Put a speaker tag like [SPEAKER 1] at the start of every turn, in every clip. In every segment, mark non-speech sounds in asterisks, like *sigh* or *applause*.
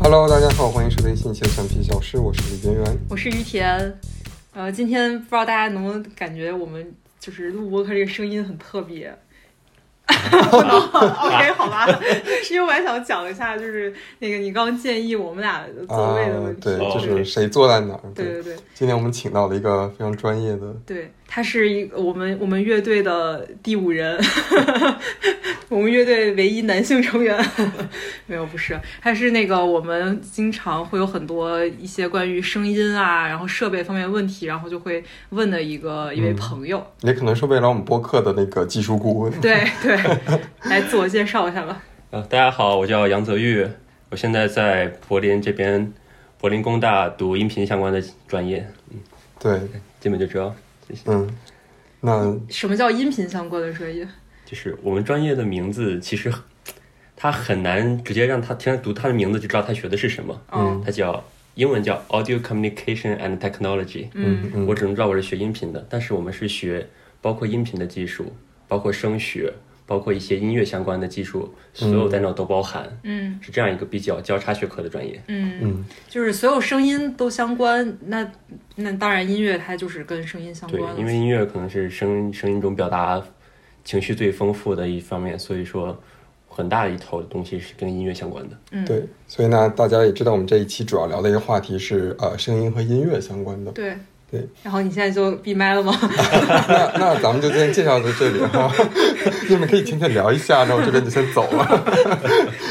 [SPEAKER 1] Hello，大家好，欢迎收听新一期的《橡皮小事》，我是李边缘。
[SPEAKER 2] 我是于田，呃，今天不知道大家能不能感觉我们就是录播客这个声音很特
[SPEAKER 1] *laughs*
[SPEAKER 2] 别。OK，好
[SPEAKER 1] 啊
[SPEAKER 2] 吧，是因为我还想讲一下，就是那个你刚刚建议我们俩座位的问题，
[SPEAKER 1] 啊对，
[SPEAKER 2] 对
[SPEAKER 1] 就是谁坐在哪儿。
[SPEAKER 2] 对对对
[SPEAKER 1] 今天我们请到了一个非常专业的，
[SPEAKER 2] 对，他是一我们我们乐队的第五人， *laughs* 我们乐队唯一男性成员， *laughs* 没有不是，他是那个我们经常会有很多一些关于声音啊，然后设备方面问题，然后就会问的一个
[SPEAKER 3] 嗯
[SPEAKER 2] 一位朋友，
[SPEAKER 1] 也可能是未来我们播客的那个技术顾问。
[SPEAKER 2] 对对，来自我介绍一下吧。
[SPEAKER 3] 呃，大家好，我叫杨泽玉，我现在在柏林这边，柏林工大读音频相关的专业，
[SPEAKER 1] 对，
[SPEAKER 3] 基本就这样。
[SPEAKER 1] 嗯，那嗯
[SPEAKER 2] 什么叫音频相关的专业？
[SPEAKER 3] 就是我们专业的名字，其实它很难直接让他听他读他的名字就知道他学的是什么。
[SPEAKER 2] 嗯
[SPEAKER 3] 它叫英文叫 Audio Communication and Technology。
[SPEAKER 1] 嗯嗯
[SPEAKER 3] 我只能知道我是学音频的，但是我们是学包括音频的技术，包括声学，包括一些音乐相关的技术，所有在那都包含，
[SPEAKER 2] 嗯
[SPEAKER 3] 是这样一个比较交叉学科的专业。
[SPEAKER 2] 嗯，
[SPEAKER 1] 嗯，
[SPEAKER 2] 就是所有声音都相关，那那当然音乐它就是跟声音相
[SPEAKER 3] 对
[SPEAKER 2] 关，
[SPEAKER 3] 因
[SPEAKER 2] 了。
[SPEAKER 3] 为音乐可能是声声音中表达情绪最丰富的一方面，所以说很大一头的东西是跟音乐相关的。
[SPEAKER 2] 嗯
[SPEAKER 1] 对，所以呢，大家也知道我们这一期主要聊的一个话题是呃声音和音乐相关的。
[SPEAKER 2] 对
[SPEAKER 1] 对。
[SPEAKER 2] 然后你现在就闭麦
[SPEAKER 1] *laughs*
[SPEAKER 2] 了吗？
[SPEAKER 1] 那那咱们就先介绍到这里哈， *laughs* 你们可以浅浅聊一下，然后我这边就先走了。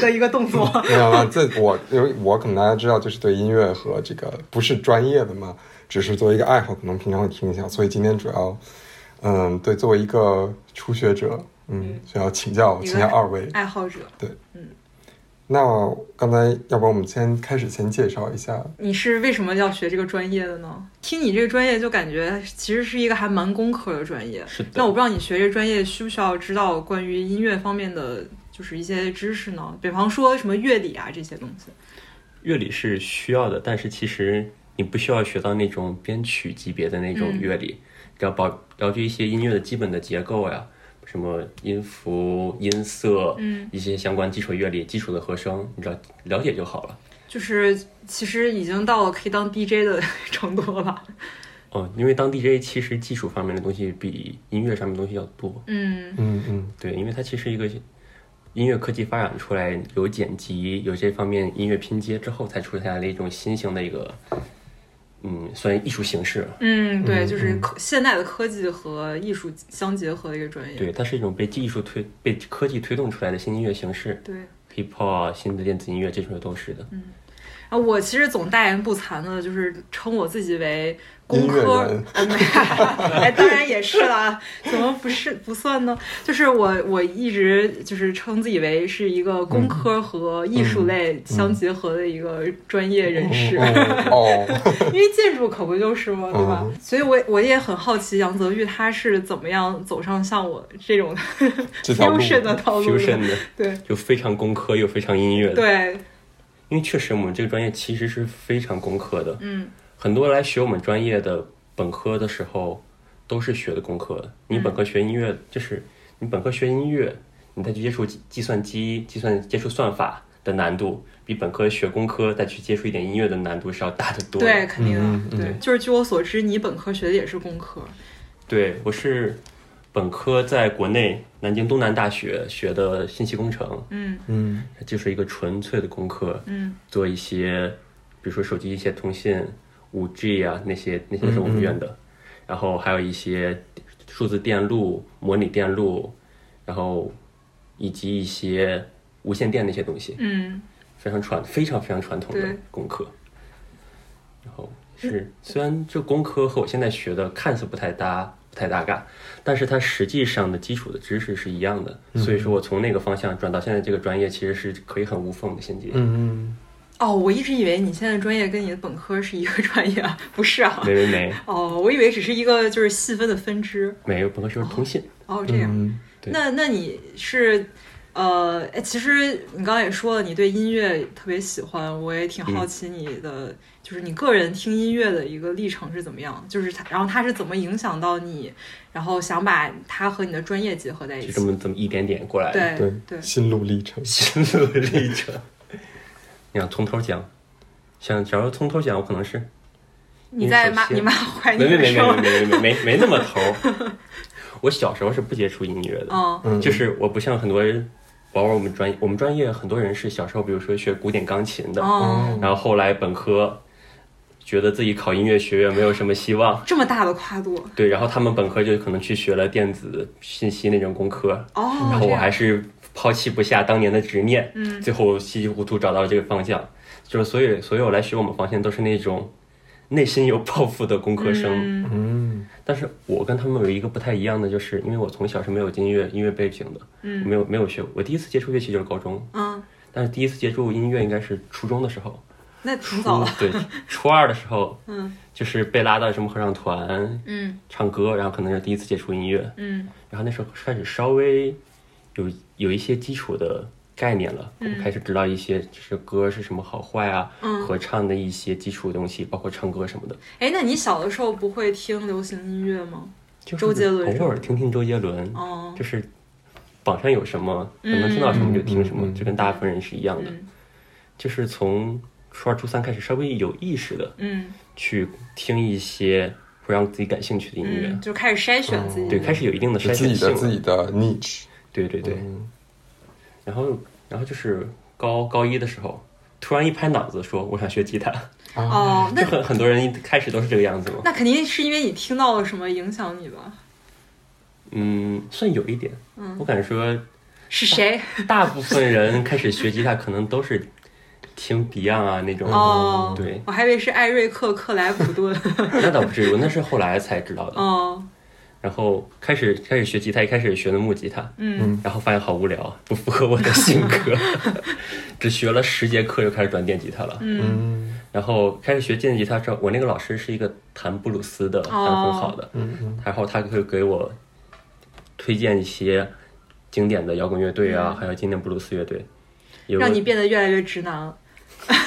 [SPEAKER 2] 的一个动作。
[SPEAKER 1] *laughs* 没有了，这我因为我可能大家知道，就是对音乐和这个不是专业的嘛，只是作为一个爱好，可能平常会听一下。所以今天主要，嗯，对，作为一个初学者，嗯，想要请教
[SPEAKER 2] 一个
[SPEAKER 1] 请教二位。
[SPEAKER 2] 爱好者，
[SPEAKER 1] 那刚才，要不然我们先开始先介绍一下，
[SPEAKER 2] 你是为什么要学这个专业的呢？听你这个专业就感觉其实是一个还蛮工科的专业。
[SPEAKER 3] 是
[SPEAKER 2] 那我不知道你学这个专业需不需要知道关于音乐方面的就是一些知识呢？比方说什么乐理啊这些东西。
[SPEAKER 3] 乐理是需要的，但是其实你不需要学到那种编曲级别的那种
[SPEAKER 2] 嗯
[SPEAKER 3] 乐理，只要保了解一些音乐的基本的结构呀，什么音符、音色，
[SPEAKER 2] 嗯，
[SPEAKER 3] 一些相关基础乐理、基础的和声，你只要了解就好了。
[SPEAKER 2] 就是其实已经到了可以当 DJ 的程度了吧？
[SPEAKER 3] 哦，因为当 DJ 其实技术方面的东西比音乐上面的东西要多，
[SPEAKER 2] 嗯
[SPEAKER 1] 嗯
[SPEAKER 2] *laughs*
[SPEAKER 1] 嗯
[SPEAKER 3] 对，因为它其实一个音乐科技发展出来，有剪辑，有这方面音乐拼接之后，才出现了一种新型的一个，嗯，算艺术形式。
[SPEAKER 2] 嗯，对，
[SPEAKER 1] 嗯
[SPEAKER 2] 就是
[SPEAKER 1] 嗯
[SPEAKER 2] 科现代的科技和艺术相结合的一个专业。
[SPEAKER 3] 对，它是一种被技术推、被科技推动出来的新音乐形式
[SPEAKER 2] 对。
[SPEAKER 3] ，hip hop、新啊的电子音乐，这种都是的。
[SPEAKER 2] 啊，我其实总大言不惭的，就是称我自己为工
[SPEAKER 1] 音乐
[SPEAKER 2] 科
[SPEAKER 1] 人，
[SPEAKER 2] 呃没 *laughs* 哎，当然也是啦，怎么不是不算呢？就是我我一直就是称自己为是一个
[SPEAKER 1] 嗯
[SPEAKER 2] 工科和艺术类相结合的一个专业人士，
[SPEAKER 1] 嗯哦，
[SPEAKER 2] *laughs* 因为建筑可不就是吗？对吧？
[SPEAKER 1] 嗯
[SPEAKER 2] 所以我我也很好奇杨泽玉他是怎么样走上像我这种 *laughs*
[SPEAKER 1] 这条路
[SPEAKER 2] fusion 的道路的，
[SPEAKER 3] fusion 的
[SPEAKER 2] 对
[SPEAKER 3] 就非常工科又非常音乐的，
[SPEAKER 2] 哦对，
[SPEAKER 3] 因为确实我们这个专业其实是非常工科的，
[SPEAKER 2] 嗯
[SPEAKER 3] 很多来学我们专业的本科的时候，都是学的工科的。你本科学音乐，就是你本科学音乐，你再去接触计计算机、计算接触算法的难度，比本科学工科再去接触一点音乐的难度是要大得多的。
[SPEAKER 2] 对，肯定的，
[SPEAKER 1] 嗯嗯
[SPEAKER 2] 对，就是据我所知，你本科学的也是工科。
[SPEAKER 3] 对，我是本科在国内南京东南大学学的信息工程，
[SPEAKER 2] 嗯
[SPEAKER 1] 嗯
[SPEAKER 3] 就是一个纯粹的工科，
[SPEAKER 2] 嗯
[SPEAKER 3] 做一些，比如说手机一些通信、五 G 啊那些那些是我们院的，然后还有一些数字电路、模拟电路，然后以及一些无线电那些东西，
[SPEAKER 2] 嗯，
[SPEAKER 3] 非常传非常非常传统的
[SPEAKER 2] 对
[SPEAKER 3] 工科。然后是虽然这工科和我现在学的看似不太搭。不太搭嘎，但是它实际上的基础的知识是一样的，所以说我从那个方向转到现在这个专业，其实是可以很无缝的衔接。
[SPEAKER 1] 嗯
[SPEAKER 2] 哦，我一直以为你现在专业跟你的本科是一个专业，啊， *laughs* 不是啊？
[SPEAKER 3] 没没没，
[SPEAKER 2] 哦，我以为只是一个就是细分的分支。
[SPEAKER 3] 没有，本科学的是通信。
[SPEAKER 2] 哦，这样。
[SPEAKER 1] 嗯
[SPEAKER 3] 对
[SPEAKER 2] 那那你是，呃，哎，其实你刚才也说了，你对音乐特别喜欢，我也挺
[SPEAKER 1] 嗯
[SPEAKER 2] 好奇你的，就是你个人听音乐的一个历程是怎么样？就是它，然后它是怎么影响到你，然后想把它和你的专业结合在一
[SPEAKER 3] 就
[SPEAKER 2] 起
[SPEAKER 3] *laughs* 这？么这么一点点过来的，
[SPEAKER 2] 哎对
[SPEAKER 1] 对，心路历程，
[SPEAKER 3] 心路历程。你想从头讲，想假如从头讲，我可能是
[SPEAKER 2] 你在骂
[SPEAKER 3] 嗯首先
[SPEAKER 2] 你骂坏哎你
[SPEAKER 3] 没
[SPEAKER 2] 的
[SPEAKER 3] 没没
[SPEAKER 2] 时
[SPEAKER 3] 没
[SPEAKER 2] 候，
[SPEAKER 3] 没没没没没那么
[SPEAKER 2] *laughs*
[SPEAKER 3] 头儿。我小时候是不接触音乐的，
[SPEAKER 2] 嗯
[SPEAKER 1] 嗯，
[SPEAKER 3] 就是我不像很多人，包括我们专业，我们专业很多人是小时候，比如说学古典钢琴的，
[SPEAKER 2] 哦，
[SPEAKER 3] 然后后来本科觉得自己考音乐学院没有什么希望，
[SPEAKER 2] 这么大的跨度
[SPEAKER 3] 对，然后他们本科就可能去学了电子信息那种工科，
[SPEAKER 2] 哦，
[SPEAKER 3] 然后
[SPEAKER 2] 这
[SPEAKER 3] 我
[SPEAKER 2] 样
[SPEAKER 3] 还是抛弃不下当年的执念，
[SPEAKER 2] 嗯
[SPEAKER 3] 最后稀里糊涂找到了这个方向，就是所以所有来学我们方向都是那种内心有抱负的工科生，
[SPEAKER 2] 嗯
[SPEAKER 1] 嗯
[SPEAKER 3] 但是我跟他们有一个不太一样的，就是因为我从小是没有音乐音乐背景的，
[SPEAKER 2] 嗯
[SPEAKER 3] 没有没有学，我第一次接触乐器就是高中，
[SPEAKER 2] 嗯，
[SPEAKER 3] 但是第一次接触音乐应该是初中的时候，
[SPEAKER 2] 那挺早了，
[SPEAKER 3] 初对，初二的时候
[SPEAKER 2] 嗯
[SPEAKER 3] 就是被拉到什么合唱团
[SPEAKER 2] 嗯
[SPEAKER 3] 唱歌，然后可能是第一次接触音乐，
[SPEAKER 2] 嗯
[SPEAKER 3] 然后那时候开始稍微有有一些基础的概念了，我开始知道一些就是歌是什么好坏啊，
[SPEAKER 2] 嗯
[SPEAKER 3] 合唱的一些基础的东西，包括唱歌什么的，
[SPEAKER 2] 哎，那你小的时候不会听流行音乐吗？
[SPEAKER 3] 就是
[SPEAKER 2] 周杰伦是吗
[SPEAKER 3] 偶尔听听周杰伦，
[SPEAKER 2] 哦，
[SPEAKER 3] 就是榜上有什么，我
[SPEAKER 2] 嗯
[SPEAKER 3] 能听到什么就听什么，
[SPEAKER 1] 嗯嗯嗯
[SPEAKER 3] 就跟大部分人是一样的。
[SPEAKER 2] 嗯
[SPEAKER 3] 就是从初二、初三开始稍微有意识的
[SPEAKER 2] 嗯
[SPEAKER 3] 去听一些会让自己感兴趣的音乐，
[SPEAKER 2] 嗯，就开始筛选自己，
[SPEAKER 3] 对，开始有一定的
[SPEAKER 1] 是
[SPEAKER 3] 筛
[SPEAKER 1] 自己
[SPEAKER 3] 选性
[SPEAKER 1] 的
[SPEAKER 3] 了，
[SPEAKER 1] 自己的 niche，
[SPEAKER 3] 对对对。
[SPEAKER 1] 嗯
[SPEAKER 3] 然后，然后就是高高一的时候，突然一拍脑子说我想学吉他，
[SPEAKER 1] 啊，
[SPEAKER 2] 哦，
[SPEAKER 3] 就
[SPEAKER 2] 那
[SPEAKER 3] 很很多人一开始都是这个样子嘛。
[SPEAKER 2] 那肯定是因为你听到了什么影响你吧？
[SPEAKER 3] 嗯，算有一点，
[SPEAKER 2] 嗯
[SPEAKER 3] 我敢说，
[SPEAKER 2] 是谁？
[SPEAKER 3] 大部分人开始学吉他可能都是听 Beyond 啊那种。
[SPEAKER 2] 哦，
[SPEAKER 3] 对，
[SPEAKER 2] 我还以为是艾瑞克·克莱普顿。
[SPEAKER 3] 那倒不至于，那是后来才知道的。
[SPEAKER 2] 哦，
[SPEAKER 3] 然后开始开始学吉他，一开始学的木吉他，
[SPEAKER 2] 嗯，
[SPEAKER 3] 然后发现好无聊，啊不符合我的性
[SPEAKER 2] *laughs*
[SPEAKER 3] 格，只学了十节课就开始转电吉他了。
[SPEAKER 1] 嗯
[SPEAKER 3] 然后开始学电吉他之后，我那个老师是一个弹布鲁斯
[SPEAKER 2] 哦
[SPEAKER 3] 的，弹得很好的，
[SPEAKER 1] 嗯嗯
[SPEAKER 3] 然后他会给我推荐一些经典的摇滚乐队啊，还有经典布鲁斯乐队。有
[SPEAKER 2] 嗯
[SPEAKER 3] 个
[SPEAKER 2] 让你变得越来越直男了。
[SPEAKER 3] *laughs*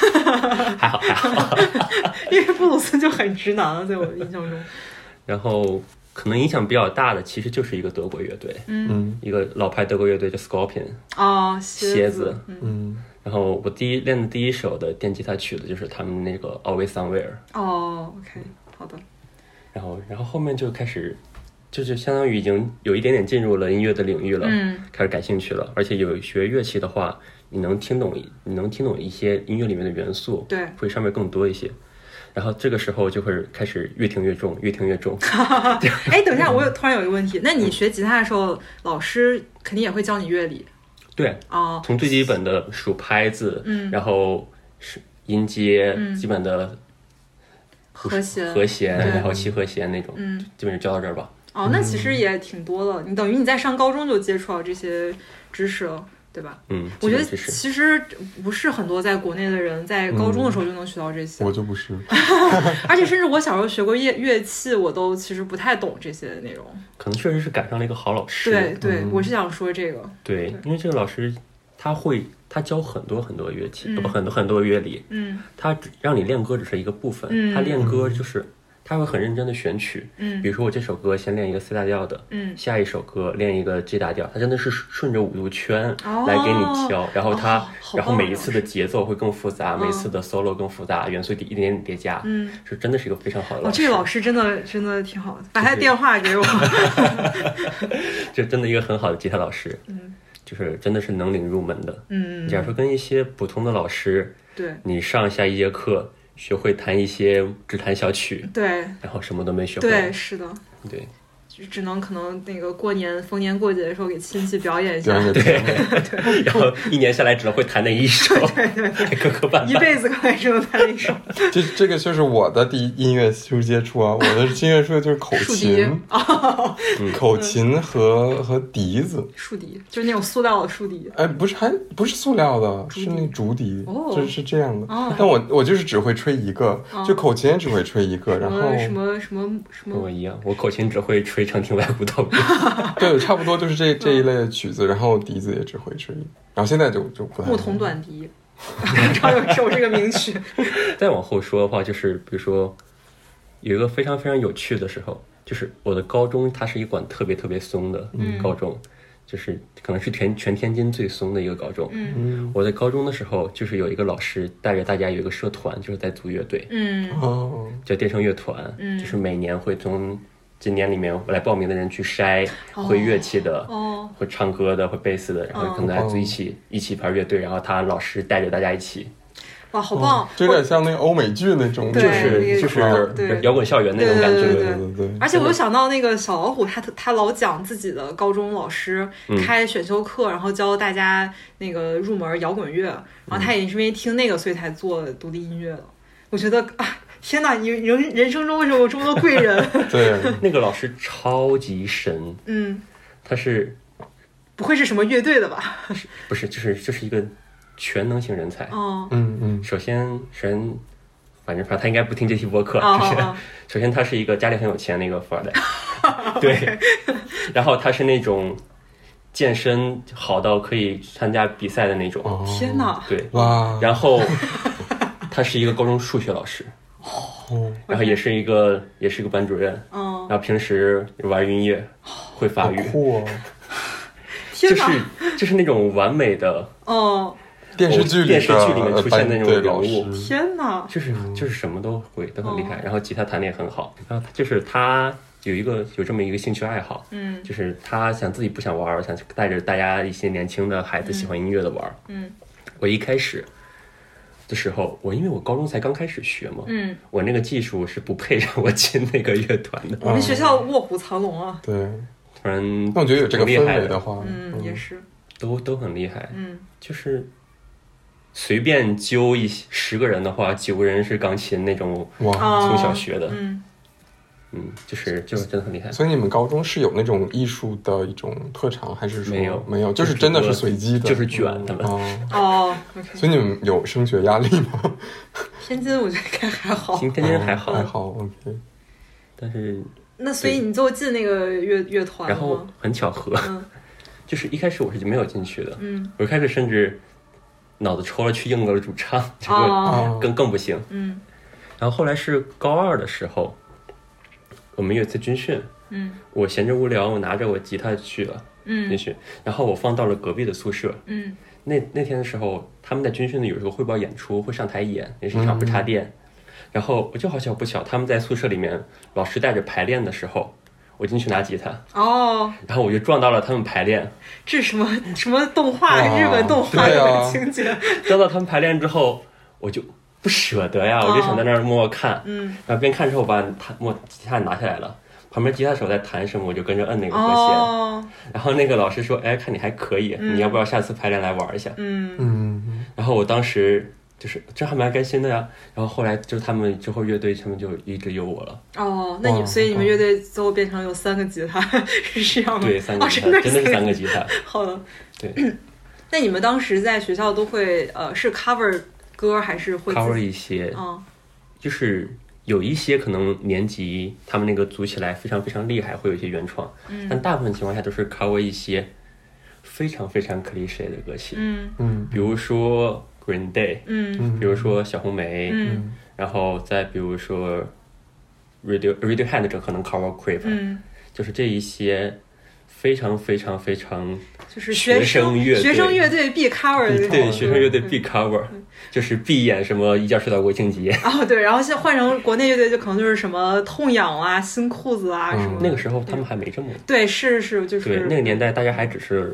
[SPEAKER 3] 还好还好。
[SPEAKER 2] *laughs* 因为布鲁斯就很直男了，在我的印象中。
[SPEAKER 3] 然后可能影响比较大的其实就是一个德国乐队，
[SPEAKER 1] 嗯
[SPEAKER 3] 一个老牌德国乐队叫 Scorpion。
[SPEAKER 2] 哦，
[SPEAKER 3] 蝎
[SPEAKER 2] 子
[SPEAKER 3] 子，
[SPEAKER 2] 嗯，
[SPEAKER 1] 嗯
[SPEAKER 3] 然后我第一练的第一首的电吉他曲子就是他们那个《Always Somewhere》，
[SPEAKER 2] 哦，OK，好的，
[SPEAKER 3] 然后然后后面就开始，就是相当于已经有一点点进入了音乐的领域了，
[SPEAKER 2] 嗯，
[SPEAKER 3] 开始感兴趣了，而且有学乐器的话，你能听懂你能听懂一些音乐里面的元素，
[SPEAKER 2] 对
[SPEAKER 3] 会上面更多一些。然后这个时候就会开始越听越重，越听
[SPEAKER 2] *laughs*
[SPEAKER 3] 越重。
[SPEAKER 2] 哎，等一下，我有突然有一个问题，那你学吉他的时候，老师肯定也会教你乐理
[SPEAKER 3] 对，
[SPEAKER 2] 哦，
[SPEAKER 3] 从最基本的数拍子，
[SPEAKER 2] 嗯
[SPEAKER 3] 然后是音阶，
[SPEAKER 2] 嗯
[SPEAKER 3] 基本的
[SPEAKER 2] 和弦，
[SPEAKER 3] 和弦，
[SPEAKER 2] 对
[SPEAKER 3] 然后七和弦那种，
[SPEAKER 2] 嗯，
[SPEAKER 3] 基本就教到这儿吧。
[SPEAKER 2] 哦，那其实也挺多了，你等于你在上高中就接触到这些知识了，对吧？
[SPEAKER 3] 嗯，
[SPEAKER 2] 我觉得
[SPEAKER 3] 基本就是
[SPEAKER 2] 其实不是很多在国内的人在高中的时候就能学到这些，
[SPEAKER 1] 我就不是，
[SPEAKER 3] *laughs*
[SPEAKER 2] 而且甚至我小时候学过乐乐器，我都其实不太懂这些内容。
[SPEAKER 3] 可能确实是嗯赶上了一个好老师。
[SPEAKER 2] 对对，我是想说这个，
[SPEAKER 3] 对，因为这个老师他会他教很多很多乐器，
[SPEAKER 2] 嗯
[SPEAKER 3] 不、很多很多乐理，
[SPEAKER 2] 嗯
[SPEAKER 3] 他只让你练歌只是一个部分，
[SPEAKER 2] 嗯
[SPEAKER 3] 他练歌就是他会很认真的选曲，比
[SPEAKER 2] 嗯
[SPEAKER 3] 如说我这首歌先练一个 C 大调的。
[SPEAKER 2] 嗯，
[SPEAKER 3] 下一首歌练一个 G 大调，他真的是顺着五度圈
[SPEAKER 2] 哦
[SPEAKER 3] 来给你挑，然后他，
[SPEAKER 2] 哦好
[SPEAKER 3] 然后
[SPEAKER 2] 棒
[SPEAKER 3] 每
[SPEAKER 2] 啊
[SPEAKER 3] 一次的节奏会更复杂，每一次的 solo 更复杂，元素一点点叠加，
[SPEAKER 2] 嗯，
[SPEAKER 3] 是真的是一个非常好的
[SPEAKER 2] 哦，
[SPEAKER 3] 老
[SPEAKER 2] 这
[SPEAKER 3] 师，
[SPEAKER 2] 个老师真的真的挺好的，把
[SPEAKER 3] 就
[SPEAKER 2] 他
[SPEAKER 3] 是
[SPEAKER 2] 电话给我。
[SPEAKER 3] 这真的一个很好的吉他老师，
[SPEAKER 2] 嗯
[SPEAKER 3] 就是真的是能领入门的。
[SPEAKER 2] *laughs* 嗯，
[SPEAKER 3] 假如说跟一些普通的老师，
[SPEAKER 2] 对
[SPEAKER 3] 你上下一节课学会弹一些只弹小曲，
[SPEAKER 2] 对
[SPEAKER 3] 然后什么都没学会。
[SPEAKER 2] 对，是的，
[SPEAKER 3] 对
[SPEAKER 2] 就只能可能那个过年逢年过节的时候给亲戚表演一
[SPEAKER 1] 表
[SPEAKER 2] 下，
[SPEAKER 3] *laughs*
[SPEAKER 1] 演个
[SPEAKER 3] 然后一年下来只会弹那一
[SPEAKER 2] *laughs*
[SPEAKER 3] 首，还磕磕绊
[SPEAKER 2] 一
[SPEAKER 3] 绊。
[SPEAKER 2] 辈子可能只能弹那首 *laughs*
[SPEAKER 1] 这这个就是我的第一音乐初接触啊，我的音乐初就是口
[SPEAKER 2] 竖笛哦嗯
[SPEAKER 1] 琴，嗯口琴和和笛子，
[SPEAKER 2] 竖笛，就是那种塑料的竖笛。
[SPEAKER 1] 哎，不是还不是塑料的，
[SPEAKER 2] 笛
[SPEAKER 1] 是那竹笛，
[SPEAKER 2] 哦
[SPEAKER 1] 就是这样的
[SPEAKER 2] 哦。
[SPEAKER 1] 但我我就是只会吹一个，就口琴也只会吹一个，
[SPEAKER 2] 什
[SPEAKER 1] 然后
[SPEAKER 2] 么什么什么什
[SPEAKER 3] 跟我
[SPEAKER 2] 么，
[SPEAKER 3] 一样，我口琴只会吹《长亭外古 *laughs* 道歌》
[SPEAKER 1] 对，差不多就是这这一类的曲子，然后笛子也只会吹，然后现在就就不太
[SPEAKER 2] 牧童短笛， *laughs* 张有首这个名
[SPEAKER 3] *laughs*
[SPEAKER 2] 曲。
[SPEAKER 3] 再往后说的话，就是比如说有一个
[SPEAKER 2] 嗯
[SPEAKER 3] 非常非常有趣的时候，就是我的高中它是一管特别特别松的高中，就是可能是全全天津最松的一个高中。
[SPEAKER 2] 嗯
[SPEAKER 1] 嗯
[SPEAKER 3] 我在高中的时候，就是有一个老师带着大家有一个社团，就是在组乐队，
[SPEAKER 2] 嗯
[SPEAKER 1] 哦，
[SPEAKER 3] 叫电声乐团，
[SPEAKER 2] 嗯
[SPEAKER 3] 就是每年会从今年里面来报名的人去筛会乐器的、
[SPEAKER 2] 哦，
[SPEAKER 3] 会唱歌的、会贝斯的，然后可能大家一起、一起玩乐队，然后他老师带着大家一起，
[SPEAKER 2] 哇，
[SPEAKER 3] 哦
[SPEAKER 2] 好棒！
[SPEAKER 1] 哦这有点像那个欧美剧那种，
[SPEAKER 2] 对
[SPEAKER 3] 就是
[SPEAKER 2] 对
[SPEAKER 3] 就
[SPEAKER 2] 对
[SPEAKER 3] 是摇滚校园那种感
[SPEAKER 2] 对
[SPEAKER 3] 觉。
[SPEAKER 1] 对对对，
[SPEAKER 2] 而且我又想到那个小老虎，他他老讲自己的高中老师开选修课，然后教大家那个入门摇滚乐，然后他也是因为听那个，所以才做独立音乐的。我觉得啊，天哪，你人人生中为什么有这么多贵人？ *laughs*
[SPEAKER 1] 对，
[SPEAKER 3] 那个老师超级神，
[SPEAKER 2] 嗯，
[SPEAKER 3] 他是
[SPEAKER 2] 不会是什么乐队的吧？ *laughs*
[SPEAKER 3] 不是就是就是一个全能型人才。
[SPEAKER 2] 哦
[SPEAKER 1] 嗯嗯
[SPEAKER 3] 首先，首先，反正反正他应该不听这期播客。
[SPEAKER 2] 哦
[SPEAKER 3] 首先
[SPEAKER 2] 哦，
[SPEAKER 3] 首先他是一个家里很有钱的一个富二代，对，然后他是那种健身好到可以参加比赛的那种，
[SPEAKER 1] 哦，
[SPEAKER 2] 天哪！
[SPEAKER 3] 对，
[SPEAKER 1] 哇，
[SPEAKER 3] 然后他是一个高中数学老师，
[SPEAKER 1] 哦
[SPEAKER 3] 然后也是一个也是一个班主任，
[SPEAKER 2] 嗯，
[SPEAKER 3] 然后平时玩音乐，会法
[SPEAKER 1] 好
[SPEAKER 3] 语，
[SPEAKER 1] 酷哦！
[SPEAKER 2] 天
[SPEAKER 3] 就
[SPEAKER 2] 哪！
[SPEAKER 3] 是就是那种完美的
[SPEAKER 2] 哦，
[SPEAKER 1] 电视剧里
[SPEAKER 3] 电视剧里面
[SPEAKER 1] 的呃
[SPEAKER 3] 出现的那种
[SPEAKER 1] 对
[SPEAKER 3] 人
[SPEAKER 1] 老
[SPEAKER 3] 物
[SPEAKER 1] 师
[SPEAKER 2] 天哪！
[SPEAKER 3] 就是
[SPEAKER 1] 嗯
[SPEAKER 3] 就是什么都会，都很厉
[SPEAKER 2] 哦
[SPEAKER 3] 害。然后吉他弹得也很好。然后就是他有一个有这么一个兴趣爱好，
[SPEAKER 2] 嗯
[SPEAKER 3] 就是他想自己不想玩儿，想带着大家一些年轻的孩子喜欢音乐的玩儿。
[SPEAKER 2] 嗯
[SPEAKER 3] 我一开始的时候，我因为我高中才刚开始学嘛，
[SPEAKER 2] 嗯，
[SPEAKER 3] 我那个技术是不配让我进那个乐团的。
[SPEAKER 2] 我们学校卧虎藏龙啊，
[SPEAKER 1] 对，
[SPEAKER 3] 突然，
[SPEAKER 1] 那我觉得有这个
[SPEAKER 3] 挺厉
[SPEAKER 1] 氛
[SPEAKER 3] 害
[SPEAKER 1] 围
[SPEAKER 3] 的
[SPEAKER 1] 的话，
[SPEAKER 2] 嗯，也是，
[SPEAKER 3] 都都很厉害，
[SPEAKER 2] 嗯
[SPEAKER 3] 就是。随便揪一些十个人的话，九个人是钢琴那种
[SPEAKER 1] 哇，
[SPEAKER 2] 哦
[SPEAKER 3] 从小学的，
[SPEAKER 2] 嗯，
[SPEAKER 3] 嗯，就是就是真的很厉害。
[SPEAKER 1] 所以你们高中是有那种艺术的一种特长，还是说
[SPEAKER 3] 没有
[SPEAKER 1] 没有，就是真的是随机的，
[SPEAKER 3] 就是卷他们
[SPEAKER 1] 哦，
[SPEAKER 2] 哦，OK，
[SPEAKER 1] 所以你们有升学压力吗？
[SPEAKER 3] *laughs*
[SPEAKER 2] 天津我觉得应该还好。
[SPEAKER 3] 今天真还好，
[SPEAKER 1] 哦还好，OK。
[SPEAKER 3] 但是
[SPEAKER 2] 那所以你最后进那个乐乐团了
[SPEAKER 3] 然后
[SPEAKER 2] 吗？
[SPEAKER 3] 很巧合，
[SPEAKER 2] 哦嗯
[SPEAKER 3] *laughs* 就是一开始我是没有进去的，
[SPEAKER 2] 嗯
[SPEAKER 3] 我一开始甚至脑子抽了去应了主唱，这个
[SPEAKER 2] 哦
[SPEAKER 1] 哦
[SPEAKER 3] 更更不行。
[SPEAKER 2] 嗯
[SPEAKER 3] 然后后来是高二的时候，我们有一次军训，
[SPEAKER 2] 嗯
[SPEAKER 3] 我闲着无聊，我拿着我吉他去了军
[SPEAKER 2] 嗯
[SPEAKER 3] 训，然后我放到了隔壁的宿舍。
[SPEAKER 2] 嗯
[SPEAKER 3] 那那天的时候，他们在军训的有时候汇报演出，会上台演，也是一场不插电。然后我就好巧不巧，他们在宿舍里面，老师带着排练的时候，我进去拿吉他，
[SPEAKER 2] 哦，
[SPEAKER 3] 然后我就撞到了他们排练，
[SPEAKER 2] 这是什么什么动画？
[SPEAKER 1] 哇
[SPEAKER 2] 日本动画
[SPEAKER 1] 对啊
[SPEAKER 2] 的情节？
[SPEAKER 3] 撞到他们排练之后，我就不舍得呀，
[SPEAKER 2] 哦
[SPEAKER 3] 我就想在那儿默默看，
[SPEAKER 2] 嗯
[SPEAKER 3] 然后边看之后我把弹默吉他拿下来了，旁边吉他手在弹什么，我就跟着摁那个和弦。
[SPEAKER 2] 哦
[SPEAKER 3] 然后那个老师说：“哎，看你还可以，你要不要下次排练来玩一下
[SPEAKER 2] 嗯
[SPEAKER 1] 嗯，？”
[SPEAKER 3] 然后我当时就是这还蛮开心的呀。然后后来就他们之后乐队他们就一直有我了，
[SPEAKER 2] 哦，那你
[SPEAKER 1] 哇
[SPEAKER 2] 所以你们
[SPEAKER 1] 哦
[SPEAKER 2] 乐队最后变成有三个吉他是这样吗？
[SPEAKER 3] 对，三个
[SPEAKER 2] 哦
[SPEAKER 3] 吉他、
[SPEAKER 2] 真的
[SPEAKER 3] 真的是三
[SPEAKER 2] 个。
[SPEAKER 3] 个吉他，
[SPEAKER 2] 好的，
[SPEAKER 3] 对
[SPEAKER 2] 那你们当时在学校都会呃是 cover 歌还是会
[SPEAKER 3] ，cover
[SPEAKER 2] 自己？
[SPEAKER 3] 一些
[SPEAKER 2] 嗯
[SPEAKER 3] 就是有一些可能年级他们那个组起来非常非常厉害，会有一些原创，
[SPEAKER 2] 嗯
[SPEAKER 3] 但大部分情况下都是 cover 一些非常非常 cliche 的歌曲，
[SPEAKER 2] 嗯
[SPEAKER 1] 嗯
[SPEAKER 3] 比如说 Green Day，
[SPEAKER 2] 嗯
[SPEAKER 1] 嗯，
[SPEAKER 3] 比如说小红莓，
[SPEAKER 2] 嗯
[SPEAKER 3] 然后再比如说 Radio Radiohead 这可能 cover 啊 Creep，、
[SPEAKER 2] 嗯，
[SPEAKER 3] 就是这一些非常非常非常
[SPEAKER 2] 就是
[SPEAKER 3] 学
[SPEAKER 2] 学
[SPEAKER 3] 生乐队
[SPEAKER 2] 学生乐队必 cover 的
[SPEAKER 3] 对
[SPEAKER 1] 嗯
[SPEAKER 3] 学生乐队必 cover，、就是必演什么一觉睡到国庆节。
[SPEAKER 2] *laughs* 哦，对，然后现在换成国内乐队，就可能就是什么痛痒啊、新裤子啊
[SPEAKER 1] 嗯
[SPEAKER 2] 什么的。
[SPEAKER 3] 那个时候他们还没这么
[SPEAKER 2] 对，是是，就是
[SPEAKER 3] 对，那个年代大家还只是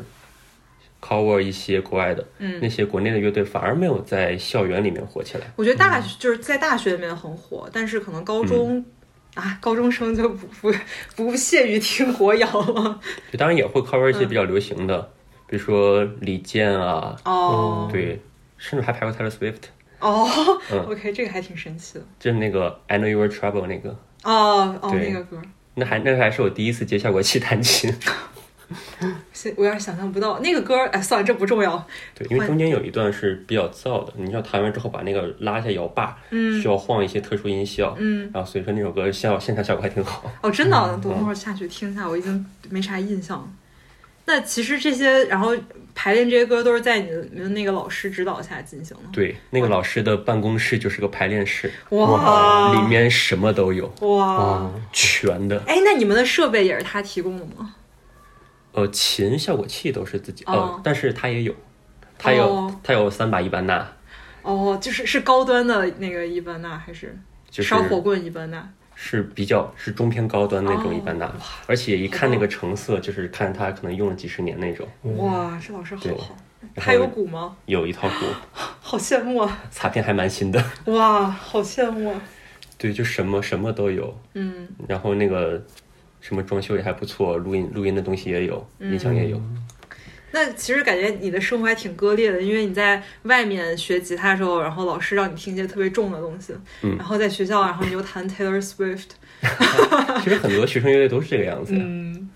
[SPEAKER 3] cover 一些国外的，那
[SPEAKER 2] 嗯，
[SPEAKER 3] 些国内的乐队反而没有在校园里面火起来。
[SPEAKER 2] 我觉得大学就是在大学里面很火，但是可能
[SPEAKER 3] 嗯
[SPEAKER 2] 高中啊，高中生就不不不屑于听国谣了。
[SPEAKER 3] 就当然也会 cover 一些比较流行的，比如说李健啊，
[SPEAKER 2] 哦
[SPEAKER 3] 对，甚至还排过 Taylor Swift，
[SPEAKER 2] 哦
[SPEAKER 3] 嗯
[SPEAKER 2] ，OK，这个还挺神奇的。
[SPEAKER 3] 就是那个 I Know You Were Trouble 那个。
[SPEAKER 2] 哦哦，
[SPEAKER 3] 对
[SPEAKER 2] 那个歌，
[SPEAKER 3] 那还那还是我第一次接效果器 *laughs* 弹琴，
[SPEAKER 2] 现我有点想象不到那个歌。哎，算了，这不重要。
[SPEAKER 3] 对，因为中间有一段是比较燥的，你要弹完之后把那个拉一下摇把，
[SPEAKER 2] 嗯
[SPEAKER 3] 需要晃一些特殊音效，
[SPEAKER 2] 嗯，
[SPEAKER 3] 然后所以说那首歌效现场效果还
[SPEAKER 2] *laughs*
[SPEAKER 3] 挺好。
[SPEAKER 2] 哦，真的啊，等会儿下去听一下，我已经没啥印象了。那其实这些，然后排练这些歌都是在你的你的那个老师指导下进行的。
[SPEAKER 3] 对，那个老师的办公室就是个排练室，
[SPEAKER 2] 哇，
[SPEAKER 3] 里面什么都有，
[SPEAKER 2] 哇，
[SPEAKER 1] 啊，
[SPEAKER 3] 全的。
[SPEAKER 2] 哎，那你们的设备也是他提供的吗？
[SPEAKER 3] 呃，琴、效果器都是自己，
[SPEAKER 2] 哦
[SPEAKER 3] 呃，但是它也有，它有
[SPEAKER 2] 哦
[SPEAKER 3] 它有三把伊班纳，
[SPEAKER 2] 哦，就是是高端的那个伊班纳还是
[SPEAKER 3] 就是
[SPEAKER 2] 烧火棍伊班纳？
[SPEAKER 3] 是比较是中偏高端那
[SPEAKER 2] 哦
[SPEAKER 3] 种一般的，而且一看那个成色，就是看它可能用了几十年那种。
[SPEAKER 2] 哇，这老师好
[SPEAKER 3] 对
[SPEAKER 2] 好，
[SPEAKER 3] 然
[SPEAKER 2] 还有
[SPEAKER 3] 后
[SPEAKER 2] 鼓吗？
[SPEAKER 3] 有一套鼓， *laughs*
[SPEAKER 2] 好羡慕啊！
[SPEAKER 3] 卡片还蛮新的，
[SPEAKER 2] 哇，好羡慕啊！
[SPEAKER 3] 对，就什么什么都有。
[SPEAKER 2] 嗯，
[SPEAKER 3] 然后那个什么装修也还不错，录音录音的东西也有，音响也
[SPEAKER 2] 嗯
[SPEAKER 3] 有。
[SPEAKER 2] 那其实感觉你的生活还挺割裂的，因为你在外面学吉他的时候，然后老师让你听一些特别重的东西，
[SPEAKER 3] 嗯
[SPEAKER 2] 然后在学校，然后你又弹 Taylor Swift，
[SPEAKER 3] 其实很多学生乐队都是这个样子，
[SPEAKER 2] 嗯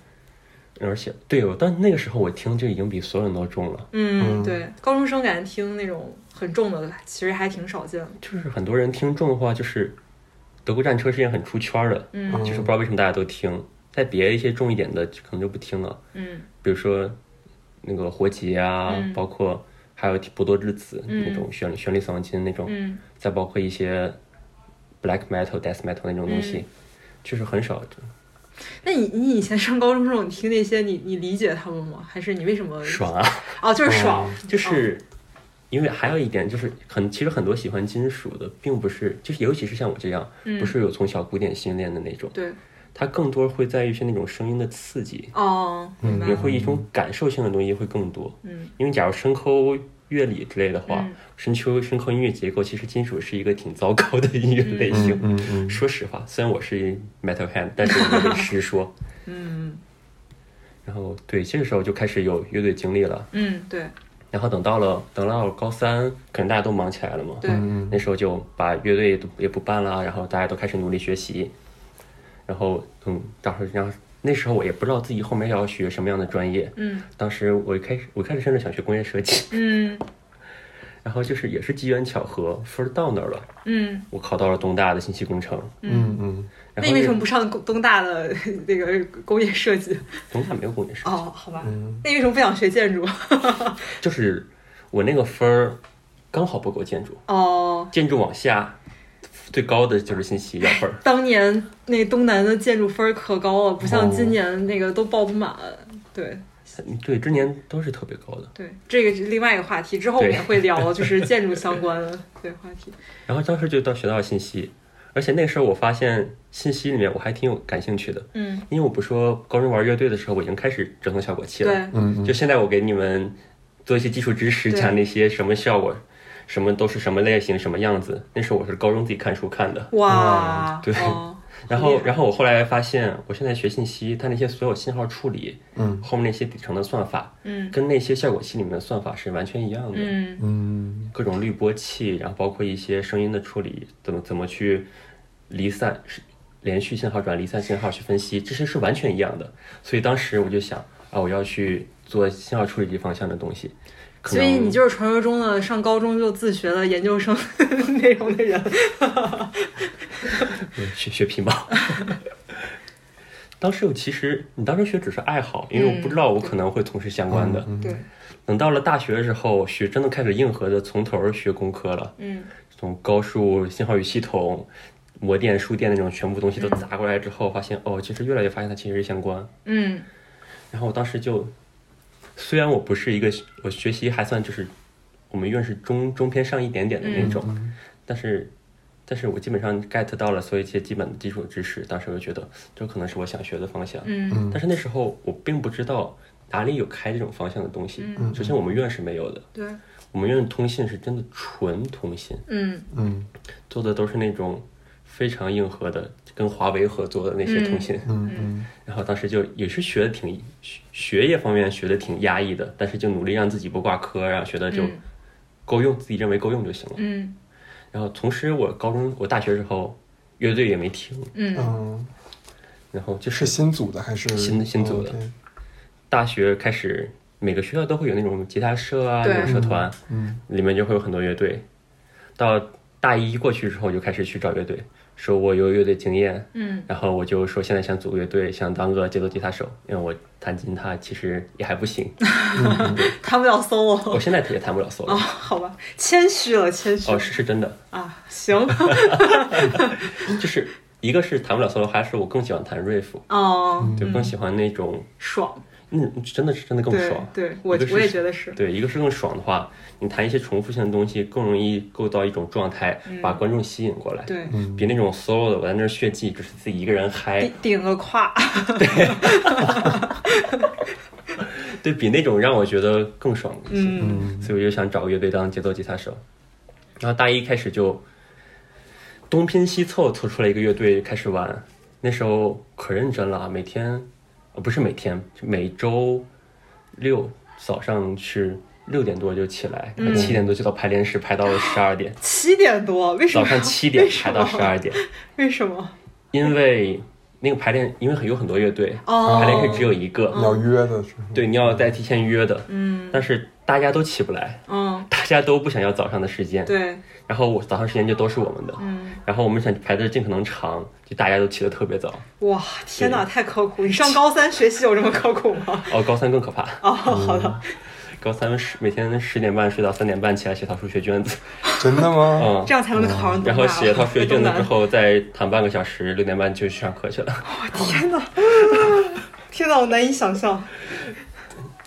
[SPEAKER 3] 而且对哦，但那个时候我听就已经比所有人都重了，
[SPEAKER 2] 嗯，对，高中生感觉听那种很重的，其实还挺少见的，
[SPEAKER 3] 就是很多人听重的话，就是德国战车是件很出圈的，
[SPEAKER 2] 嗯
[SPEAKER 3] 就是不知道为什么大家都听，但别的一些重一点的就可能就不听了。
[SPEAKER 2] 嗯
[SPEAKER 3] 比如说那个活结啊，
[SPEAKER 2] 嗯
[SPEAKER 3] 包括还有博多之子、
[SPEAKER 2] 嗯
[SPEAKER 3] 那种旋旋律死亡琴那种，
[SPEAKER 2] 嗯
[SPEAKER 3] 再包括一些 black metal、death metal 那种东西，
[SPEAKER 2] 嗯
[SPEAKER 3] 就是很少。
[SPEAKER 2] 那你你以前上高中时候，你听那些，你你理解他们吗？还是你为什么？
[SPEAKER 3] 爽啊！
[SPEAKER 2] 哦，就是爽，
[SPEAKER 3] 就是
[SPEAKER 2] 哦
[SPEAKER 3] 因为还有一点就是很，其实很多喜欢金属的，并不是就是尤其是像我这样，
[SPEAKER 2] 嗯
[SPEAKER 3] 不是有从小古典训练的那种，
[SPEAKER 2] 对，
[SPEAKER 3] 它更多会在于一些那种声音的刺激，
[SPEAKER 2] 哦，明白
[SPEAKER 3] 嗯也
[SPEAKER 2] 了，
[SPEAKER 3] 会一种感受性的东西会更多。
[SPEAKER 2] 嗯
[SPEAKER 3] 因为假如深抠乐理之类的话，
[SPEAKER 2] 嗯
[SPEAKER 3] 深秋深抠音乐结构，其实金属是一个挺糟糕的音乐类型。
[SPEAKER 1] 嗯嗯
[SPEAKER 3] 说实话，虽然我是一 metal hand，但是我得实说。
[SPEAKER 2] 嗯
[SPEAKER 3] 然后对，这个时候就开始有乐队经历了。
[SPEAKER 2] 嗯，对
[SPEAKER 3] 然后等到了等到了高三，可能大家都忙起来了嘛。
[SPEAKER 2] 对，
[SPEAKER 1] 嗯
[SPEAKER 3] 那时候就把乐队都也不办了，然后大家都开始努力学习。然后嗯，到时候然后那时候我也不知道自己后面要学什么样的专业。
[SPEAKER 2] 嗯
[SPEAKER 3] 当时我一开始我一开始甚至想学工业设计。
[SPEAKER 2] 嗯
[SPEAKER 3] *laughs* 然后就是也是机缘巧合，分儿到那儿了，
[SPEAKER 2] 嗯，
[SPEAKER 3] 我考到了东大的信息工程。
[SPEAKER 1] 嗯嗯
[SPEAKER 2] 那
[SPEAKER 3] 然
[SPEAKER 2] 你
[SPEAKER 3] 后
[SPEAKER 2] 为什么不上工东大的 *laughs* 那个工业设计？
[SPEAKER 3] 东大没有工业设计？
[SPEAKER 2] 哦，好吧，
[SPEAKER 3] 嗯
[SPEAKER 2] 那你为什么不想学建筑？ *laughs*
[SPEAKER 3] 就是我那个分儿刚好不够建筑，
[SPEAKER 2] 哦，。
[SPEAKER 3] 建筑往下最高的就是信息要分儿
[SPEAKER 2] 当年那东南的建筑分儿可高了，不
[SPEAKER 3] 哦
[SPEAKER 2] 像今年那个都报不满。对
[SPEAKER 3] 对，之前都是特别高的。
[SPEAKER 2] 对，这个是另外一个话题，之后我们也会
[SPEAKER 3] *laughs*
[SPEAKER 2] 聊，就是建筑相关的对话题。
[SPEAKER 3] 然后当时就到学到了信息，而且那个时候我发现信息里面我还挺有感兴趣的，
[SPEAKER 2] 嗯，
[SPEAKER 3] 因为我不说高中玩乐队的时候我已经开始折腾效果器了。
[SPEAKER 2] 对，
[SPEAKER 1] 嗯
[SPEAKER 3] 就现在我给你们做一些基础知识，
[SPEAKER 2] 对
[SPEAKER 3] 讲那些什么效果，什么都是什么类型，什么样子。那时候我是高中自己看书看的，
[SPEAKER 2] 哇，
[SPEAKER 3] 嗯对
[SPEAKER 2] 哦
[SPEAKER 3] 然
[SPEAKER 2] 厉
[SPEAKER 3] 后
[SPEAKER 2] 害
[SPEAKER 3] 然后我后来发现，我现在学信息，它那些所有信号处理，
[SPEAKER 1] 嗯
[SPEAKER 3] 后面那些底层的算法，
[SPEAKER 2] 嗯
[SPEAKER 3] 跟那些效果器里面的算法是完全一样的，
[SPEAKER 2] 嗯
[SPEAKER 1] 嗯
[SPEAKER 3] 各种滤波器，然后包括一些声音的处理，怎么怎么去离散是连续信号转离散信号去分析，这些是完全一样的。所以当时我就想啊，我要去做信号处理这方向的东西。可
[SPEAKER 2] 所
[SPEAKER 3] 能
[SPEAKER 2] 以你就是传说中的上高中就自学了研究生 *laughs* 内容的人。
[SPEAKER 3] 嗯学学皮毛。 *laughs* 当时我其实你当时学只是爱好，因为我不知道我可能会从事相关的。
[SPEAKER 2] 对，
[SPEAKER 3] 等到了大学的时候，学真的开始硬核的从头儿学工科了，
[SPEAKER 2] 嗯
[SPEAKER 3] 从高数、信号与系统、模电、数电那种全部东西都砸过来之后，发现哦，其实越来越发现它其实是相关。
[SPEAKER 2] 嗯
[SPEAKER 3] 然后我当时就，虽然我不是一个我学习还算就是我们院是中中偏上一点点的那种，但是但是我基本上 get 到了所有一些基本的基础知识，当时我就觉得这可能是我想学的方向，
[SPEAKER 2] 嗯
[SPEAKER 3] 但是那时候我并不知道哪里有开这种方向的东西，首先我们院是没有的，
[SPEAKER 2] 对，
[SPEAKER 3] 我们院的通信是真的纯通信，
[SPEAKER 2] 嗯
[SPEAKER 1] 嗯
[SPEAKER 3] 做的都是那种非常硬核的，跟华为合作的那些通信。
[SPEAKER 1] 嗯嗯
[SPEAKER 3] 然后当时就也是学的挺学学业方面学的挺压抑的，但是就努力让自己不挂科，然后学的就
[SPEAKER 2] 嗯
[SPEAKER 3] 够用，自己认为够用就行了。
[SPEAKER 2] 嗯
[SPEAKER 3] 然后同时我高中我大学时候乐队也没听，
[SPEAKER 2] 嗯
[SPEAKER 1] 嗯，
[SPEAKER 3] 然后就是是
[SPEAKER 1] 新组的还是哦
[SPEAKER 3] 大学开始每个学校都会有那种吉他社啊
[SPEAKER 2] 对
[SPEAKER 3] 那种社团，
[SPEAKER 1] 嗯
[SPEAKER 3] 里面就会有很多乐队。到大一过去之后，我就开始去找乐队，说我有乐队经验，
[SPEAKER 2] 嗯
[SPEAKER 3] 然后我就说现在想组个乐队，想当个节奏吉他手，因为我弹吉他其实也还不行，
[SPEAKER 2] 谈不了 solo *laughs*
[SPEAKER 3] 我现在也弹不了 solo
[SPEAKER 2] 啊，。好吧，谦虚了，谦虚
[SPEAKER 3] 哦，是是真的，
[SPEAKER 2] 啊，行
[SPEAKER 3] 就是一个是弹不了 solo，还是我更喜欢弹 riff，
[SPEAKER 2] 哦，
[SPEAKER 3] 就更喜欢那种
[SPEAKER 2] 爽，
[SPEAKER 3] 那真的是真的嗯更
[SPEAKER 2] 对
[SPEAKER 3] 爽。
[SPEAKER 2] 对，我
[SPEAKER 3] 一个是
[SPEAKER 2] 我也觉得是，
[SPEAKER 3] 对，一个是更爽的话，你弹一些重复性的东西，更容易构造一种状态，把观众吸引过来。
[SPEAKER 2] 嗯对，
[SPEAKER 3] 比那种 solo 的，我在那儿炫技，只是自己一个人嗨
[SPEAKER 2] 顶，顶个胯， *laughs*
[SPEAKER 3] 对比那种让我觉得更爽一些。
[SPEAKER 2] 嗯，
[SPEAKER 3] 所以我就想找个乐队当节奏吉他手。然后大一开始就东拼西凑凑出来一个乐队开始玩，那时候可认真了，啊每天呃不是每天，是每周六早上是六点多就起来，
[SPEAKER 2] 嗯
[SPEAKER 3] 七点多就到排练室排到了十二点，
[SPEAKER 2] 七点多，为什
[SPEAKER 3] 早
[SPEAKER 2] 么？
[SPEAKER 3] 上七点
[SPEAKER 2] 为什
[SPEAKER 3] 排
[SPEAKER 2] 么
[SPEAKER 3] 到十二点，
[SPEAKER 2] *laughs* 为什么？
[SPEAKER 3] 因为那个排练因为很有很多乐队，
[SPEAKER 2] 哦，
[SPEAKER 3] 排练室只有一个，
[SPEAKER 1] 你要约的时候，
[SPEAKER 3] 对，你要在提前约的，嗯，但是大家都起不来，
[SPEAKER 2] 嗯，
[SPEAKER 3] 大家都不想要早上的时间，
[SPEAKER 2] 对，
[SPEAKER 3] 然后我早上时间就都是我们的，
[SPEAKER 2] 嗯，
[SPEAKER 3] 然后我们想排的尽可能长，就大家都起得特别早。
[SPEAKER 2] 哇，天哪，太刻苦！你上高三学习有这么刻苦吗？ *laughs*
[SPEAKER 3] 哦，高三更可怕，
[SPEAKER 2] 哦，好的，
[SPEAKER 3] 高三十每天十点半睡到三点半起来写套数学卷子，
[SPEAKER 1] 真的吗？
[SPEAKER 3] 嗯，
[SPEAKER 2] 这样才能考上东大。啊
[SPEAKER 3] 然后写套数学卷子之
[SPEAKER 2] 东
[SPEAKER 3] 后再躺半个小时，六点半就去上课去了。
[SPEAKER 2] 大，啊 *laughs* 天哪，天哪，我难以想象，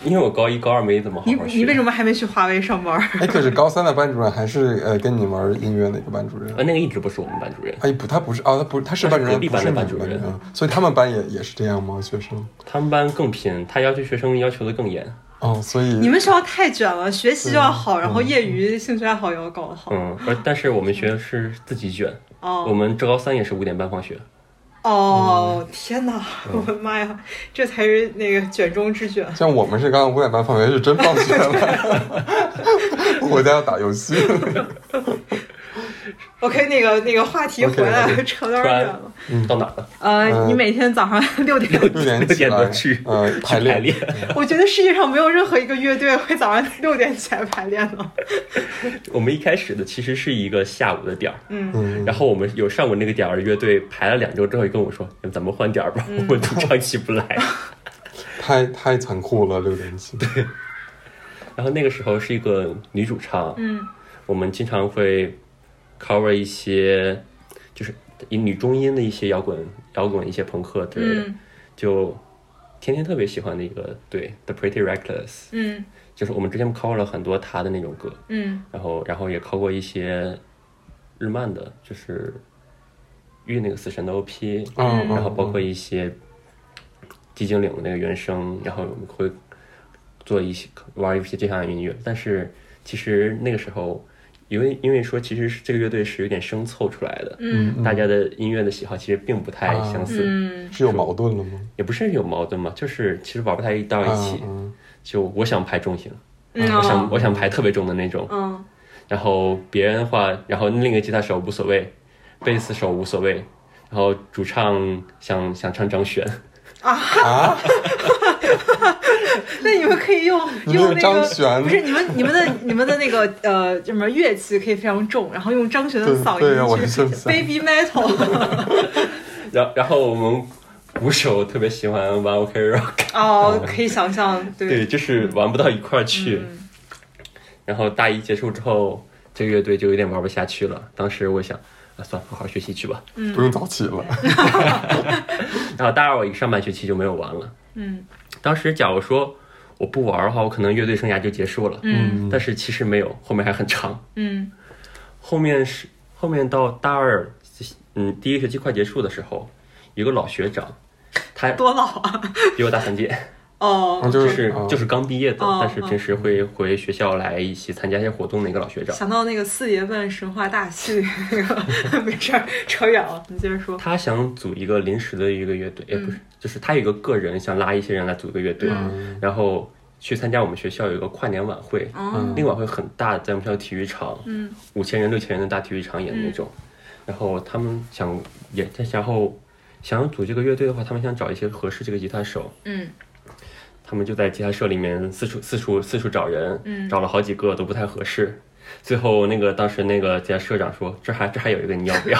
[SPEAKER 3] 因为我高一高二没怎么好
[SPEAKER 2] 你
[SPEAKER 3] 好
[SPEAKER 2] 你为
[SPEAKER 3] 学，
[SPEAKER 2] 什么还没去华为上班？
[SPEAKER 1] 哎，可是高三的班主任还是呃跟你玩音乐那个班主任
[SPEAKER 3] 呃，。那个一直不是我们班主任，
[SPEAKER 1] 哎，不，他不是啊，他不，他是班主任，
[SPEAKER 3] 他是隔壁
[SPEAKER 1] 不
[SPEAKER 3] 班
[SPEAKER 1] 是
[SPEAKER 3] 的
[SPEAKER 1] 你
[SPEAKER 3] 班
[SPEAKER 1] 们
[SPEAKER 3] 主
[SPEAKER 1] 主任，
[SPEAKER 3] 任
[SPEAKER 1] 嗯所以他们班也也是这样吗？学生？
[SPEAKER 3] 他们班更拼，他要求学生要求的更严。
[SPEAKER 1] 哦，所以
[SPEAKER 2] 你们学校太卷了，学习就要好，然后业余兴趣爱好也要搞得好。
[SPEAKER 3] 嗯，而但是我们学是自己卷，我
[SPEAKER 2] 哦
[SPEAKER 3] 们这高三也是五点半放学。
[SPEAKER 2] 哦，天哪，我的妈呀，这才是那个卷中之卷。
[SPEAKER 1] 像我们是刚刚五点半放学是真放学了， *laughs* 我在家打游戏。
[SPEAKER 2] OK，那个那个话题回来
[SPEAKER 1] OK，OK
[SPEAKER 2] 扯到
[SPEAKER 3] 突
[SPEAKER 2] 有点
[SPEAKER 3] 然
[SPEAKER 2] 远了。
[SPEAKER 3] 到哪了？
[SPEAKER 2] 呃，
[SPEAKER 1] 嗯
[SPEAKER 2] 你每天早上六点，
[SPEAKER 1] 六点起
[SPEAKER 3] 点
[SPEAKER 1] 来
[SPEAKER 3] 多去，
[SPEAKER 1] 呃，
[SPEAKER 3] 去排
[SPEAKER 1] 练。
[SPEAKER 3] 练。 *laughs*
[SPEAKER 2] 我觉得世界上没有任何一个乐队会早上六点起来排练的。
[SPEAKER 3] 我们一开始的其实是一个下午的点儿，
[SPEAKER 2] 嗯，
[SPEAKER 1] 嗯，
[SPEAKER 3] 然后我们有上午那个点儿，乐队排了两周之后，就跟我说：“你们咱们换点儿吧，
[SPEAKER 2] 嗯
[SPEAKER 3] 我们主唱起不来。
[SPEAKER 1] 太太残酷了，六点起。
[SPEAKER 3] 然后那个时候是一个女主唱，
[SPEAKER 2] 嗯，
[SPEAKER 3] 我们经常会 cover 一些就是以女中音的一些摇滚、摇滚一些朋克之类的，
[SPEAKER 2] 嗯
[SPEAKER 3] 就天天特别喜欢那个对 The Pretty Reckless，
[SPEAKER 2] 嗯
[SPEAKER 3] 就是我们之前 cover 了很多她的那种歌，
[SPEAKER 2] 嗯
[SPEAKER 3] 然后然后也 cover 过一些日漫的，就是遇那个死神的 OP，
[SPEAKER 1] 嗯嗯
[SPEAKER 3] 然后包括一些寂静岭的那个原声，然后我们会做一些玩一些这项音乐。但是其实那个时候，因为因为说其实是这个乐队是有点生凑出来的，
[SPEAKER 2] 嗯
[SPEAKER 3] 大家的音乐的喜好其实并不太相似，
[SPEAKER 2] 嗯
[SPEAKER 1] 是有矛盾了吗？
[SPEAKER 3] 也不是有矛盾嘛，就是其实玩不太到一起。
[SPEAKER 1] 嗯
[SPEAKER 3] 就我想排重型，
[SPEAKER 2] 嗯
[SPEAKER 3] 我想
[SPEAKER 2] 哦
[SPEAKER 3] 我想排特别重的那种，
[SPEAKER 2] 嗯
[SPEAKER 3] 然后别人的话，然后另一个吉他手无所谓，贝斯手无所谓，然后主唱想想唱张悬， *laughs*
[SPEAKER 1] 嗯啊，
[SPEAKER 2] *laughs* 那你们可以
[SPEAKER 1] *laughs*
[SPEAKER 2] 用
[SPEAKER 1] 你
[SPEAKER 2] 用
[SPEAKER 1] 们
[SPEAKER 2] 那
[SPEAKER 1] 张
[SPEAKER 2] 个
[SPEAKER 1] 悬
[SPEAKER 2] 不是你们你们的你们的那个呃什么乐器可以非常重，然后用张悬的
[SPEAKER 1] 对
[SPEAKER 2] 嗓
[SPEAKER 1] 对呀我
[SPEAKER 2] 音
[SPEAKER 1] 也
[SPEAKER 2] 去
[SPEAKER 1] 这么想
[SPEAKER 2] baby
[SPEAKER 1] *laughs*
[SPEAKER 2] metal。
[SPEAKER 3] 然然后我们鼓手特别喜欢玩 OK Rock，
[SPEAKER 2] 哦，可以想象，
[SPEAKER 3] 对，
[SPEAKER 2] 对，
[SPEAKER 3] 就是玩不到一块儿去。
[SPEAKER 2] 嗯
[SPEAKER 3] 然后大一结束之后，这个乐队就有点玩不下去了。当时我想，啊，算了，好好学习去吧。
[SPEAKER 2] 嗯
[SPEAKER 1] 不用早
[SPEAKER 2] *laughs*
[SPEAKER 1] 起了。
[SPEAKER 3] 然后大二我一上半学期就没有玩了。
[SPEAKER 2] 嗯
[SPEAKER 3] 当时假如说我不玩的话，我可能乐队生涯就结束了。
[SPEAKER 2] 嗯
[SPEAKER 3] 但是其实没有，后面还很长。
[SPEAKER 2] 嗯
[SPEAKER 3] 后面是后面到大二，嗯，第一学期快结束的时候，有个老学长，他
[SPEAKER 2] 多老啊！
[SPEAKER 3] 比我大三届，
[SPEAKER 2] *laughs* 哦，
[SPEAKER 1] 就
[SPEAKER 3] 就是
[SPEAKER 1] 啊
[SPEAKER 3] 就是刚毕业的，
[SPEAKER 2] 哦
[SPEAKER 3] 但是平时会回学校来一起参加一些活动的一个老学长。
[SPEAKER 2] 想到那个四叠半神话大戏 *laughs* 里那个，没事儿，扯远了，你接着说。
[SPEAKER 3] 他想组一个临时的一个乐
[SPEAKER 2] 嗯
[SPEAKER 3] 队，也不是，就是他有一个个人想拉一些人来组一个乐队，
[SPEAKER 2] 嗯
[SPEAKER 3] 然后去参加我们学校有一个跨年晚会，
[SPEAKER 2] 哦
[SPEAKER 3] 那个晚会很大，在我们学校体育场，
[SPEAKER 2] 嗯
[SPEAKER 3] 五千人、六千人的大体育场演那种。然后他们想也，然后想要组这个乐队的话，他们想找一些合适这个吉他手，
[SPEAKER 2] 嗯
[SPEAKER 3] 他们就在吉他社里面四处四处四处找人，
[SPEAKER 2] 嗯
[SPEAKER 3] 找了好几个都不太合适。最后那个当时那个吉他社长说：“这还这还有一个，你要不要？”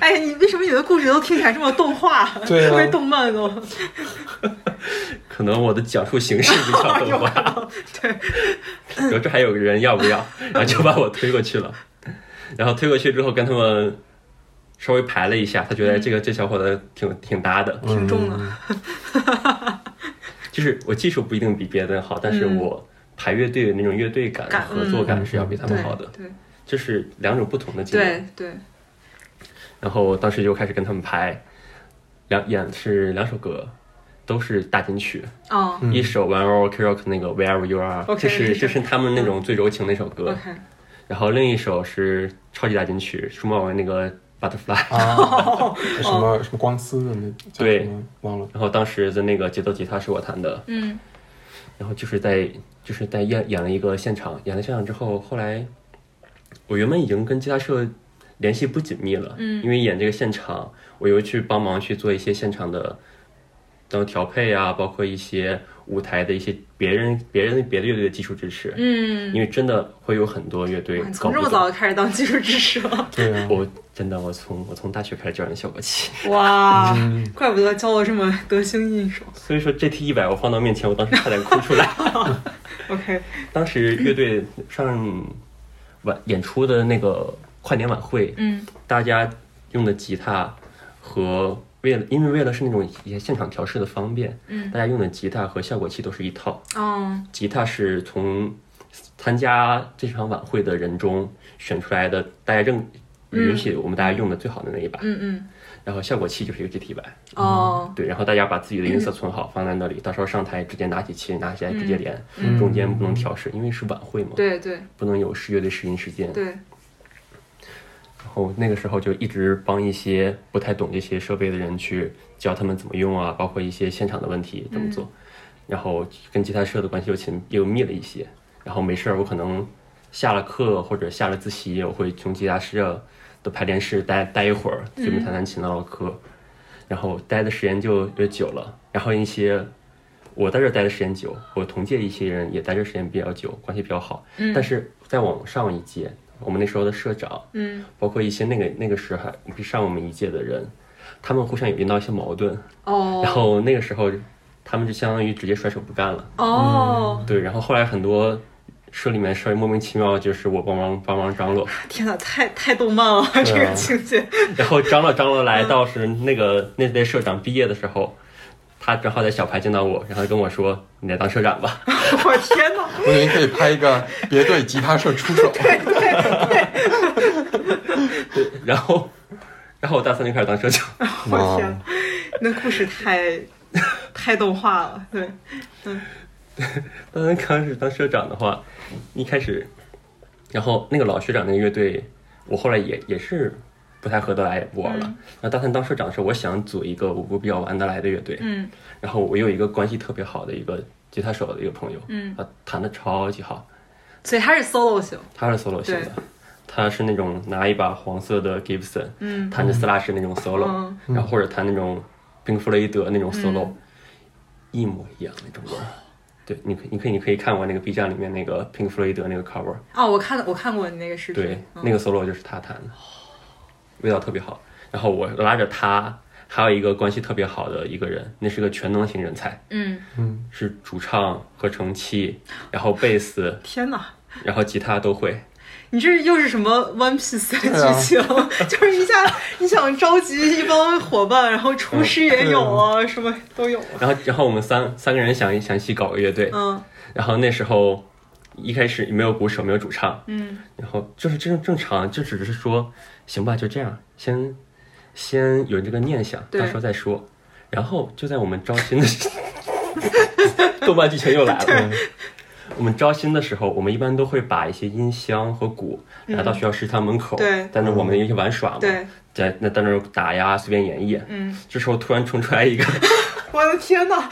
[SPEAKER 2] 哎，你为什么你的故事都听起来这么动画？
[SPEAKER 1] *laughs* 对啊
[SPEAKER 2] 特别动漫
[SPEAKER 1] *laughs*
[SPEAKER 2] 都。
[SPEAKER 3] 可能我的讲述形式比较动画，对，说这还有个人要不要，然后就把我推过去了。然后推过去之后，跟他们稍微排
[SPEAKER 2] 嗯
[SPEAKER 3] 了
[SPEAKER 1] 嗯
[SPEAKER 3] 嗯一下，他觉得这个、这小伙子挺挺搭的，
[SPEAKER 2] 挺重的。
[SPEAKER 3] 就是我技术不一定比别人好，但是
[SPEAKER 2] 嗯
[SPEAKER 3] 我排乐队的那种乐队感、
[SPEAKER 2] 感
[SPEAKER 3] 合作感
[SPEAKER 1] 嗯
[SPEAKER 3] 是要比他们好的，
[SPEAKER 2] 对
[SPEAKER 3] 这是两种不同的经验。
[SPEAKER 2] 对对，
[SPEAKER 3] 然后当时就开始跟他们排，两演是两首歌，都是大金曲，
[SPEAKER 2] 哦
[SPEAKER 1] 嗯
[SPEAKER 3] 一首 One o k Rock 那个 Wherever You Are，、
[SPEAKER 2] OK，
[SPEAKER 3] 这
[SPEAKER 2] 那
[SPEAKER 3] 是
[SPEAKER 2] 首嗯
[SPEAKER 3] 这是他们那种最柔情那首歌，
[SPEAKER 2] ，OK，
[SPEAKER 3] 然后另一首是超级大金曲，舒曼文那个 Butterfly。
[SPEAKER 1] 啊，
[SPEAKER 2] *laughs*
[SPEAKER 1] 什么什么光丝的那叫
[SPEAKER 3] 对
[SPEAKER 1] 什么忘了，
[SPEAKER 3] 然后当时的那个节奏吉他是我弹的，
[SPEAKER 2] 嗯
[SPEAKER 3] 然后就是在就是在演演了一个现场，演了现场之后，后来我原本已经跟吉他社联系不紧密了，
[SPEAKER 2] 嗯
[SPEAKER 3] 因为演这个现场，我又去帮忙去做一些现场的，然后调配啊，包括一些舞台的一些别人别人别的乐队的技术支持，
[SPEAKER 2] 嗯，
[SPEAKER 3] 因为真的会有很多乐队
[SPEAKER 2] 哇你
[SPEAKER 3] 搞
[SPEAKER 2] 从这
[SPEAKER 3] 不
[SPEAKER 2] 么
[SPEAKER 3] 懂。
[SPEAKER 2] 早就开始当技术支持
[SPEAKER 3] *laughs*
[SPEAKER 2] 了，
[SPEAKER 1] 对啊，
[SPEAKER 3] 我真的，我从我从大学开始教人效果器，
[SPEAKER 2] 哇，
[SPEAKER 3] 嗯
[SPEAKER 2] 怪不得教的这么得心应手。
[SPEAKER 3] 所以说 GT 一百我放到面前，我当时差点哭出来。
[SPEAKER 2] *laughs* OK，
[SPEAKER 3] 当时乐队上晚演出的那个跨年晚会，
[SPEAKER 2] 嗯
[SPEAKER 3] 大家用的吉他和为了因为为了是那种也现场调试的方便，
[SPEAKER 2] 嗯，
[SPEAKER 3] 大家用的吉他和效果器都是一套。
[SPEAKER 2] 哦
[SPEAKER 3] 吉他是从参加这场晚会的人中选出来的，大家认
[SPEAKER 2] 嗯
[SPEAKER 3] 允许我们大家用的最好的那一把，
[SPEAKER 2] 嗯嗯
[SPEAKER 3] 然后效果器就是一个 GT 版，
[SPEAKER 2] 哦
[SPEAKER 3] 对，然后大家把自己的音色存好放在那里，到时候上台直接拿起琴拿起来直接连，
[SPEAKER 1] 嗯
[SPEAKER 3] 中间不能调试，因为是晚会嘛，
[SPEAKER 2] 对对
[SPEAKER 3] 不能有试乐队试音时间。
[SPEAKER 2] 对，
[SPEAKER 3] 然后那个时候就一直帮一些不太懂这些设备的人去教他们怎么用啊，包括一些现场的问题怎么做。然后跟吉他社的关系又亲又密了一些。然后没事儿，我可能下了课或者下了自习，我会从吉他社的排练室待待一会儿，随便弹弹琴唠唠嗑。然后待的时间就越久了，然后一些我在这儿待的时间久，我同届一些人也待这儿时间比较久，关系比较好。
[SPEAKER 2] 嗯
[SPEAKER 3] 但是再往上一届，我们那时候的社长。
[SPEAKER 2] 嗯
[SPEAKER 3] 包括一些那个那个时候还上我们一届的人，他们互相有引到一些矛盾，
[SPEAKER 2] 哦
[SPEAKER 3] 然后那个时候他们就相当于直接甩手不干了。
[SPEAKER 2] 哦，
[SPEAKER 3] 对，然后后来很多社里面稍微莫名其妙，就是我帮忙 *laughs* 帮忙张罗，
[SPEAKER 2] 天哪，太太动漫了
[SPEAKER 3] 啊
[SPEAKER 2] 这个情节。
[SPEAKER 3] 然后张罗张罗来，到时那个那届社长毕业的时候。他正好在小排见到我，然后跟我说：“你来当社长吧。
[SPEAKER 2] 我天
[SPEAKER 3] *laughs*
[SPEAKER 2] 哪！
[SPEAKER 1] 我觉得你可以拍一个别对吉他社出
[SPEAKER 2] *laughs*
[SPEAKER 1] 手，
[SPEAKER 3] 对”然后，然后我大三就开始当社长。
[SPEAKER 2] 我
[SPEAKER 1] 哇
[SPEAKER 2] 天，那故事
[SPEAKER 3] *laughs*
[SPEAKER 2] 太太动画了。对，
[SPEAKER 3] 当然嗯刚开始当社长的话，一开始，然后那个老学长那个乐队，我后来也也是不太合得来，也不玩
[SPEAKER 2] 嗯
[SPEAKER 3] 了。然后大三当社长的时候，我想组一个我我比较玩得来的乐队，
[SPEAKER 2] 嗯
[SPEAKER 3] 然后我有一个关系特别好的一个吉他手的一个朋友，
[SPEAKER 2] 嗯，
[SPEAKER 3] 他弹的超级好，
[SPEAKER 2] 所以他是 solo 型。
[SPEAKER 3] 他是 solo 型的
[SPEAKER 2] 对，
[SPEAKER 3] 他是那种拿一把黄色的 Gibson，
[SPEAKER 2] 嗯
[SPEAKER 3] 弹着斯拉什那种 solo，、
[SPEAKER 2] 嗯
[SPEAKER 3] 然后或者弹那种冰弗雷德那种 solo，、一模一样那种歌儿。对，你可你可以你可以看我那个 B 站里面那个冰弗雷德那个 cover，
[SPEAKER 2] 哦，我看我看过你那个视频。
[SPEAKER 3] 对，
[SPEAKER 2] 嗯
[SPEAKER 3] 那个 solo 就是他弹的，味道特别好。然后我拉着他，还有一个关系特别好的一个人，那是个全能型人才，
[SPEAKER 2] 嗯，
[SPEAKER 1] 嗯，
[SPEAKER 3] 是主唱、合成器，然后贝斯，
[SPEAKER 2] 天哪！
[SPEAKER 3] 然后吉他都会。
[SPEAKER 2] 你这又是什么 One Piece 的
[SPEAKER 1] 对啊
[SPEAKER 2] 剧情？ *laughs* 就是一下你想召集一帮伙伴，然后厨师也有啊，什么都有啊。
[SPEAKER 3] 然后然后我们三三个人想一想一起搞个乐队，
[SPEAKER 2] 嗯
[SPEAKER 3] 然后那时候一开始没有鼓手，没有主唱，
[SPEAKER 2] 嗯
[SPEAKER 3] 然后就是正正常，就只是说行吧，就这样，先先有这个念想，
[SPEAKER 2] 对
[SPEAKER 3] 到时候再说。然后就在我们招新的时候， *laughs* 动漫剧情又来了。我们招新的时候，我们一般都会把一些音箱和鼓拿到学校食堂门口，
[SPEAKER 2] 嗯对
[SPEAKER 3] 在那我们一起玩耍嘛，
[SPEAKER 2] 对
[SPEAKER 3] 在那在那儿打呀，随便演绎。
[SPEAKER 2] 嗯，
[SPEAKER 3] 这时候突然冲出来一个，
[SPEAKER 2] 我的天哪！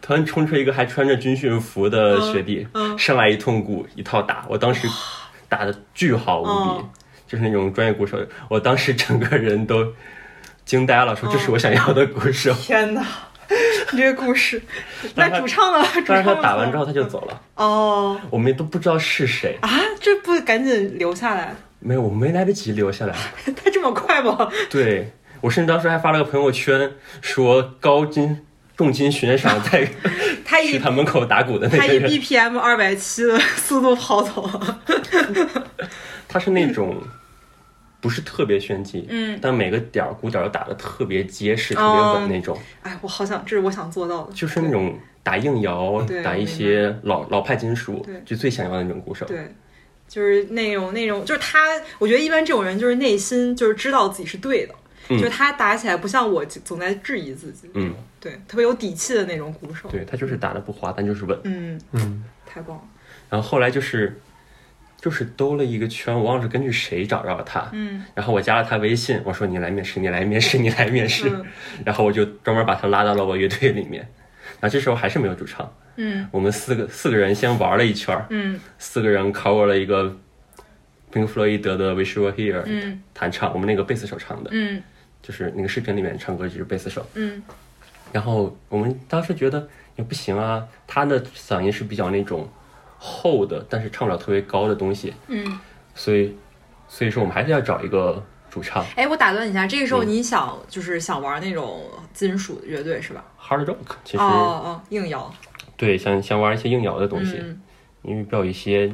[SPEAKER 3] 突然冲出一个还穿着军训服的学弟，
[SPEAKER 2] 嗯嗯
[SPEAKER 3] 上来一通鼓一套打，我当时打的巨好无比，
[SPEAKER 2] 嗯
[SPEAKER 3] 就是那种专业鼓手，我当时整个人都惊呆了，说这是我想要的鼓手。
[SPEAKER 2] 天哪！你这个故事，那
[SPEAKER 3] 但是他
[SPEAKER 2] 主唱呢？主
[SPEAKER 3] *laughs*
[SPEAKER 2] 唱
[SPEAKER 3] 当时他
[SPEAKER 2] 呢
[SPEAKER 3] 打完之后他就走了，
[SPEAKER 2] 哦
[SPEAKER 3] 我们都不知道是谁，
[SPEAKER 2] 啊，这不赶紧留下来？ *laughs*
[SPEAKER 3] 没有，我没来得及留下来。
[SPEAKER 2] 他这么快吗？
[SPEAKER 3] 对我甚至当时还发了个朋友圈，说高金重金悬赏在 *laughs*
[SPEAKER 2] 他
[SPEAKER 3] 食
[SPEAKER 2] 一
[SPEAKER 3] 堂门口打鼓的
[SPEAKER 2] 他
[SPEAKER 3] 那个 *laughs*
[SPEAKER 2] 以
[SPEAKER 3] 人，
[SPEAKER 2] BPM 二百七的速度跑走了。
[SPEAKER 3] 他是那种。不是特别炫技，
[SPEAKER 2] 嗯
[SPEAKER 3] 但每个点儿鼓点儿都打得特别结实、
[SPEAKER 2] 哦
[SPEAKER 3] 特别稳那种。
[SPEAKER 2] 哎，我好想，这是我想做到的。
[SPEAKER 3] 就是那种打应窑
[SPEAKER 2] 对，
[SPEAKER 3] 打一些老老派金属
[SPEAKER 2] 对，
[SPEAKER 3] 就最想要的那种鼓手。
[SPEAKER 2] 对，就是那种那种，就是他，我觉得一般这种人就是内心就是知道自己是对的，
[SPEAKER 3] 嗯
[SPEAKER 2] 就是他打起来不像我总在质疑自己，
[SPEAKER 3] 嗯，
[SPEAKER 2] 对，特别有底气的那种鼓手。
[SPEAKER 3] 对他就是打的不滑，但就是稳。
[SPEAKER 2] 嗯，
[SPEAKER 1] 嗯，
[SPEAKER 2] 太棒了。
[SPEAKER 3] 然后后来就是就是兜了一个圈，我忘了是根据谁找到了他，
[SPEAKER 2] 嗯
[SPEAKER 3] 然后我加了他微信，我说你来面试，你来面试，你来面试，
[SPEAKER 2] 嗯
[SPEAKER 3] 然后我就专门把他拉到了我乐队里面。然后这时候还是没有主唱，
[SPEAKER 2] 嗯
[SPEAKER 3] 我们四个四个人先玩了一圈儿，
[SPEAKER 2] 嗯
[SPEAKER 3] 四个人 cover 了一个冰弗洛伊德的《Wish You Were Here》
[SPEAKER 2] 嗯
[SPEAKER 3] 弹唱，我们那个贝斯手唱的，
[SPEAKER 2] 嗯
[SPEAKER 3] 就是那个视频里面唱歌就是贝斯手。
[SPEAKER 2] 嗯
[SPEAKER 3] 然后我们当时觉得也不行啊，他的嗓音是比较那种厚的，但是唱不了特别高的东西，
[SPEAKER 2] 嗯。
[SPEAKER 3] 所以所以说我们还是要找一个主唱
[SPEAKER 2] 哎，我打断你一下，这个时候
[SPEAKER 3] 嗯
[SPEAKER 2] 你想就是想玩那种金属乐队是吧？
[SPEAKER 3] hard rock，其
[SPEAKER 2] 哦
[SPEAKER 3] 实、
[SPEAKER 2] 哦，硬摇。
[SPEAKER 3] 对想想玩一些硬摇的东西，
[SPEAKER 2] 嗯
[SPEAKER 3] 因为比较有一些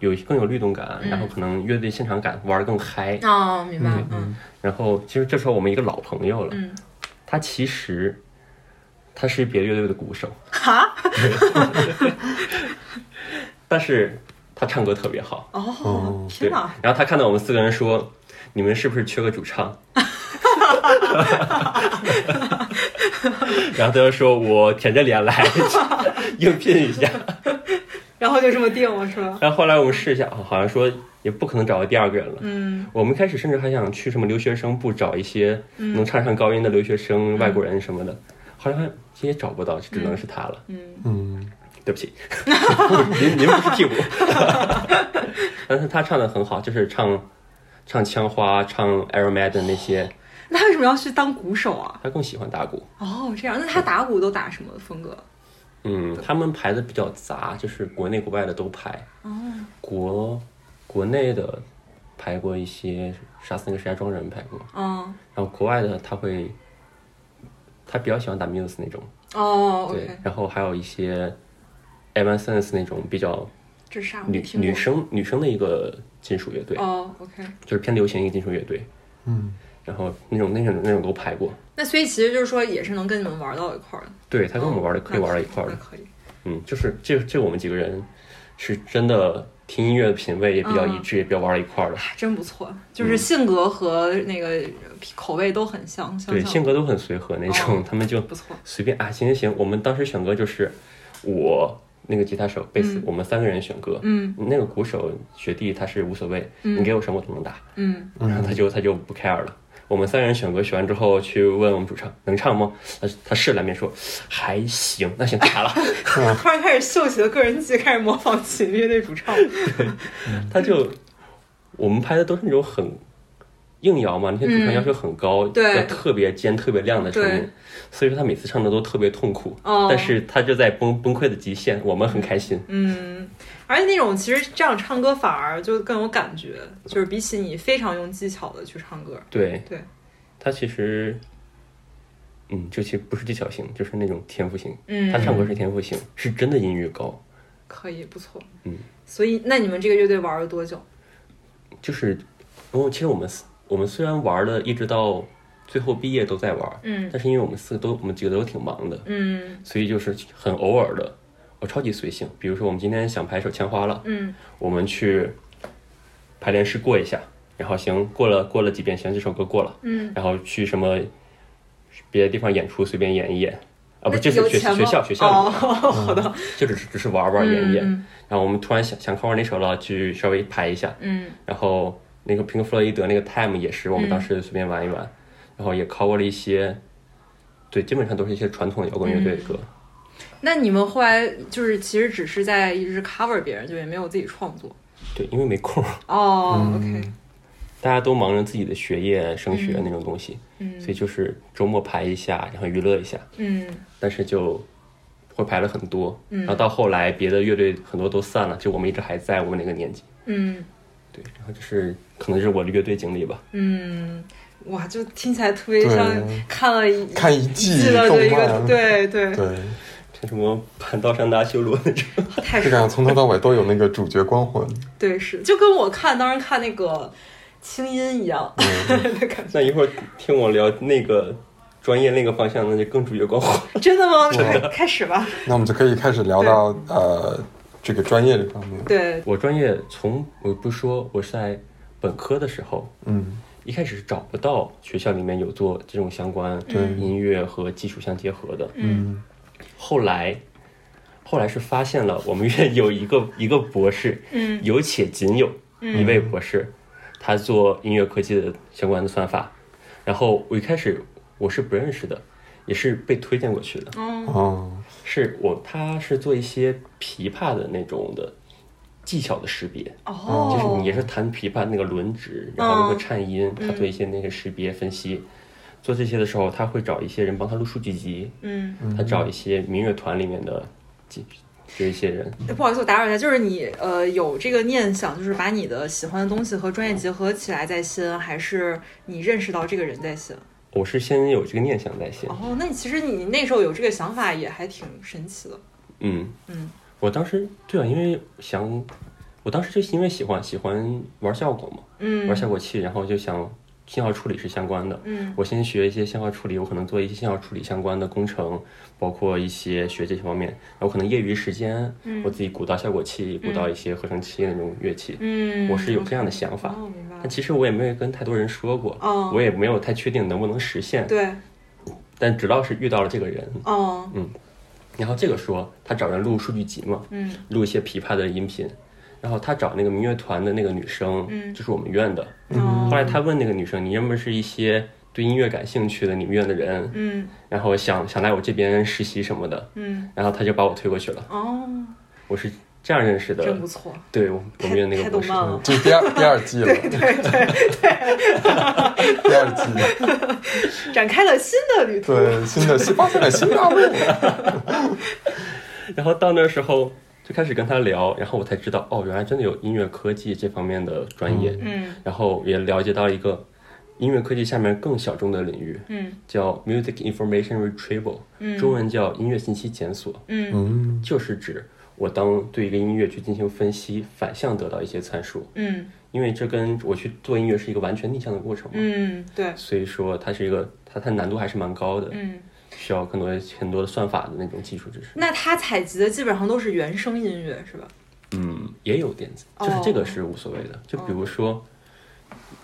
[SPEAKER 3] 有更有律动感，然后可能乐队现场感玩的更嗨。
[SPEAKER 2] 哦，明白了。嗯
[SPEAKER 3] 然后其实这时候我们一个老朋友了，
[SPEAKER 2] 嗯。
[SPEAKER 3] 他其实他是别的乐队的鼓手，
[SPEAKER 2] 哈
[SPEAKER 3] *laughs* 但是他唱歌特别好。
[SPEAKER 2] 哦，
[SPEAKER 3] 嗯对，
[SPEAKER 2] 天哪！
[SPEAKER 3] 然后他看到我们四个人说：“你们是不是缺个主唱？”然后他就说：“我舔着脸来， *laughs* 应聘一下。
[SPEAKER 2] 然后就这么定了是吧”？
[SPEAKER 3] 然后后来我们试一下，哦好像说也不可能找到第二个人了。
[SPEAKER 2] 嗯
[SPEAKER 3] 我们开始甚至还想去什么留学生部找一些能唱上高音的留学生、外国人什么的，后来发现也找不到，就只能是他了。
[SPEAKER 2] 嗯
[SPEAKER 1] 嗯，
[SPEAKER 3] 对不起， *laughs* 您您不是替补。 *laughs* 但是他唱的很好，就是唱唱枪花、唱 Air Maiden 那些，
[SPEAKER 2] 那他为什么要去当鼓手啊？
[SPEAKER 3] 他更喜欢打鼓。
[SPEAKER 2] 哦，这样，那他打鼓都打什么风格？
[SPEAKER 3] 嗯，他们排的比较杂，就是国内国外的都排。
[SPEAKER 2] 哦，
[SPEAKER 3] 国国内的排过一些《杀死那个石家庄人》排过，
[SPEAKER 2] 嗯，
[SPEAKER 3] 然后国外的他会，他比较喜欢打 Muse 那种，
[SPEAKER 2] 哦
[SPEAKER 3] 对
[SPEAKER 2] ，OK，
[SPEAKER 3] 然后还有一些 Evanescence 那种比较
[SPEAKER 2] 这是啊啥？我没
[SPEAKER 3] 女
[SPEAKER 2] 听过
[SPEAKER 3] 女生女生的一个金属乐队，
[SPEAKER 2] 哦，OK。
[SPEAKER 3] 就是偏流行一个金属乐队，
[SPEAKER 1] 嗯，
[SPEAKER 3] 然后那种那种那种都排过，
[SPEAKER 2] 那所以其实就是说，也是能跟你们玩到一块儿的。
[SPEAKER 3] 对他跟我们玩的
[SPEAKER 2] 哦
[SPEAKER 3] 可以玩到一块儿
[SPEAKER 2] 那
[SPEAKER 3] 的，
[SPEAKER 2] 可以。
[SPEAKER 3] 嗯，就是这这我们几个人是真的听音乐的品味也比较
[SPEAKER 2] 嗯
[SPEAKER 3] 一致，也比较玩到一块儿的，
[SPEAKER 2] 还真不错，
[SPEAKER 3] 嗯
[SPEAKER 2] 就是性格和那个口味都很像，相
[SPEAKER 3] 对，
[SPEAKER 2] 像
[SPEAKER 3] 性格都很随和那
[SPEAKER 2] 哦
[SPEAKER 3] 种，他们就
[SPEAKER 2] 不错。
[SPEAKER 3] 随便啊，行行行，我们当时选歌就是我那个吉他手、贝斯，我们三个人选歌，
[SPEAKER 2] 嗯
[SPEAKER 3] 那个鼓手学弟他是无所谓，你给我什么我都能打，
[SPEAKER 2] 嗯，
[SPEAKER 3] 然后他就他就不 care 了。我们三个人选歌选完之后，去问我们主唱能唱吗？他他试了面说还行，那行
[SPEAKER 2] *laughs*
[SPEAKER 3] 打了。
[SPEAKER 2] 突然开始秀起了个人技，开始模仿起乐队主唱。
[SPEAKER 3] 他就我们拍的都是那种很硬摇嘛，那些主唱
[SPEAKER 2] 嗯
[SPEAKER 3] 要求很高，
[SPEAKER 2] 对
[SPEAKER 3] 要特别尖、特别亮的声
[SPEAKER 2] 对
[SPEAKER 3] 音，所以说他每次唱的都特别痛苦，
[SPEAKER 2] 哦
[SPEAKER 3] 但是他就在崩崩溃的极限，我们很开心。
[SPEAKER 2] 嗯，而且那种其实这样唱歌反而就更有感觉，就是比起你非常用技巧的去唱歌，
[SPEAKER 3] 对
[SPEAKER 2] 对，
[SPEAKER 3] 他其实，嗯，就其实不是技巧型，就是那种天赋型。
[SPEAKER 2] 嗯
[SPEAKER 3] 他唱歌是天赋型，是真的音域高，
[SPEAKER 2] 可以不错。
[SPEAKER 3] 嗯，
[SPEAKER 2] 所以那你们这个乐队玩了多久？
[SPEAKER 3] 就是，然后其实我们四我们虽然玩了，一直到最后毕业都在玩，
[SPEAKER 2] 嗯
[SPEAKER 3] 但是因为我们四个都我们几个都挺忙的，
[SPEAKER 2] 嗯
[SPEAKER 3] 所以就是很偶尔的，我超级随性。比如说我们今天想拍一首《枪花》了，
[SPEAKER 2] 嗯
[SPEAKER 3] 我们去排练室过一下，然后行过了过了几遍，行这首歌过了，
[SPEAKER 2] 嗯，
[SPEAKER 3] 然后去什么别的地方演出随便演一演。啊，不，
[SPEAKER 2] 那
[SPEAKER 3] 这是
[SPEAKER 2] 有
[SPEAKER 3] 学
[SPEAKER 2] 钱吗
[SPEAKER 3] 学校学校里
[SPEAKER 2] 哦，
[SPEAKER 3] 面
[SPEAKER 2] *laughs* 好的，
[SPEAKER 3] 就只是只是玩玩演演。
[SPEAKER 2] 嗯嗯
[SPEAKER 3] 然后我们突然想想 cover 那首了，去稍微排一下。
[SPEAKER 2] 嗯
[SPEAKER 3] 然后那个 Pink Floyd 那个 Time 也是我们当时随便玩一玩，然后也 cover 了一些，对，基本上都是一些传统的摇滚乐
[SPEAKER 2] 嗯
[SPEAKER 3] 队的歌。
[SPEAKER 2] 那你们后来就是其实只是在一直 cover 别人，就也没有自己创作。
[SPEAKER 3] 对，因为没空儿，
[SPEAKER 2] 哦、o
[SPEAKER 3] 嗯
[SPEAKER 2] k
[SPEAKER 3] 大家都忙着自己的学业、升学那种东西，所以就是周末排一下，然后娱乐一下，
[SPEAKER 2] 嗯
[SPEAKER 3] 但是就。会排了很多，然后到后来别的乐队很多都散了，就我们一直还在我们那个年纪，
[SPEAKER 2] 嗯
[SPEAKER 3] 对，然后就是可能是我的乐队经历吧，
[SPEAKER 2] 嗯，哇，就听起来特别
[SPEAKER 1] 对
[SPEAKER 2] 像看了一
[SPEAKER 1] 看一
[SPEAKER 2] 一
[SPEAKER 1] 季
[SPEAKER 2] 的这
[SPEAKER 1] 动
[SPEAKER 2] 一个，
[SPEAKER 1] 漫，
[SPEAKER 2] 对对，
[SPEAKER 1] 对，
[SPEAKER 3] 像什么盘道山达修罗那种，
[SPEAKER 2] 太
[SPEAKER 1] 就
[SPEAKER 2] 爽
[SPEAKER 1] 感觉从头到尾都有那个主角光环，
[SPEAKER 2] 对，是就跟我看当时看 *laughs*
[SPEAKER 3] 嗯
[SPEAKER 2] 那个清音一样的感觉。
[SPEAKER 3] 那一会儿听我聊那个专业那个方向，那就更主角光环。
[SPEAKER 2] 真的吗？开开始吧。
[SPEAKER 1] 那我们就可以开始聊到呃这个专业这方面。
[SPEAKER 2] 对，
[SPEAKER 3] 我专业从我不说我是在本科的时候，
[SPEAKER 1] 嗯，
[SPEAKER 3] 一开始是找不到学校里面有做这种相关音乐和技术相结合的。
[SPEAKER 1] 嗯，
[SPEAKER 3] 后来，后来是发现了我们院有一个一个博士，
[SPEAKER 2] 嗯
[SPEAKER 3] 有且仅有一位博士，他做音乐科技的相关的算法。然后我一开始我是不认识的，也是被推荐过去的。
[SPEAKER 2] 哦，
[SPEAKER 1] 哦，
[SPEAKER 3] 是我他是做一些琵琶的那种的技巧的识别，
[SPEAKER 2] 哦，
[SPEAKER 3] 就是你也是弹琵琶那个轮指，然后如何颤音，他做一些那个识别分析。做这些的时候，他会找一些人帮他录数据集，
[SPEAKER 2] 嗯，
[SPEAKER 3] 他找一些民乐团里面的几就一些人，
[SPEAKER 2] 嗯不好意思，我打扰一下，就是你呃有这个念想，就是把你的喜欢的东西和专业结合起来在新，还是你认识到这个人在新？
[SPEAKER 3] 我是先有这个念想在先，
[SPEAKER 2] 哦，那你其实你那时候有这个想法也还挺神奇的。
[SPEAKER 3] 嗯
[SPEAKER 2] 嗯，
[SPEAKER 3] 我当时对啊，因为想，我当时就是因为喜欢喜欢玩效果嘛，玩
[SPEAKER 2] 嗯
[SPEAKER 3] 效果器，然后就想信号处理是相关的，
[SPEAKER 2] 嗯
[SPEAKER 3] 我先学一些信号处理，我可能做一些信号处理相关的工程，包括一些学这些方面。然后可能业余时间，
[SPEAKER 2] 嗯
[SPEAKER 3] 我自己鼓捣效果器，鼓捣一些合成器那种乐器，
[SPEAKER 2] 嗯，
[SPEAKER 3] 我是有这样的想法。
[SPEAKER 2] 哦，明白了
[SPEAKER 3] 但。其实我也没有跟太多人说过，
[SPEAKER 2] 哦
[SPEAKER 3] 我也没有太确定能不能实现。
[SPEAKER 2] 对，
[SPEAKER 3] 但直到是遇到了这个人，
[SPEAKER 2] 哦，
[SPEAKER 3] 然后这个说他找人录数据集嘛，
[SPEAKER 2] 嗯
[SPEAKER 3] 录一些琵琶的音频，然后他找那个民乐团的那个女生，
[SPEAKER 2] 嗯
[SPEAKER 3] 就是我们院的。
[SPEAKER 2] 哦
[SPEAKER 3] 后来他问那个女生，你认不认识一些对音乐感兴趣的你们院的人？
[SPEAKER 2] 嗯
[SPEAKER 3] 然后想想来我这边实习什么的，
[SPEAKER 2] 嗯，
[SPEAKER 3] 然后他就把我推过去了。
[SPEAKER 2] 哦，
[SPEAKER 3] 我是这样认识
[SPEAKER 2] 真
[SPEAKER 3] 的
[SPEAKER 2] 不，错，
[SPEAKER 3] 对我我
[SPEAKER 2] 太
[SPEAKER 3] 们院那
[SPEAKER 2] 太
[SPEAKER 3] 个
[SPEAKER 2] 懂
[SPEAKER 3] 博士，
[SPEAKER 2] 漫了。
[SPEAKER 1] 这是第二第二季了，对对对， *laughs* 第二季，
[SPEAKER 2] 展开了新的旅途。
[SPEAKER 1] 对新的新发现了新大陆，
[SPEAKER 3] 然后到那时候就开始跟他聊，然后我才知道哦，原来真的有音乐科技这方面的专业，
[SPEAKER 2] 嗯
[SPEAKER 3] 然后也了解到一个音乐科技下面更小众的领域，
[SPEAKER 2] 嗯
[SPEAKER 3] 叫 Music Information Retrieval，、
[SPEAKER 2] 嗯
[SPEAKER 3] 中文叫音乐信息检索，
[SPEAKER 2] 嗯
[SPEAKER 1] 嗯
[SPEAKER 3] 就是指我当对一个音乐去进行分析，反向得到一些参数，
[SPEAKER 2] 嗯
[SPEAKER 3] 因为这跟我去做音乐是一个完全逆向的过程嘛。
[SPEAKER 2] 嗯，对，
[SPEAKER 3] 所以说它是一个它它难度还是蛮高的，
[SPEAKER 2] 嗯。
[SPEAKER 3] 需要更多很多的算法的那种技术知识。
[SPEAKER 2] 那他采集的基本上都是原声音乐，是吧？
[SPEAKER 3] 嗯，也有点子，
[SPEAKER 2] 哦
[SPEAKER 3] 就是这个是无所谓的。就比如说，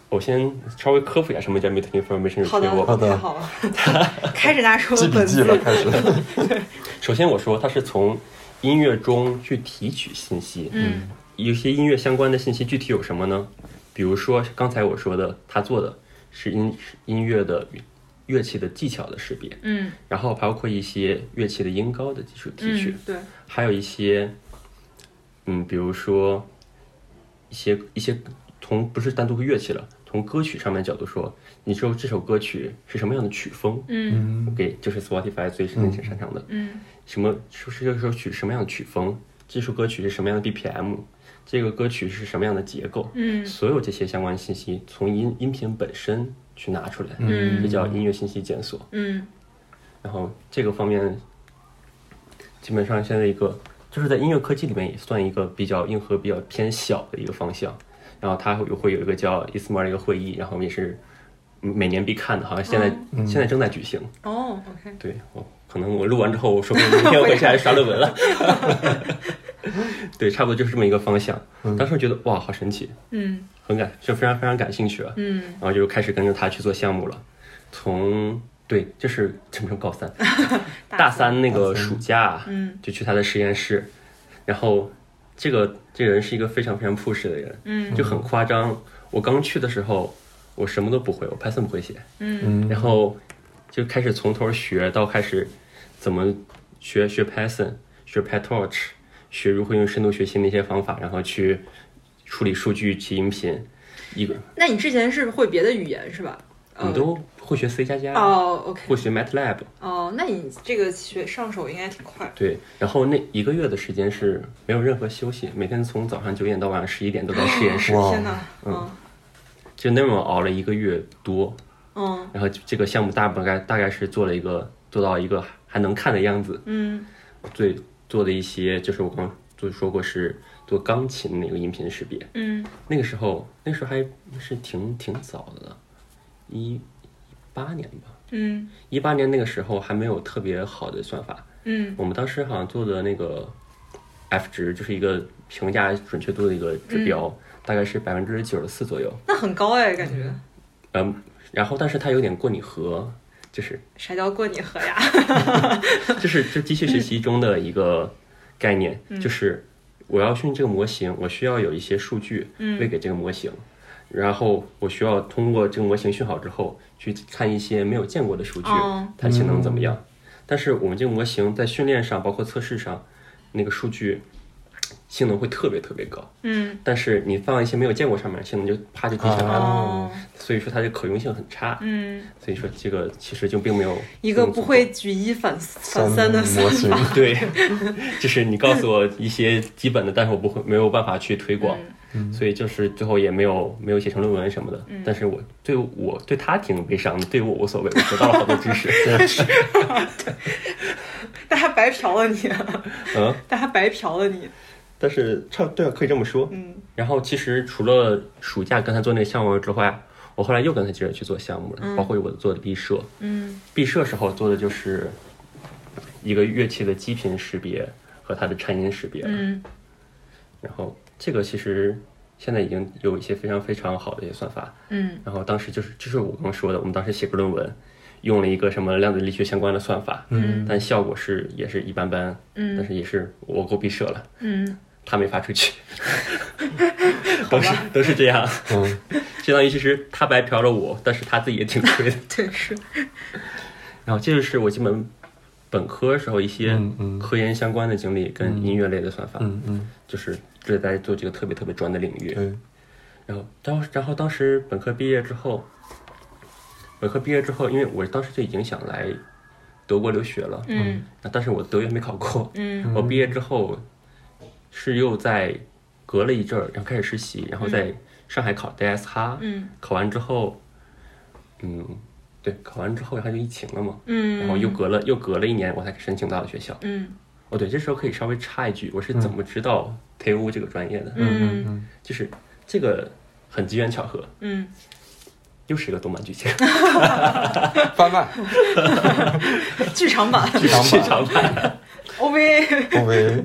[SPEAKER 3] 我先稍微科普一下什么叫 m u t i c information
[SPEAKER 2] 好的，
[SPEAKER 1] 好
[SPEAKER 3] retrieval。
[SPEAKER 1] 的
[SPEAKER 2] 太好了。 *laughs* 开始拿出
[SPEAKER 1] *laughs* 记
[SPEAKER 2] 了
[SPEAKER 1] 笔
[SPEAKER 2] 本
[SPEAKER 1] 记
[SPEAKER 2] 子。
[SPEAKER 1] 了，开始，
[SPEAKER 3] 首先我说它是从音乐中去提取信息，
[SPEAKER 2] 嗯
[SPEAKER 3] 有些音乐相关的信息具体有什么呢？比如说刚才我说的，他做的是音是音乐的乐器的技巧的识别，
[SPEAKER 2] 嗯
[SPEAKER 3] 然后包括一些乐器的音高的技术提取。
[SPEAKER 2] 嗯，对，
[SPEAKER 3] 还有一些，嗯，比如说一些一些从不是单独乐器了，从歌曲上面角度说，你说这首歌曲是什么样的曲风？
[SPEAKER 2] 嗯
[SPEAKER 1] 嗯
[SPEAKER 3] 给就是 Spotify 最擅擅长的，
[SPEAKER 2] 嗯
[SPEAKER 3] 什么是是这首曲什么样的曲风？这首歌曲是什么样的 BPM？这个歌曲是什么样的结构？
[SPEAKER 2] 嗯
[SPEAKER 3] 所有这些相关信息从音音频本身去拿出来，
[SPEAKER 2] 嗯
[SPEAKER 3] 这叫音乐信息检索。
[SPEAKER 2] 嗯
[SPEAKER 3] 然后这个方面，基本上现在一个就是在音乐科技里面也算一个比较硬核、比较偏小的一个方向。然后它会会有一个叫 ISMA 的一个会议，然后也是每年必看的，好像现在、
[SPEAKER 2] 嗯
[SPEAKER 3] 现在正在举行。
[SPEAKER 2] 哦，OK，
[SPEAKER 3] 对我可能我录完之后，我说不定明天回去还刷论文了。对，差不多就是这么一个方向。当时我觉得哇，好神奇，
[SPEAKER 2] 嗯
[SPEAKER 3] 很感就非常非常感兴趣啊。
[SPEAKER 2] 嗯
[SPEAKER 3] 然后就开始跟着他去做项目了。从对，就是怎么说高三，大三那个暑假，啊
[SPEAKER 2] 嗯，
[SPEAKER 3] 就去他的实验室，然后这个这个人是一个非常非常 push 的人，
[SPEAKER 2] 嗯，
[SPEAKER 3] 就很夸张。我刚去的时候，我什么都不会，我 Python 不会写，
[SPEAKER 2] 嗯
[SPEAKER 1] 嗯
[SPEAKER 3] 然后就开始从头学到开始怎么学学 Python，学 PyTorch，学如何用深度学习那些方法，然后去处理数据、集音频，一个
[SPEAKER 2] 那你之前是会别的语言是吧？
[SPEAKER 3] 你都会学 C 加加，
[SPEAKER 2] 哦，OK，
[SPEAKER 3] 会学 MATLAB，
[SPEAKER 2] 哦，那你这个学上手应该挺快。
[SPEAKER 3] 对。然后那一个月的时间是没有任何休息，每天从早上九点到晚上十一点都在实验室，
[SPEAKER 1] 哇
[SPEAKER 2] 天哪，嗯
[SPEAKER 3] 就那么熬了一个月多。
[SPEAKER 2] 嗯
[SPEAKER 3] 然后这个项目大大概大概是做了一个做到一个还能看的样子。
[SPEAKER 2] 嗯
[SPEAKER 3] 最做的一些就是我刚就说过是做钢琴那个音频识别，
[SPEAKER 2] 嗯
[SPEAKER 3] 那个时候那时候还是挺挺早的了，一八年吧，
[SPEAKER 2] 嗯
[SPEAKER 3] 一八年那个时候还没有特别好的算法，
[SPEAKER 2] 嗯
[SPEAKER 3] 我们当时好像做的那个 F 值就是一个评价准确度的一个指标，大概是百分之九十四左右。
[SPEAKER 2] 那很高哎，感觉。
[SPEAKER 3] 嗯，然后但是它有点过拟合，就是
[SPEAKER 2] 啥叫过你河呀？
[SPEAKER 3] 就是这机器学习中的一个概念，
[SPEAKER 2] 嗯
[SPEAKER 3] 就是我要训这个模型，我需要有一些数据
[SPEAKER 2] 嗯
[SPEAKER 3] 喂给这个模型，然后我需要通过这个模型训好之后，去看一些没有见过的数据，
[SPEAKER 2] 哦
[SPEAKER 3] 它性能怎么样。但是我们这个模型在训练上，包括测试上，那个数据性能会特别特别高，
[SPEAKER 2] 嗯
[SPEAKER 3] 但是你放一些没有见过上面，性能就啪就低下来了，
[SPEAKER 2] 哦
[SPEAKER 3] 所以说它的可用性很差。
[SPEAKER 2] 嗯，
[SPEAKER 3] 所以说这个其实就并没有
[SPEAKER 2] 一个
[SPEAKER 3] 用
[SPEAKER 2] 不
[SPEAKER 3] 足
[SPEAKER 2] 会举一反反三的
[SPEAKER 1] 模型，
[SPEAKER 3] *laughs* 对，就是你告诉我一些基本的，但是我不会没有办法去推广，所以就是最后也没有没有写成论文什么的。但是我对我对他挺悲伤的，对我无所谓，我得到了好多知识。
[SPEAKER 2] 大家白嫖了你，
[SPEAKER 3] 嗯，
[SPEAKER 2] 大家白嫖了你。
[SPEAKER 3] 但是差不对，可以这么说。
[SPEAKER 2] 嗯
[SPEAKER 3] 然后其实除了暑假跟他做那个项目之外，我后来又跟他接着去做项目了，包括我做的毕设。
[SPEAKER 2] 嗯
[SPEAKER 3] 毕设时候做的就是一个乐器的基频识别和它的颤音识别。
[SPEAKER 2] 嗯
[SPEAKER 3] 然后这个其实现在已经有一些非常非常好的一些算法。
[SPEAKER 2] 嗯
[SPEAKER 3] 然后当时就是就是我刚刚说的，我们当时写个论文，用了一个什么量子力学相关的算法，
[SPEAKER 2] 嗯
[SPEAKER 3] 但效果是也是一般般，但
[SPEAKER 2] 嗯
[SPEAKER 3] 是也是我够闭塞了，
[SPEAKER 2] 嗯，
[SPEAKER 3] 他没发出去，都是都是这样，
[SPEAKER 1] 嗯，
[SPEAKER 3] 相当于其实他白嫖了我，但是他自己也挺亏的。
[SPEAKER 1] 嗯
[SPEAKER 2] 对是。
[SPEAKER 3] 然后这就是我基本本科时候一些
[SPEAKER 1] 嗯嗯
[SPEAKER 3] 科研相关的经历跟音乐类的算法，
[SPEAKER 1] 嗯嗯，
[SPEAKER 3] 就是这在做这个特别特别专的领域。
[SPEAKER 1] 对，
[SPEAKER 3] 然后当然后当时本科毕业之后，本科毕业之后，因为我当时就已经想来德国留学了，
[SPEAKER 2] 嗯
[SPEAKER 3] 那但是我德语还没考过，
[SPEAKER 2] 嗯
[SPEAKER 3] 我毕业之后是又在隔了一阵儿，然后开始实习，然后在上海考 DSH，、
[SPEAKER 2] 嗯
[SPEAKER 3] 考完之后，嗯，对，考完之后它就疫情了嘛，
[SPEAKER 2] 嗯，
[SPEAKER 3] 然后又隔了又隔了一年，我才申请到了学校。
[SPEAKER 2] 嗯
[SPEAKER 3] 哦，对，这时候可以稍微插一句，我是怎么知道 TU 这个专业的？
[SPEAKER 2] 嗯
[SPEAKER 3] 就是这个很机缘巧合，
[SPEAKER 2] 嗯
[SPEAKER 3] 又是一个动漫
[SPEAKER 2] *laughs*
[SPEAKER 3] 剧情，
[SPEAKER 1] 贩卖
[SPEAKER 2] 剧场版
[SPEAKER 1] 剧场
[SPEAKER 3] 剧
[SPEAKER 1] 版
[SPEAKER 3] 场版。
[SPEAKER 2] OVA。
[SPEAKER 1] ，OVA，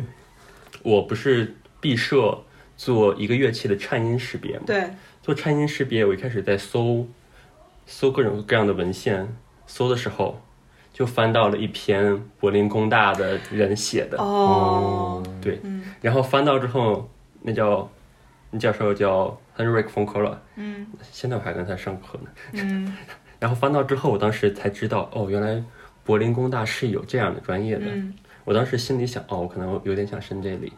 [SPEAKER 3] 我不是毕设做一个乐器的颤音识别吗？，
[SPEAKER 2] 对，
[SPEAKER 3] 做颤音识别，我一开始在搜搜各种各样的文献，搜的时候就翻到了一篇柏林工大的人写的，
[SPEAKER 2] 哦，
[SPEAKER 3] 对，
[SPEAKER 2] 嗯
[SPEAKER 3] 然后翻到之后，那叫那教授叫 Henrik von k o l e
[SPEAKER 2] 嗯
[SPEAKER 3] 现在我还跟他上课呢。
[SPEAKER 2] 嗯
[SPEAKER 3] *laughs* 然后翻到之后，我当时才知道，哦，原来柏林工大是有这样的专业的。
[SPEAKER 2] 嗯
[SPEAKER 3] 我当时心里想，哦，我可能有点想申这里，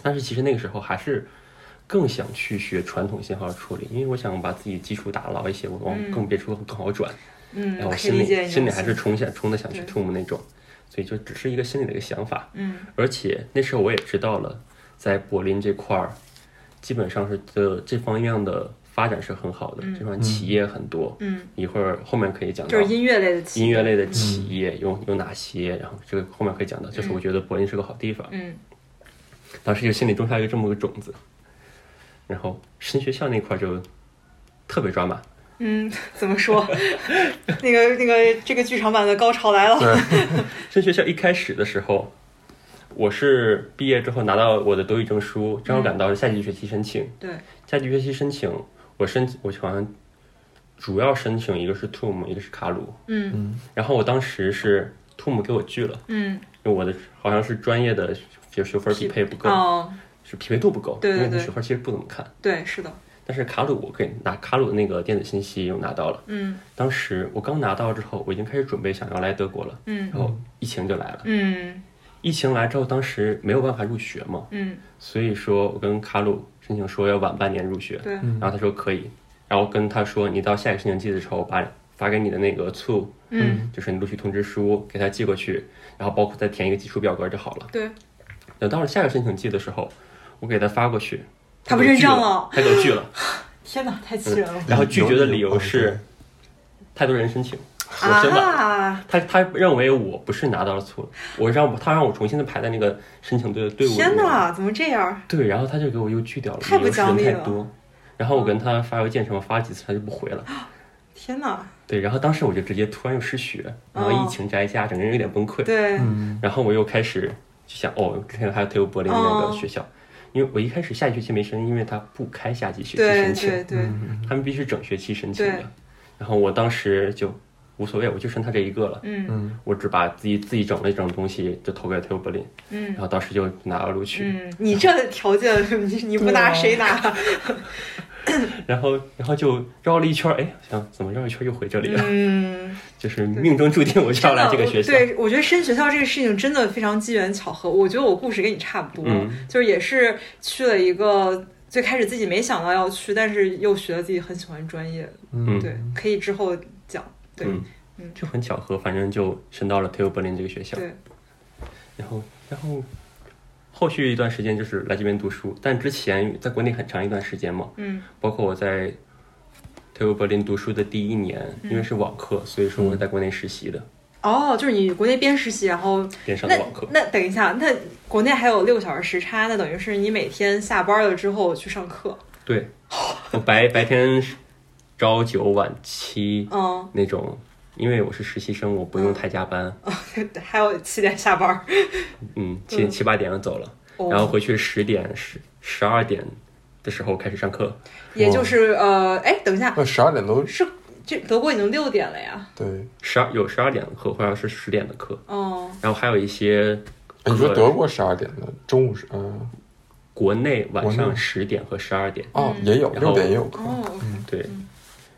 [SPEAKER 3] 但是其实那个时候还是更想去学传统信号处理，因为我想把自己基础打牢一些，我往
[SPEAKER 2] 嗯
[SPEAKER 3] 更别说更好转。然
[SPEAKER 2] 嗯，
[SPEAKER 3] 后我
[SPEAKER 2] 可以
[SPEAKER 3] 心
[SPEAKER 2] 理解
[SPEAKER 3] 里
[SPEAKER 2] 你。
[SPEAKER 3] 心里还是冲想冲的想去
[SPEAKER 2] 对
[SPEAKER 3] TUM 那种，所以就只是一个心里的一个想法。
[SPEAKER 2] 嗯
[SPEAKER 3] 而且那时候我也知道了，在柏林这块儿，基本上是这这方面的发展是很好的，这方面企业很多。
[SPEAKER 2] 嗯，
[SPEAKER 3] 一会儿后面可以讲到
[SPEAKER 2] 就是音乐类的
[SPEAKER 3] 音
[SPEAKER 2] 企
[SPEAKER 3] 乐类的企
[SPEAKER 2] 嗯
[SPEAKER 3] 业有有哪些，然后这个后面可以讲到。就是我觉得柏林是个好地方，
[SPEAKER 2] 嗯
[SPEAKER 3] 当时就心里种下一个这么个种子。然后神学校那块儿就特别抓马，
[SPEAKER 2] 嗯，怎么说？那个那个，这个剧场版的高潮来了。
[SPEAKER 1] 对，
[SPEAKER 3] 神学校一开始的时候，我是毕业之后拿到我的德语证书，
[SPEAKER 2] 嗯
[SPEAKER 3] 正好赶到下级学期申请。
[SPEAKER 2] 对，
[SPEAKER 3] 下级学期申请，我申我好像主要申请一个是 TUM，一个是卡鲁。
[SPEAKER 2] 嗯
[SPEAKER 3] 然后我当时是 TUM 给我拒了，
[SPEAKER 2] 嗯，
[SPEAKER 3] 因为我的好像是专业的学学分匹配不够。
[SPEAKER 2] 哦，
[SPEAKER 3] 是匹配度不够，
[SPEAKER 2] 对对
[SPEAKER 3] 因为
[SPEAKER 2] 对
[SPEAKER 3] 学分其实不怎么看。
[SPEAKER 2] 对，是的，
[SPEAKER 3] 但是卡鲁我可以拿卡鲁的那个电子信息我拿到了，
[SPEAKER 2] 嗯
[SPEAKER 3] 当时我刚拿到之后，我已经开始准备想要来德国了，
[SPEAKER 2] 嗯
[SPEAKER 3] 然后疫情就来了。
[SPEAKER 2] 嗯
[SPEAKER 3] 疫情来之后，当时没有办法入学嘛，
[SPEAKER 2] 嗯，
[SPEAKER 3] 所以说我跟卡鲁申请说要晚半年入学，
[SPEAKER 2] 对，
[SPEAKER 3] 然后他说可以，然后跟他说你到下一个申请季的时候把发给你的那个促，
[SPEAKER 2] 嗯
[SPEAKER 3] 就是你录取通知书给他寄过去，然后包括再填一个基础表格就好了。
[SPEAKER 2] 对，
[SPEAKER 3] 等到了下个申请季的时候，我给他发过去，
[SPEAKER 2] 他不
[SPEAKER 3] 给我
[SPEAKER 2] 认
[SPEAKER 3] 拒
[SPEAKER 2] 账了，
[SPEAKER 3] 他给我拒了。
[SPEAKER 2] 天哪，太
[SPEAKER 3] 嗯
[SPEAKER 2] 气人了
[SPEAKER 3] 然后拒绝的理由是太多人申请，我申晚了。
[SPEAKER 2] 啊！
[SPEAKER 3] 他他认为我不是拿到了错，我让他让我重新的排在那个申请队的队伍里面。
[SPEAKER 2] 天哪，怎么这样？
[SPEAKER 3] 对，然后他就给我又拒掉了，
[SPEAKER 2] 太不
[SPEAKER 3] 理由是
[SPEAKER 2] 讲理
[SPEAKER 3] 人太
[SPEAKER 2] 了
[SPEAKER 3] 多。然后我跟他发邮件什么发了几次，他就不回了。
[SPEAKER 2] 天哪！
[SPEAKER 3] 对，然后当时我就直接突然又失学，然后疫情宅家，整个人有点崩溃。
[SPEAKER 2] 对，
[SPEAKER 3] 然后我又开始就想，哦，之前还有推过柏林那个学
[SPEAKER 2] 哦
[SPEAKER 3] 校，因为我一开始下一学期没申，因为他不开下级学期
[SPEAKER 2] 对
[SPEAKER 3] 申
[SPEAKER 2] 对
[SPEAKER 3] 请，
[SPEAKER 2] 对，
[SPEAKER 3] 他们必须整学期申请
[SPEAKER 2] 对
[SPEAKER 3] 的。然后我当时就无所谓，我就剩他这一个了，
[SPEAKER 2] 嗯
[SPEAKER 3] 我只把自己自己整的这种东西就投给了推过柏林，
[SPEAKER 2] 嗯
[SPEAKER 3] 然后当时就拿了录取。
[SPEAKER 2] 嗯，你这条件，你你不
[SPEAKER 3] 啊
[SPEAKER 2] 拿谁拿？
[SPEAKER 3] *laughs* 然后然后就绕了一圈儿，哎，想怎么绕一圈儿又回这里了？
[SPEAKER 2] 嗯，
[SPEAKER 3] *laughs* 就是命中注定我就要
[SPEAKER 2] 真的
[SPEAKER 3] 来这个学校。
[SPEAKER 2] 对，我觉得升学校这个事情真的非常机缘巧合。我觉得我故事跟你差不多，
[SPEAKER 3] 嗯
[SPEAKER 2] 就是也是去了一个最开始自己没想到要去，但是又学了自己很喜欢的专业。
[SPEAKER 3] 嗯
[SPEAKER 2] 对，可以之后讲。对，
[SPEAKER 3] 嗯
[SPEAKER 2] 嗯
[SPEAKER 3] 就很巧合，反正就升到了 t e o 柏林这个学校。
[SPEAKER 2] 对，
[SPEAKER 3] 然后然后后续一段时间就是来这边读书，但之前在国内很长一段时间嘛，
[SPEAKER 2] 嗯
[SPEAKER 3] 包括我在 t e o 柏林读书的第一年，因
[SPEAKER 2] 嗯
[SPEAKER 3] 为是网课，所以说我在国内实习的，
[SPEAKER 2] 哦，就是你国内边实习，然后
[SPEAKER 3] 边上
[SPEAKER 2] 那
[SPEAKER 3] 的网课。
[SPEAKER 2] 那等一下，那国内还有六个小时时差，那等于是你每天下班了之后去上课。
[SPEAKER 3] 对，我白白天是朝九晚七
[SPEAKER 2] 嗯， *laughs*
[SPEAKER 3] 那种。因为我是实习生，我不用太加班，
[SPEAKER 2] 还有七点下班。
[SPEAKER 3] 嗯，七七八点就走了，
[SPEAKER 2] 哦
[SPEAKER 3] 然后回去十点十十二点的时候开始上课，
[SPEAKER 2] 也就是
[SPEAKER 3] 哦
[SPEAKER 2] 呃，哎，等一下，
[SPEAKER 1] 那十二点都
[SPEAKER 2] 是这德国已经六点了呀？
[SPEAKER 1] 对。
[SPEAKER 3] 十二有十二点的课，或者是十点的课，
[SPEAKER 2] 哦，
[SPEAKER 3] 然后还有一些
[SPEAKER 1] 哎你说
[SPEAKER 3] 课
[SPEAKER 1] 德国十二点的，中午是嗯、
[SPEAKER 3] 国内晚
[SPEAKER 1] 国
[SPEAKER 3] 上
[SPEAKER 1] 内
[SPEAKER 3] 十点和十二点，
[SPEAKER 1] 哦也有
[SPEAKER 3] 然后
[SPEAKER 1] 六点也有课，
[SPEAKER 2] 哦，
[SPEAKER 3] 对，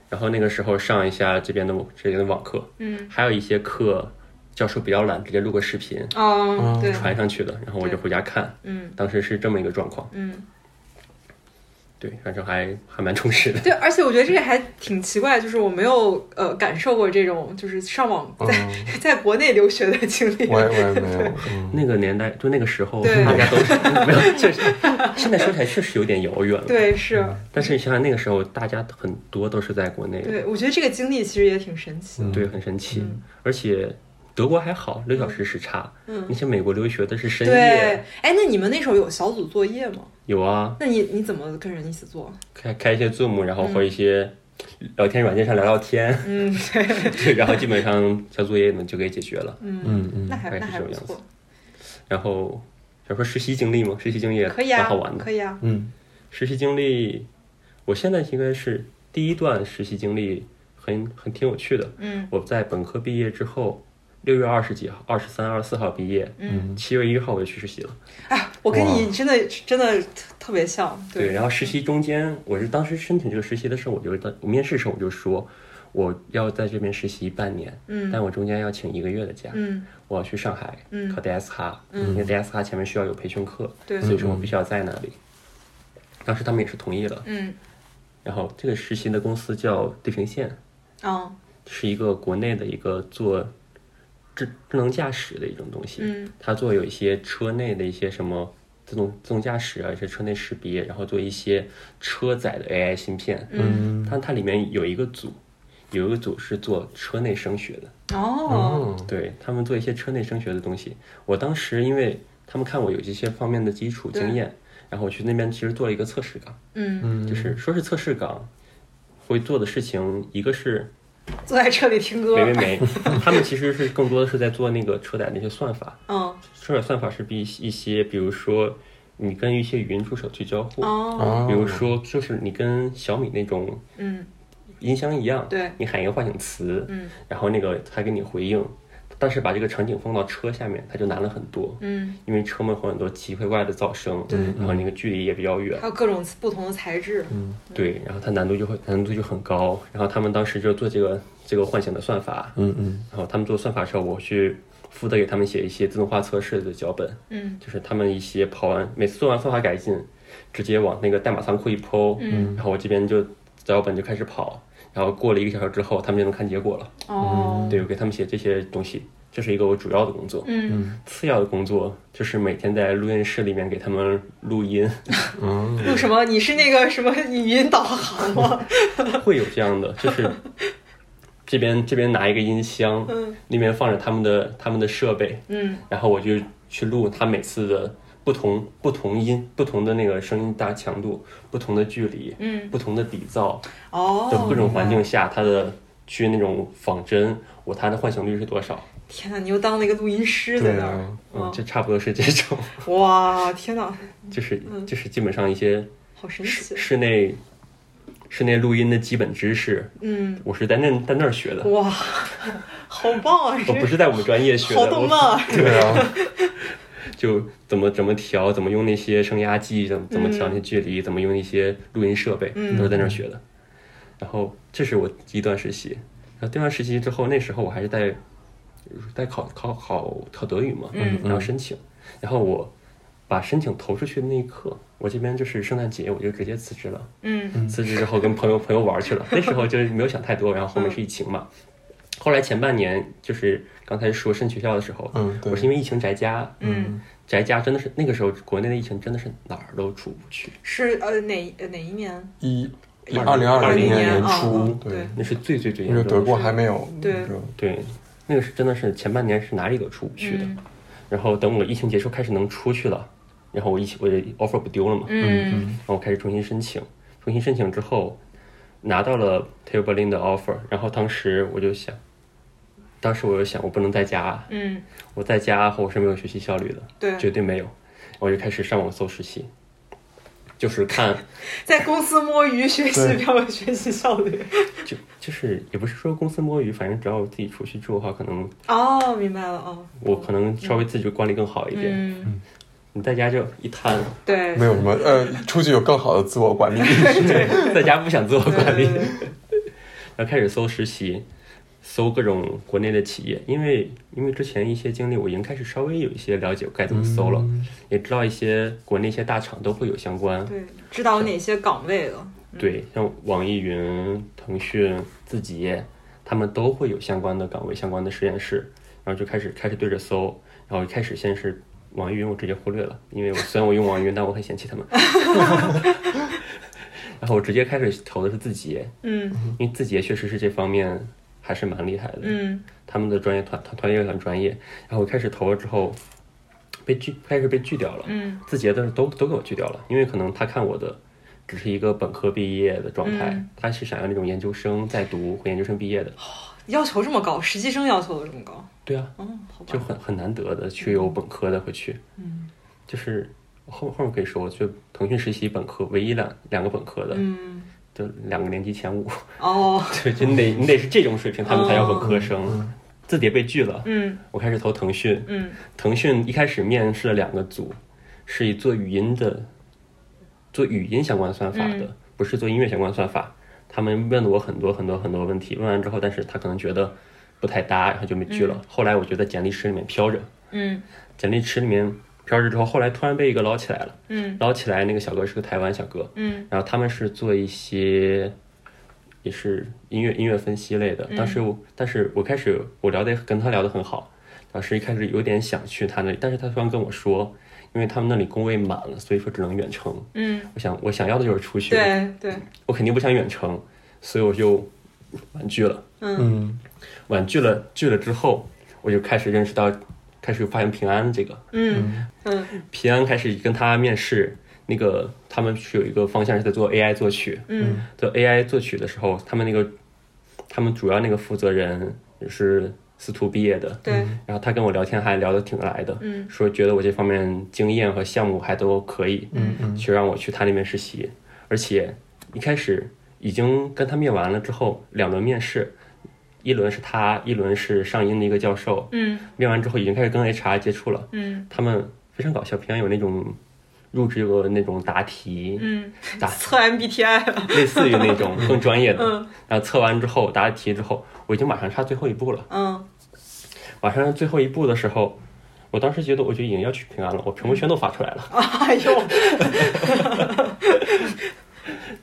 [SPEAKER 3] 然后那个时候上一下这边的这边的网课，
[SPEAKER 2] 嗯，
[SPEAKER 3] 还有一些课教授比较懒，直接录个视频
[SPEAKER 2] 哦，对，
[SPEAKER 3] 嗯传上去的，然后我就回家看，
[SPEAKER 2] 嗯
[SPEAKER 3] 当时是这么一个状况，
[SPEAKER 2] 嗯，
[SPEAKER 3] 对，反正还还蛮充实的，
[SPEAKER 2] 对，而且我觉得这个还挺奇怪，就是我没有呃感受过这种就是上网在、*laughs*
[SPEAKER 3] 嗯
[SPEAKER 2] 在国内留学的经历。
[SPEAKER 1] 我也我也没有，嗯，
[SPEAKER 3] 那个年代就那个时候
[SPEAKER 2] 对
[SPEAKER 3] 大家都是没有，确实现在说起来确实有点遥远了，
[SPEAKER 2] 对，是，
[SPEAKER 3] 但是你想想那个时候大家很多都是在国内的，
[SPEAKER 2] 对，我觉得这个经历其实也挺神奇的。
[SPEAKER 3] 对，很神奇。而且德国还好，六小时时差。
[SPEAKER 2] 嗯
[SPEAKER 3] 那些美国留学的是深
[SPEAKER 2] 对
[SPEAKER 3] 夜，，
[SPEAKER 2] 哎，那你们那时候有小组作业吗？
[SPEAKER 3] 有啊，
[SPEAKER 2] 那你你怎么跟人一起做？
[SPEAKER 3] 开开一些 Zoom，然后和一些聊天软件上聊聊天，
[SPEAKER 2] 嗯，对，
[SPEAKER 3] *laughs* 对，然后基本上小作业呢就给解决了。
[SPEAKER 1] 嗯嗯，
[SPEAKER 2] 那还
[SPEAKER 3] 大概
[SPEAKER 2] 那
[SPEAKER 3] 是
[SPEAKER 2] 还
[SPEAKER 3] 这
[SPEAKER 2] 不
[SPEAKER 3] 个样
[SPEAKER 2] 错，
[SPEAKER 3] 然后想说实习经历吗？实习经历也
[SPEAKER 2] 可以啊
[SPEAKER 3] 蛮好玩，的。
[SPEAKER 2] 可以啊，
[SPEAKER 1] 嗯
[SPEAKER 3] 实习经历，我现在应该是第一段实习经历很，很挺有趣的。
[SPEAKER 2] 嗯
[SPEAKER 3] 我在本科毕业之后，六月二十几号、二十三、二十四号毕业，
[SPEAKER 2] 嗯，
[SPEAKER 3] 七月一号我就去实习了。
[SPEAKER 2] 哎，我跟
[SPEAKER 1] 哇
[SPEAKER 2] 你真的真的特特别像，
[SPEAKER 3] 对，，然后实习中间，我是当时申请这个实习的时候，我就当我面试的时候我就说，我要在这边实习半年，
[SPEAKER 2] 嗯
[SPEAKER 3] 但我中间要请一个月的假，
[SPEAKER 2] 嗯
[SPEAKER 3] 我要去上海，
[SPEAKER 2] 嗯
[SPEAKER 3] 考 DSH，因为 DSH 前面需要有培训课，
[SPEAKER 2] 对
[SPEAKER 3] 所以说我必须要在那里。当时他们也是同意了，
[SPEAKER 2] 嗯
[SPEAKER 3] 然后这个实习的公司叫地平线，
[SPEAKER 2] 哦
[SPEAKER 3] 是一个国内的一个做智智能驾驶的一种东西，
[SPEAKER 2] 嗯，
[SPEAKER 3] 它做有一些车内的一些什么自动自动驾驶啊，一些车内识别，然后做一些车载的 AI 芯片，嗯，它它里面有一个组，有一个组是做车内声学的，
[SPEAKER 2] 哦，
[SPEAKER 1] 嗯
[SPEAKER 3] 对他们做一些车内声学的东西。我当时因为他们看我有这些方面的基础经验，然后我去那边其实做了一个测试岗，
[SPEAKER 2] 嗯，
[SPEAKER 3] 就是说是测试岗会做的事情，一个是。
[SPEAKER 2] 坐在车里听歌
[SPEAKER 3] 没，没没， *laughs* 他们其实是更多的是在做那个车载那些算法，
[SPEAKER 2] 嗯
[SPEAKER 3] 车载算法是比一些，比如说你跟一些语音助手去交互，
[SPEAKER 2] 哦，
[SPEAKER 1] 啊，
[SPEAKER 3] 比如说就是你跟小米那种
[SPEAKER 2] 嗯
[SPEAKER 3] 音箱一样，
[SPEAKER 2] 对
[SPEAKER 3] 你喊一个唤醒词，
[SPEAKER 2] 嗯
[SPEAKER 3] 然后那个它给你回应，但是把这个场景放到车下面，它就难了很多，
[SPEAKER 2] 嗯，
[SPEAKER 3] 因为车门会有很多奇奇怪怪的噪声，然后那个距离也比较远
[SPEAKER 2] 还，有各种不同的材质，
[SPEAKER 3] 对，然后它难度就会难度就很高，然后他们当时就做这个这个唤醒的算法，
[SPEAKER 1] 嗯嗯
[SPEAKER 3] 然后他们做算法的时候，我去负责给他们写一些自动化测试的脚本，
[SPEAKER 2] 嗯，
[SPEAKER 3] 就是他们一些跑完，每次做完算法改进，直接往那个代码仓库一抛，嗯，然后我这边就脚本就开始跑，然后过了一个小时之后，他们就能看结果了。
[SPEAKER 2] 哦，
[SPEAKER 3] 嗯对，我给他们写这些东西，这是一个我主要的工作。
[SPEAKER 2] 嗯，
[SPEAKER 3] 次要的工作就是每天在录音室里面给他们录音，
[SPEAKER 1] 嗯
[SPEAKER 2] 录什么？你是那个什么语音导航
[SPEAKER 3] *laughs*
[SPEAKER 2] 吗？
[SPEAKER 3] 会有这
[SPEAKER 2] *laughs*
[SPEAKER 3] 样的，就是这边这边拿一个音箱，
[SPEAKER 2] 嗯
[SPEAKER 3] 那边放着他们的他们的设备，
[SPEAKER 2] 嗯
[SPEAKER 3] 然后我就去录它每次的不同不同音、不同的那个声音大强度、不同的距离、
[SPEAKER 2] 嗯，
[SPEAKER 3] 不同的底噪
[SPEAKER 2] 哦，
[SPEAKER 3] 的各种环
[SPEAKER 2] 明
[SPEAKER 3] 境下，它的去那种仿真，我它的幻想率是多少？
[SPEAKER 2] 天哪，你又当了一个录音师在
[SPEAKER 1] 对
[SPEAKER 2] 那儿
[SPEAKER 1] 啊，，
[SPEAKER 3] 嗯，
[SPEAKER 2] 哦
[SPEAKER 3] 这差不多是这种，
[SPEAKER 2] 哇，天哪，
[SPEAKER 3] 就是
[SPEAKER 2] 嗯
[SPEAKER 3] 就是基本上一些
[SPEAKER 2] 好神奇
[SPEAKER 3] 室，室内室内录音的基本知识，
[SPEAKER 2] 嗯，
[SPEAKER 3] 我是在那在那儿学的，
[SPEAKER 2] 哇， *laughs* 好棒啊，
[SPEAKER 3] 我
[SPEAKER 2] 这
[SPEAKER 3] 哦不是在我们专业学的，
[SPEAKER 2] 好动
[SPEAKER 3] 我
[SPEAKER 2] 漫啊， *laughs*
[SPEAKER 1] 对啊，
[SPEAKER 3] 就怎么怎么调，怎么用那些升压计，怎么怎么调
[SPEAKER 2] 嗯
[SPEAKER 3] 那些距离，怎么用那些录音设备，
[SPEAKER 2] 嗯
[SPEAKER 3] 都是在那儿学的。然后这是我第一段实习，然后第二段实习之后，那时候我还是在在考考考考德语嘛，
[SPEAKER 2] 嗯
[SPEAKER 3] 然后申请，然后我把申请投出去的那一刻，我这边就是圣诞节，我就直接辞职了。
[SPEAKER 2] 嗯
[SPEAKER 3] 辞职之后跟朋友朋友玩去了，那时候就是没有想太多，然后后面是疫情嘛。后来前半年就是刚才说升学校的时候，
[SPEAKER 1] 嗯对
[SPEAKER 3] 我是因为疫情宅家，
[SPEAKER 2] 嗯，
[SPEAKER 3] 宅家真的是那个时候，国内的疫情真的是哪儿都出不去，
[SPEAKER 2] 是呃哪呃哪一年？
[SPEAKER 1] 一
[SPEAKER 3] 二
[SPEAKER 1] 二
[SPEAKER 3] 零
[SPEAKER 1] 零
[SPEAKER 3] 二
[SPEAKER 1] 二
[SPEAKER 3] 零
[SPEAKER 1] 零
[SPEAKER 3] 年
[SPEAKER 1] 年
[SPEAKER 2] 哦
[SPEAKER 1] 初
[SPEAKER 2] 哦，对
[SPEAKER 3] 那是最最最
[SPEAKER 1] 因为
[SPEAKER 3] 严
[SPEAKER 1] 德
[SPEAKER 3] 重的。
[SPEAKER 1] 国还没有
[SPEAKER 2] 对
[SPEAKER 1] 那个
[SPEAKER 3] 对，那个是真的是前半年是哪里都出不去的。
[SPEAKER 2] 嗯
[SPEAKER 3] 然后等我疫情结束开始能出去了，然后我一起我的 offer 不丢了嘛，
[SPEAKER 2] 嗯
[SPEAKER 3] 然后我开始重新申请，重新申请之后拿到了 t a b e r l i n 的 offer，然后当时我就想，当时我就想我不能在家，
[SPEAKER 2] 嗯，
[SPEAKER 3] 我在家后我是没有学习效率的，
[SPEAKER 2] 对，
[SPEAKER 3] 绝对没有，我就开始上网搜实习，就是看。
[SPEAKER 2] 在公司摸鱼学习
[SPEAKER 1] 对
[SPEAKER 2] 标准学习效率。
[SPEAKER 3] 就就是也不是说公司摸鱼，反正只要我自己出去住的话，可能
[SPEAKER 2] 哦，明白了哦。
[SPEAKER 3] 我可能稍微自己管理更好一点。
[SPEAKER 2] 嗯，
[SPEAKER 3] 你在家就一摊，
[SPEAKER 2] 对
[SPEAKER 1] 没，有什么呃，出去有更好的自我管理意识，
[SPEAKER 3] 在家不想自我
[SPEAKER 2] 对
[SPEAKER 3] 管理，
[SPEAKER 2] 对对
[SPEAKER 3] 然后开始搜实习，搜各种国内的企业，因为因为之前一些经历，我已经开始稍微有一些了解该怎么搜了，也知道一些国内一些大厂都会有相关。
[SPEAKER 2] 对，知道有哪些岗位了？
[SPEAKER 3] 对，像网易云、腾讯、字节，他们都会有相关的岗位、相关的实验室，然后就开始开始对着搜，然后一开始先是网易云，我直接忽略了，因为我虽然我用网易云，但我很嫌弃他们。 *laughs* 然后我直接开始投的是字节，
[SPEAKER 2] 嗯
[SPEAKER 3] 因为字节确实是这方面还是蛮厉害的，
[SPEAKER 2] 嗯
[SPEAKER 3] 他们的专业团团团队很专业。然后我开始投了之后，被拒，开始被拒掉了。
[SPEAKER 2] 嗯
[SPEAKER 3] 字节的都都给我拒掉了，因为可能他看我的只是一个本科毕业的状态，
[SPEAKER 2] 嗯
[SPEAKER 3] 他是想要那种研究生在读或研究生毕业的。
[SPEAKER 2] 要求这么高，实习生要求都这么高，
[SPEAKER 3] 对啊，
[SPEAKER 2] 嗯，好吧
[SPEAKER 3] 就，很很难得的去有本科的会去，
[SPEAKER 2] 嗯
[SPEAKER 3] 就是后后面可以说，就腾讯实习本科唯一两两个本科的，
[SPEAKER 2] 嗯，
[SPEAKER 3] 就两个年级前五，
[SPEAKER 2] 哦，
[SPEAKER 3] 对，就你得你得是这种水平，他们才要本科生。字节被拒了，
[SPEAKER 2] 嗯
[SPEAKER 3] 我开始投腾讯，
[SPEAKER 2] 嗯
[SPEAKER 3] 腾讯一开始面试了两个组，是以做语音的，做语音相关算法的，
[SPEAKER 2] 嗯
[SPEAKER 3] 不是做音乐相关算法。他们问了我很多很多很多问题，问完之后，但是他可能觉得不太搭，然后就没拒了。后来我就在简历池里面飘着，
[SPEAKER 2] 嗯
[SPEAKER 3] 简历池里面飘着之后，后来突然被一个捞起来了，
[SPEAKER 2] 嗯
[SPEAKER 3] 捞起来那个小哥是个台湾小哥，
[SPEAKER 2] 嗯
[SPEAKER 3] 然后他们是做一些也是音乐音乐分析类的。当时我，但是我开始我聊得跟他聊得很好，当时一开始有点想去他那里，但是他突然跟我说，因为他们那里工位满了，所以说只能远程。
[SPEAKER 2] 嗯，
[SPEAKER 3] 我想我想要的就是出去，
[SPEAKER 2] 对对，
[SPEAKER 3] 我肯定不想远程，所以我就婉拒了。
[SPEAKER 1] 嗯，
[SPEAKER 3] 婉拒了，拒了之后，我就开始认识到，开始发现平安这个
[SPEAKER 2] 嗯嗯
[SPEAKER 3] 平安开始跟他面试。那个他们是有一个方向是在做 AI 作曲，
[SPEAKER 2] 嗯
[SPEAKER 3] 做 AI 作曲的时候，他们那个他们主要那个负责人是司徒毕业的，
[SPEAKER 2] 对，
[SPEAKER 3] 然后他跟我聊天还聊得挺来的，
[SPEAKER 2] 嗯
[SPEAKER 3] 说觉得我这方面经验和项目还都可以，
[SPEAKER 1] 嗯嗯
[SPEAKER 3] 去让我去他那边实习，而且一开始已经跟他面完了之后，两轮面试，一轮是他，一轮是上音的一个教授，
[SPEAKER 2] 嗯
[SPEAKER 3] 面完之后已经开始跟 HR 接触了，
[SPEAKER 2] 嗯
[SPEAKER 3] 他们非常搞笑，平常有那种入职有个那种答题，
[SPEAKER 2] 嗯，
[SPEAKER 3] 答
[SPEAKER 2] 测 MBTI 了，
[SPEAKER 3] 类似于那种更专业的。
[SPEAKER 2] 嗯
[SPEAKER 3] 然后测完之后，答题之后，我已经马上差最后一步了。
[SPEAKER 2] 嗯
[SPEAKER 3] 马上最后一步的时候，我当时觉得我就已经要去平安
[SPEAKER 2] 嗯
[SPEAKER 3] 了，我屏幕全都发出来了。
[SPEAKER 2] 哎呦，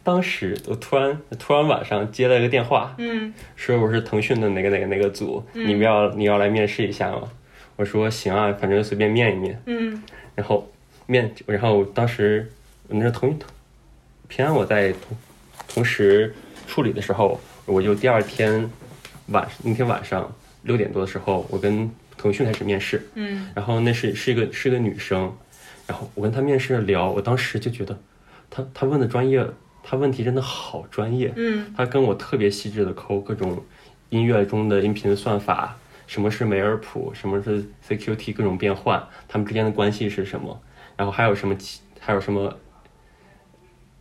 [SPEAKER 3] 当时我突然突然晚上接了一个电话，
[SPEAKER 2] 嗯
[SPEAKER 3] 说我是腾讯的哪个哪个哪个组，你们要你要来面试一下吗？我说行啊，反正随便面一面。
[SPEAKER 2] 嗯
[SPEAKER 3] 然后面，然后当时那是同平安我在同同时处理的时候，我就第二天晚那天晚上六点多的时候，我跟腾讯开始面试，
[SPEAKER 2] 嗯
[SPEAKER 3] 然后那是是一个是一个女生，然后我跟她面试聊，我当时就觉得她她问的专业，她问题真的好专业，
[SPEAKER 2] 嗯
[SPEAKER 3] 她跟我特别细致的抠各种音乐中的音频算法，什么是梅尔谱，什么是 CQT 各种变换，它们之间的关系是什么，然后还有什么其还有什么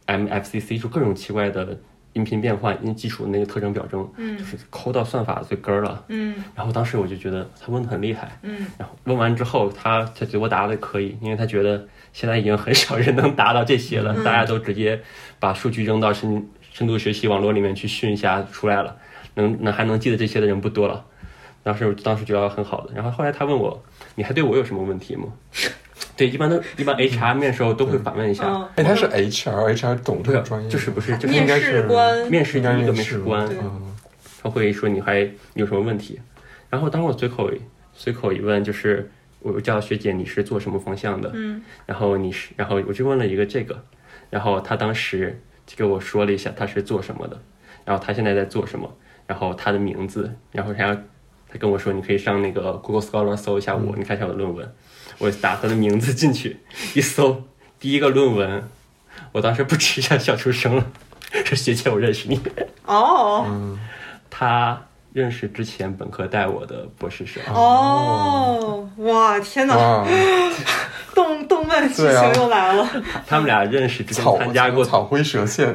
[SPEAKER 3] MFCC 就各种奇怪的音频变换音基础的那个特征表征，
[SPEAKER 2] 嗯
[SPEAKER 3] 就是抠到算法最根儿了。
[SPEAKER 2] 嗯
[SPEAKER 3] 然后当时我就觉得他问的很厉害，
[SPEAKER 2] 嗯
[SPEAKER 3] 然后问完之后，他他觉得我答的可以，因为他觉得现在已经很少人能达到这些了，大家都直接把数据扔到深深度学习网络里面去训一下出来了，能能还能记得这些的人不多了。当时当时觉得很好的，然后后来他问我，你还对我有什么问题吗？对，一般都一般 HR 面试后都会反问一下，
[SPEAKER 2] 嗯，
[SPEAKER 1] *laughs* 哎，他是 HR，HR 懂这
[SPEAKER 3] 不
[SPEAKER 1] 个
[SPEAKER 3] 是
[SPEAKER 1] 专业，
[SPEAKER 3] 就是不是就是
[SPEAKER 1] 应
[SPEAKER 2] 面
[SPEAKER 1] 该
[SPEAKER 2] 试
[SPEAKER 1] 是
[SPEAKER 2] 官，
[SPEAKER 3] 面试
[SPEAKER 1] 应该
[SPEAKER 3] 第一个
[SPEAKER 1] 面
[SPEAKER 3] 面
[SPEAKER 1] 试
[SPEAKER 3] 试官，
[SPEAKER 2] 对
[SPEAKER 1] 嗯
[SPEAKER 3] 他会说你还有什么问题。然后当我随口随口一问，就是我叫学姐你是做什么方向的，
[SPEAKER 2] 嗯
[SPEAKER 3] 然后你是，然后我就问了一个这个，然后他当时就给我说了一下他是做什么的，然后他现在在做什么，然后他的名字，然后然后他跟我说你可以上那个 Google Scholar 搜一下我，你看一下我的论文，我打他的名字进去一搜，第一个论文，我当时不止一下笑出声了， *laughs* 说学姐我认识你，
[SPEAKER 2] 哦
[SPEAKER 3] 他认识之前本科带我的博士生，
[SPEAKER 2] 哦，哇天哪，
[SPEAKER 1] *laughs* 哇，
[SPEAKER 2] 动动漫剧
[SPEAKER 1] 对啊
[SPEAKER 2] 情又来了，
[SPEAKER 3] 他们俩认识之前
[SPEAKER 1] 草
[SPEAKER 3] 参加过
[SPEAKER 1] 草灰蛇线，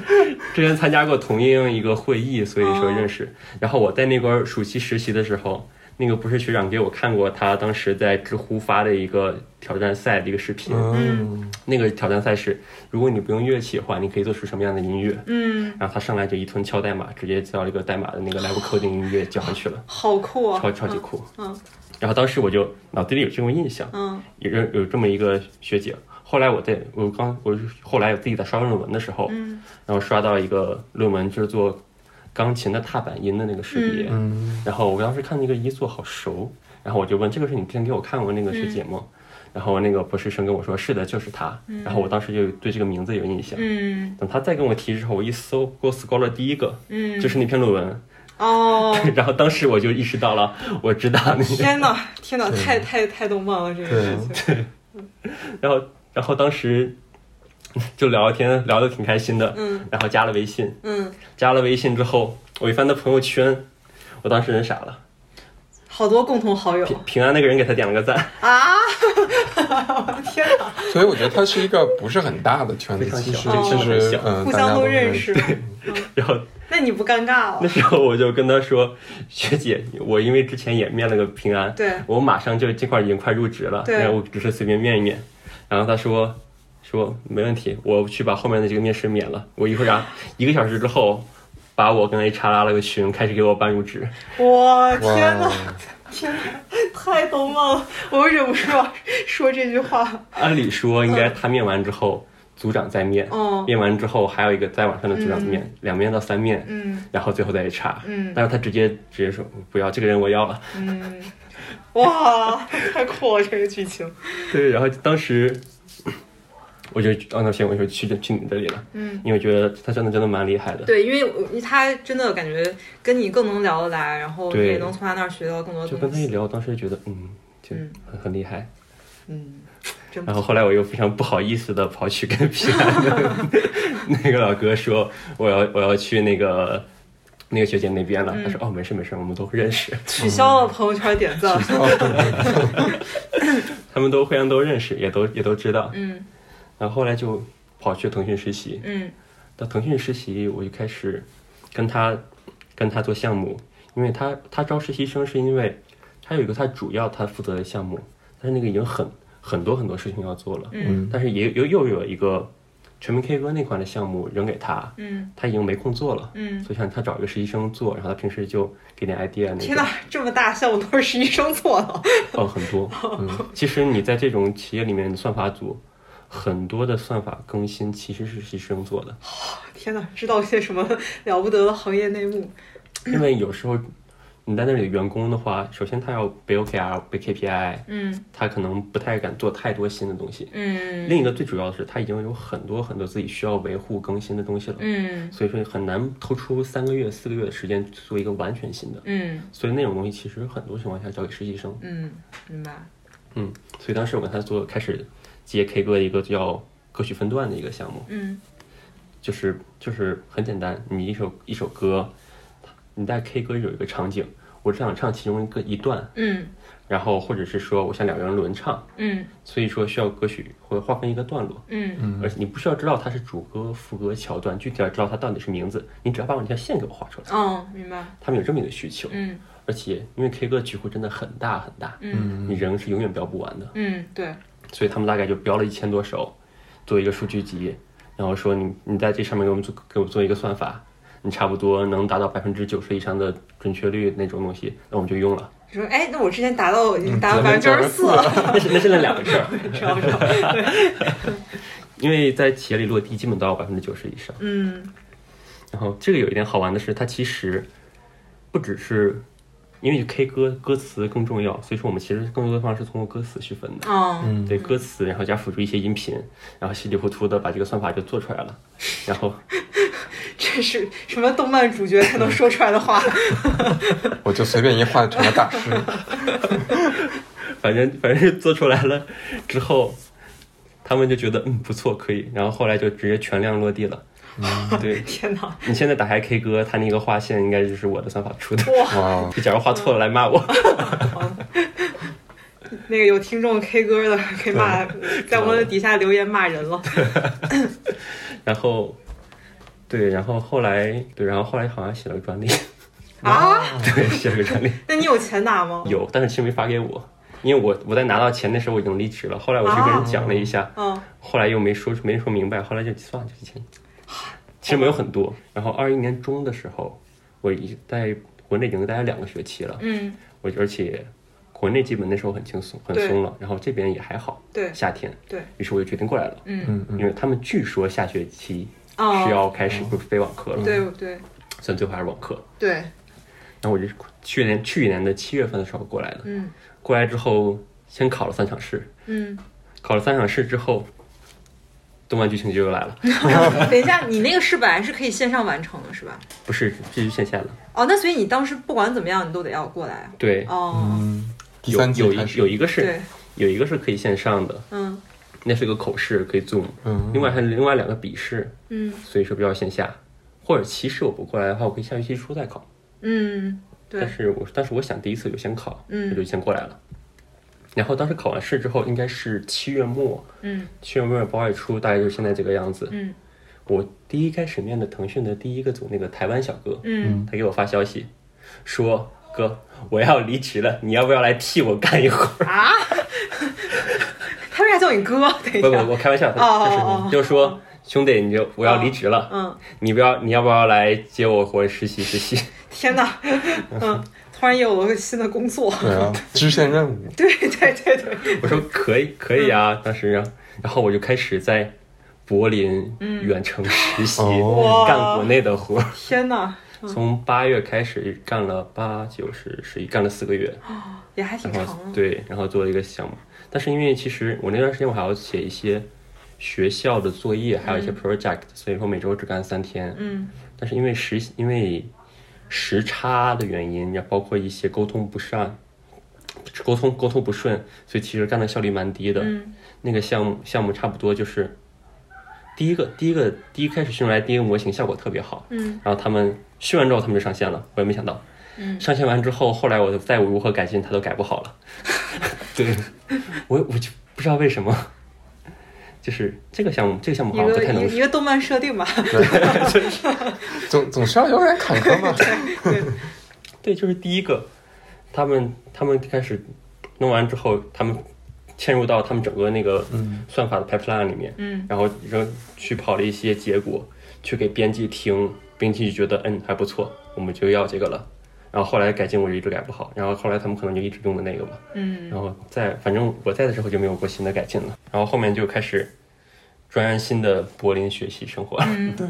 [SPEAKER 1] *laughs*
[SPEAKER 3] 之前参加过同样一个会议，所以说
[SPEAKER 2] 哦
[SPEAKER 3] 认识。然后我在那边暑期实习的时候，那个不是学长给我看过他当时在知乎发的一个挑战赛的一个视频。
[SPEAKER 1] 嗯，
[SPEAKER 3] 那个挑战赛是，如果你不用乐器的话，你可以做出什么样的音乐？
[SPEAKER 2] 嗯，
[SPEAKER 3] 然后他上来就一通敲代码，直接敲了一个代码的那
[SPEAKER 1] *laughs*
[SPEAKER 3] 个 level coding 音乐交上去了，
[SPEAKER 2] 好酷
[SPEAKER 1] 哦
[SPEAKER 2] 啊，
[SPEAKER 3] 超超级酷。
[SPEAKER 2] 嗯
[SPEAKER 3] 然后当时我就脑子里有这种印象，
[SPEAKER 2] 嗯
[SPEAKER 3] 有人有这么一个学姐。后来我在我刚我后来我自己在刷论文的时候，
[SPEAKER 2] 嗯
[SPEAKER 3] 然后刷到一个论文，就是做钢琴的踏板音的那个识别。
[SPEAKER 1] 嗯
[SPEAKER 3] 然后我当时看那个一作好熟，然后我就问这个是你之前给我看过那个学姐吗？
[SPEAKER 2] 嗯
[SPEAKER 3] 然后那个博士生跟我说是的，就是她。然后我当时就对这个名字有印象。
[SPEAKER 2] 嗯
[SPEAKER 3] 等他再跟我提之后，我一搜 g o o g Scholar 第一个
[SPEAKER 2] 嗯，
[SPEAKER 3] 就是那篇
[SPEAKER 2] *laughs*
[SPEAKER 3] 论文，
[SPEAKER 2] 哦，
[SPEAKER 3] 然后当时我就意识到了，我知道那个
[SPEAKER 2] 天哪天哪，太太太动漫了这个事情，
[SPEAKER 3] 然后然后当时就聊天聊得挺开心的，
[SPEAKER 2] 嗯
[SPEAKER 3] 然后加了微信，
[SPEAKER 2] 嗯，
[SPEAKER 3] 加了微信之后，我一翻他朋友圈，我当时人傻了。
[SPEAKER 2] 好多共同好友
[SPEAKER 3] 平平安那个人给他点了个赞， *laughs*
[SPEAKER 2] 啊，我的天哪，
[SPEAKER 1] 所以我觉得它是一个不是很大的圈子
[SPEAKER 3] 非，常
[SPEAKER 1] 其实
[SPEAKER 3] 小
[SPEAKER 1] 其
[SPEAKER 3] 非常
[SPEAKER 1] 实
[SPEAKER 3] 小
[SPEAKER 1] 嗯，
[SPEAKER 2] 哦互
[SPEAKER 1] 大家
[SPEAKER 2] 相
[SPEAKER 1] 都
[SPEAKER 2] 都认，识，
[SPEAKER 3] 然后
[SPEAKER 2] 那你不尴尬
[SPEAKER 3] 那
[SPEAKER 2] 了？
[SPEAKER 3] 时候我就跟他说：“ *laughs* 学姐，我因为之前也面了个平安，
[SPEAKER 2] 对
[SPEAKER 3] 我马上就这块已经快入职了，
[SPEAKER 2] 对
[SPEAKER 3] 然后我只是随便面一面。”然后他说：“说没问题，我去把后面的这个面试免了。我一会儿啊，一个小时之后，把我跟 HR 拉了个群，开始给我办入职。
[SPEAKER 2] 我
[SPEAKER 1] 哇
[SPEAKER 2] 天哪！天哪，太动漫了，我忍不住要说这句话。
[SPEAKER 3] 按理说应该他面完之后，组长再面，
[SPEAKER 2] 哦
[SPEAKER 3] 面完之后还有一个再往上的组长面，两面到三面，
[SPEAKER 2] 嗯
[SPEAKER 3] 然后最后再 HR。
[SPEAKER 2] 嗯
[SPEAKER 3] 但是他直接直接说不要这个人，我要了。
[SPEAKER 2] 嗯，哇，太酷了这个剧情。
[SPEAKER 3] 对，然后当时我就让他先我就去去你这里了，
[SPEAKER 2] *laughs* 嗯，
[SPEAKER 3] 因为觉得他真的真的蛮厉害的，
[SPEAKER 2] 对，因为我他真的感觉跟你更能聊得来，然后
[SPEAKER 3] 对
[SPEAKER 2] 也能从他那儿学到更多
[SPEAKER 3] 就跟
[SPEAKER 2] 东
[SPEAKER 3] 他一
[SPEAKER 2] 西。
[SPEAKER 3] 聊，当时觉得嗯，就
[SPEAKER 2] 嗯
[SPEAKER 3] 很很厉害。
[SPEAKER 2] 嗯，真不
[SPEAKER 3] 然
[SPEAKER 2] 错
[SPEAKER 3] 后后来我又非常不好意思的跑去跟 *laughs* 平安的那个老哥说，我要我要去那个那个学姐那边了。他说哦，没事没事，我们都会认识，
[SPEAKER 2] *laughs*
[SPEAKER 3] *laughs*
[SPEAKER 2] 取消了朋友圈点赞。
[SPEAKER 3] 他们都互相都认识，也都也都知道。
[SPEAKER 2] 嗯
[SPEAKER 3] 然后后来就跑去腾讯实习，
[SPEAKER 2] 嗯
[SPEAKER 3] 到腾讯实习，我就开始跟他跟他做项目，因为他他招实习生是因为他有一个他主要他负责的项目，但是那个已经很很多很多事情要做了，
[SPEAKER 2] 嗯
[SPEAKER 3] 但是也又又有一个全民 K 歌那款的项目扔给他，
[SPEAKER 2] 嗯
[SPEAKER 3] 他已经没空做了，
[SPEAKER 2] 嗯，
[SPEAKER 3] 所以想他找一个实习生做，然后他平时就给点 idea 那
[SPEAKER 2] 天
[SPEAKER 3] 种
[SPEAKER 2] 哪，，这么大项目都是实习生做的。 *laughs*
[SPEAKER 3] 哦，很多，嗯，其实你在这种企业里面，算法组很多的算法更新其实是实习生做的。
[SPEAKER 2] 天哪，知道些什么了不得的行业内幕？
[SPEAKER 3] 因为有时候你在那里员工的话，首先他要背 OKR、背 KPI，
[SPEAKER 2] 嗯
[SPEAKER 3] 他可能不太敢做太多新的东西。
[SPEAKER 2] 嗯
[SPEAKER 3] 另一个最主要的是，他已经有很多很多自己需要维护更新的东西了，
[SPEAKER 2] 嗯
[SPEAKER 3] 所以说很难抽出三个月、四个月的时间去做一个完全新的。
[SPEAKER 2] 嗯
[SPEAKER 3] 所以那种东西其实很多情况下交给实习生。
[SPEAKER 2] 嗯，明白。
[SPEAKER 3] 嗯，所以当时我跟他做开始接 K 歌的一个叫歌曲分段的一个项目，
[SPEAKER 2] 嗯
[SPEAKER 3] 就是就是很简单，你一首一首歌，你在 K 歌有一个场景，我只想唱其中一个一段，
[SPEAKER 2] 嗯
[SPEAKER 3] 然后或者是说我想两个人轮唱，
[SPEAKER 2] 嗯
[SPEAKER 3] 所以说需要歌曲或者划分一个段落，
[SPEAKER 2] 嗯
[SPEAKER 3] 而且你不需要知道它是主歌、副歌、桥段，具体要知道它到底是名字，你只要把我那条线给我画出来。
[SPEAKER 2] 哦，明白，
[SPEAKER 3] 他们有这么一个需求，
[SPEAKER 2] 嗯
[SPEAKER 3] 而且因为 K 歌曲会真的很大很大，
[SPEAKER 2] 嗯
[SPEAKER 3] 你人是永远标不完的，
[SPEAKER 2] 嗯，对，
[SPEAKER 3] 所以他们大概就标了一千多首，做一个数据集，然后说你你在这上面给我们做给我做一个算法，你差不多能达到百分之九十以上的准确率那种东西，那我们就用了。 *laughs*
[SPEAKER 2] 你说哎，那我之前达到已经达到百分之
[SPEAKER 1] 只
[SPEAKER 2] 二
[SPEAKER 1] 能
[SPEAKER 2] 十四了，
[SPEAKER 3] 那是那是那两回事儿，
[SPEAKER 2] 知道不知道？
[SPEAKER 3] 因为在企业里落地基本都要百分之九十以上。
[SPEAKER 2] 嗯
[SPEAKER 3] 然后这个有一点好玩的是，它其实不只是因为 K 歌歌词更重要，所以说我们其实更多的方式是通过歌词去分的。
[SPEAKER 2] 哦，
[SPEAKER 3] 对歌词，然后加辅助一些音频，然后稀里糊涂的把这个算法就做出来了。 *laughs* 然后
[SPEAKER 2] 这是什么动漫主角才能说出来的话？
[SPEAKER 1] 我就随便一画成了大
[SPEAKER 2] *laughs*
[SPEAKER 1] 师。
[SPEAKER 3] 反正反正是做出来了之后，他们就觉得嗯不错，可以。然后后来就直接全量落地了。对
[SPEAKER 2] 天哪！
[SPEAKER 3] 你现在打开 K 歌，它那个划线应该就是我的算法出的。 *laughs*
[SPEAKER 1] 哇，哦
[SPEAKER 3] 就假如画错了来骂我，
[SPEAKER 2] 那个有听众 K 歌的可以骂，在我们的底下留言骂人了。
[SPEAKER 3] 然后对，然后后来对，然后后来好像写了个专利，
[SPEAKER 2] 啊？
[SPEAKER 3] 对，写了
[SPEAKER 2] *laughs*
[SPEAKER 3] 个专利。
[SPEAKER 2] 那你有钱拿吗？
[SPEAKER 3] 有，但是其实没发给我，因为我我在拿到钱的时候我已经离职了。后来我去跟人讲了一下，
[SPEAKER 2] 嗯，
[SPEAKER 3] 后来又没说没说明白，后来就算了，就签。其实没有很多。然后二一年中的时候，我已经在国内已经待了两个学期了，
[SPEAKER 2] 嗯，
[SPEAKER 3] 我而且国内基本那时候很轻松很
[SPEAKER 2] 对
[SPEAKER 3] 松了，然后这边也还好，
[SPEAKER 2] 对
[SPEAKER 3] 夏天，
[SPEAKER 2] 对
[SPEAKER 3] 于是我就决定过来了，
[SPEAKER 2] 嗯
[SPEAKER 3] 因为他们据说下学期
[SPEAKER 2] 哦
[SPEAKER 3] 是要开始非网课了，
[SPEAKER 2] 对对
[SPEAKER 3] 虽然最后还是网课。
[SPEAKER 2] 对，
[SPEAKER 3] 然后我就是去年去年的七月份的时候过来的，
[SPEAKER 2] 嗯
[SPEAKER 3] 过来之后先考了三场试，
[SPEAKER 2] 嗯。
[SPEAKER 3] 考了三场试之后，动漫剧情就又来了，
[SPEAKER 2] 等一下，你那个试本来是可以线上完成的，是吧？
[SPEAKER 3] 不是这是线下的，
[SPEAKER 2] 哦，那所以你当时不管怎么样，你都得要过来啊。
[SPEAKER 3] 对，
[SPEAKER 2] 哦，
[SPEAKER 1] 嗯第
[SPEAKER 3] 有
[SPEAKER 1] 三季
[SPEAKER 3] 有
[SPEAKER 1] 开
[SPEAKER 3] 一
[SPEAKER 1] 始
[SPEAKER 3] 有一个嗯是
[SPEAKER 2] 对，
[SPEAKER 3] 有一个是可以线上的，
[SPEAKER 2] 嗯
[SPEAKER 3] 那是个口试可以 Zoom，
[SPEAKER 1] 嗯
[SPEAKER 3] 另外还有另外两个笔试，
[SPEAKER 2] 嗯
[SPEAKER 3] 所以说比较线下。或者其实我不过来的话，我可以下学期初再考。
[SPEAKER 2] 嗯，对
[SPEAKER 3] 但，是我但是我想第一次就先考，
[SPEAKER 2] 嗯
[SPEAKER 3] 我就先过来了。然后当时考完试之后，应该是七月末，
[SPEAKER 2] 嗯
[SPEAKER 3] 七月末八月初，大概就是现在这个样子。
[SPEAKER 2] 嗯
[SPEAKER 3] 我第一开始面的腾讯的第一个组那个台湾小哥，
[SPEAKER 2] 嗯，
[SPEAKER 3] 他给我发消息说：“哥，我要离职了，你要不要来替我干一会儿 *laughs*
[SPEAKER 2] 啊，他为啥叫你哥？啊等？”一
[SPEAKER 3] 不
[SPEAKER 2] *laughs*
[SPEAKER 3] 不，
[SPEAKER 2] 下，
[SPEAKER 3] 我开玩笑，
[SPEAKER 2] 哦
[SPEAKER 3] 他就是
[SPEAKER 2] 哦哦
[SPEAKER 3] 就说兄弟，你就我要离职了，
[SPEAKER 2] 嗯，
[SPEAKER 3] 你不要你要不要来接我回实习实习？ *laughs*
[SPEAKER 2] 天哪，嗯，突然也有了个新的工作，*laughs*
[SPEAKER 1] 对啊，支线任务，
[SPEAKER 2] 对对对对，
[SPEAKER 3] 我说可以可以
[SPEAKER 2] 嗯
[SPEAKER 3] 啊，当时然后然后我就开始在柏林远程实习，
[SPEAKER 2] 嗯
[SPEAKER 1] 哦
[SPEAKER 3] 干国内的活儿，
[SPEAKER 2] 天哪，
[SPEAKER 3] 从八月开始干了八九十十一，干了四个月。
[SPEAKER 2] 也还挺
[SPEAKER 3] 然
[SPEAKER 2] 长啊
[SPEAKER 3] 后
[SPEAKER 2] 的，
[SPEAKER 3] 对，然后做了一个项目。但是因为其实我那段时间我还要写一些学校的作业，还有一些 project，、所以说每周只干三天。
[SPEAKER 2] 嗯
[SPEAKER 3] 但是因为时因为时差的原因，也包括一些沟通不善。沟通沟通不顺，所以其实干的效率蛮低的。
[SPEAKER 2] 嗯
[SPEAKER 3] 那个项目项目差不多就是第一个第一个第一开始训出来第一个模型效果特别好，
[SPEAKER 2] 嗯
[SPEAKER 3] 然后他们训完之后他们就上线了，我也没想到。
[SPEAKER 2] 嗯
[SPEAKER 3] 上线完之后，后来我再如何改进，他都改不
[SPEAKER 2] *laughs*
[SPEAKER 3] 好了。对，我我就不知道为什么，就是这个项目，这个项目
[SPEAKER 2] 一
[SPEAKER 3] 好像不
[SPEAKER 2] 个
[SPEAKER 3] 太能
[SPEAKER 2] 一一个动漫设
[SPEAKER 3] *laughs*
[SPEAKER 2] 定吧，
[SPEAKER 1] 总总是要有点坎坷嘛。
[SPEAKER 3] 对，就是第一个，他们他们开始弄完之后，他们嵌入到他们整个那个算法的 pipeline 里面，
[SPEAKER 2] 嗯，
[SPEAKER 3] 然后扔去跑了一些结果，去给编辑听，编辑就觉得嗯还不错，我们就要这个了。然后后来改进我就一直改不好，然后后来他们可能就一直用的那个吧，
[SPEAKER 2] 嗯，
[SPEAKER 3] 然后在反正我在的时候就没有过新的改进了，然后后面就开始专安心的柏林学习生活
[SPEAKER 2] 嗯
[SPEAKER 3] 了。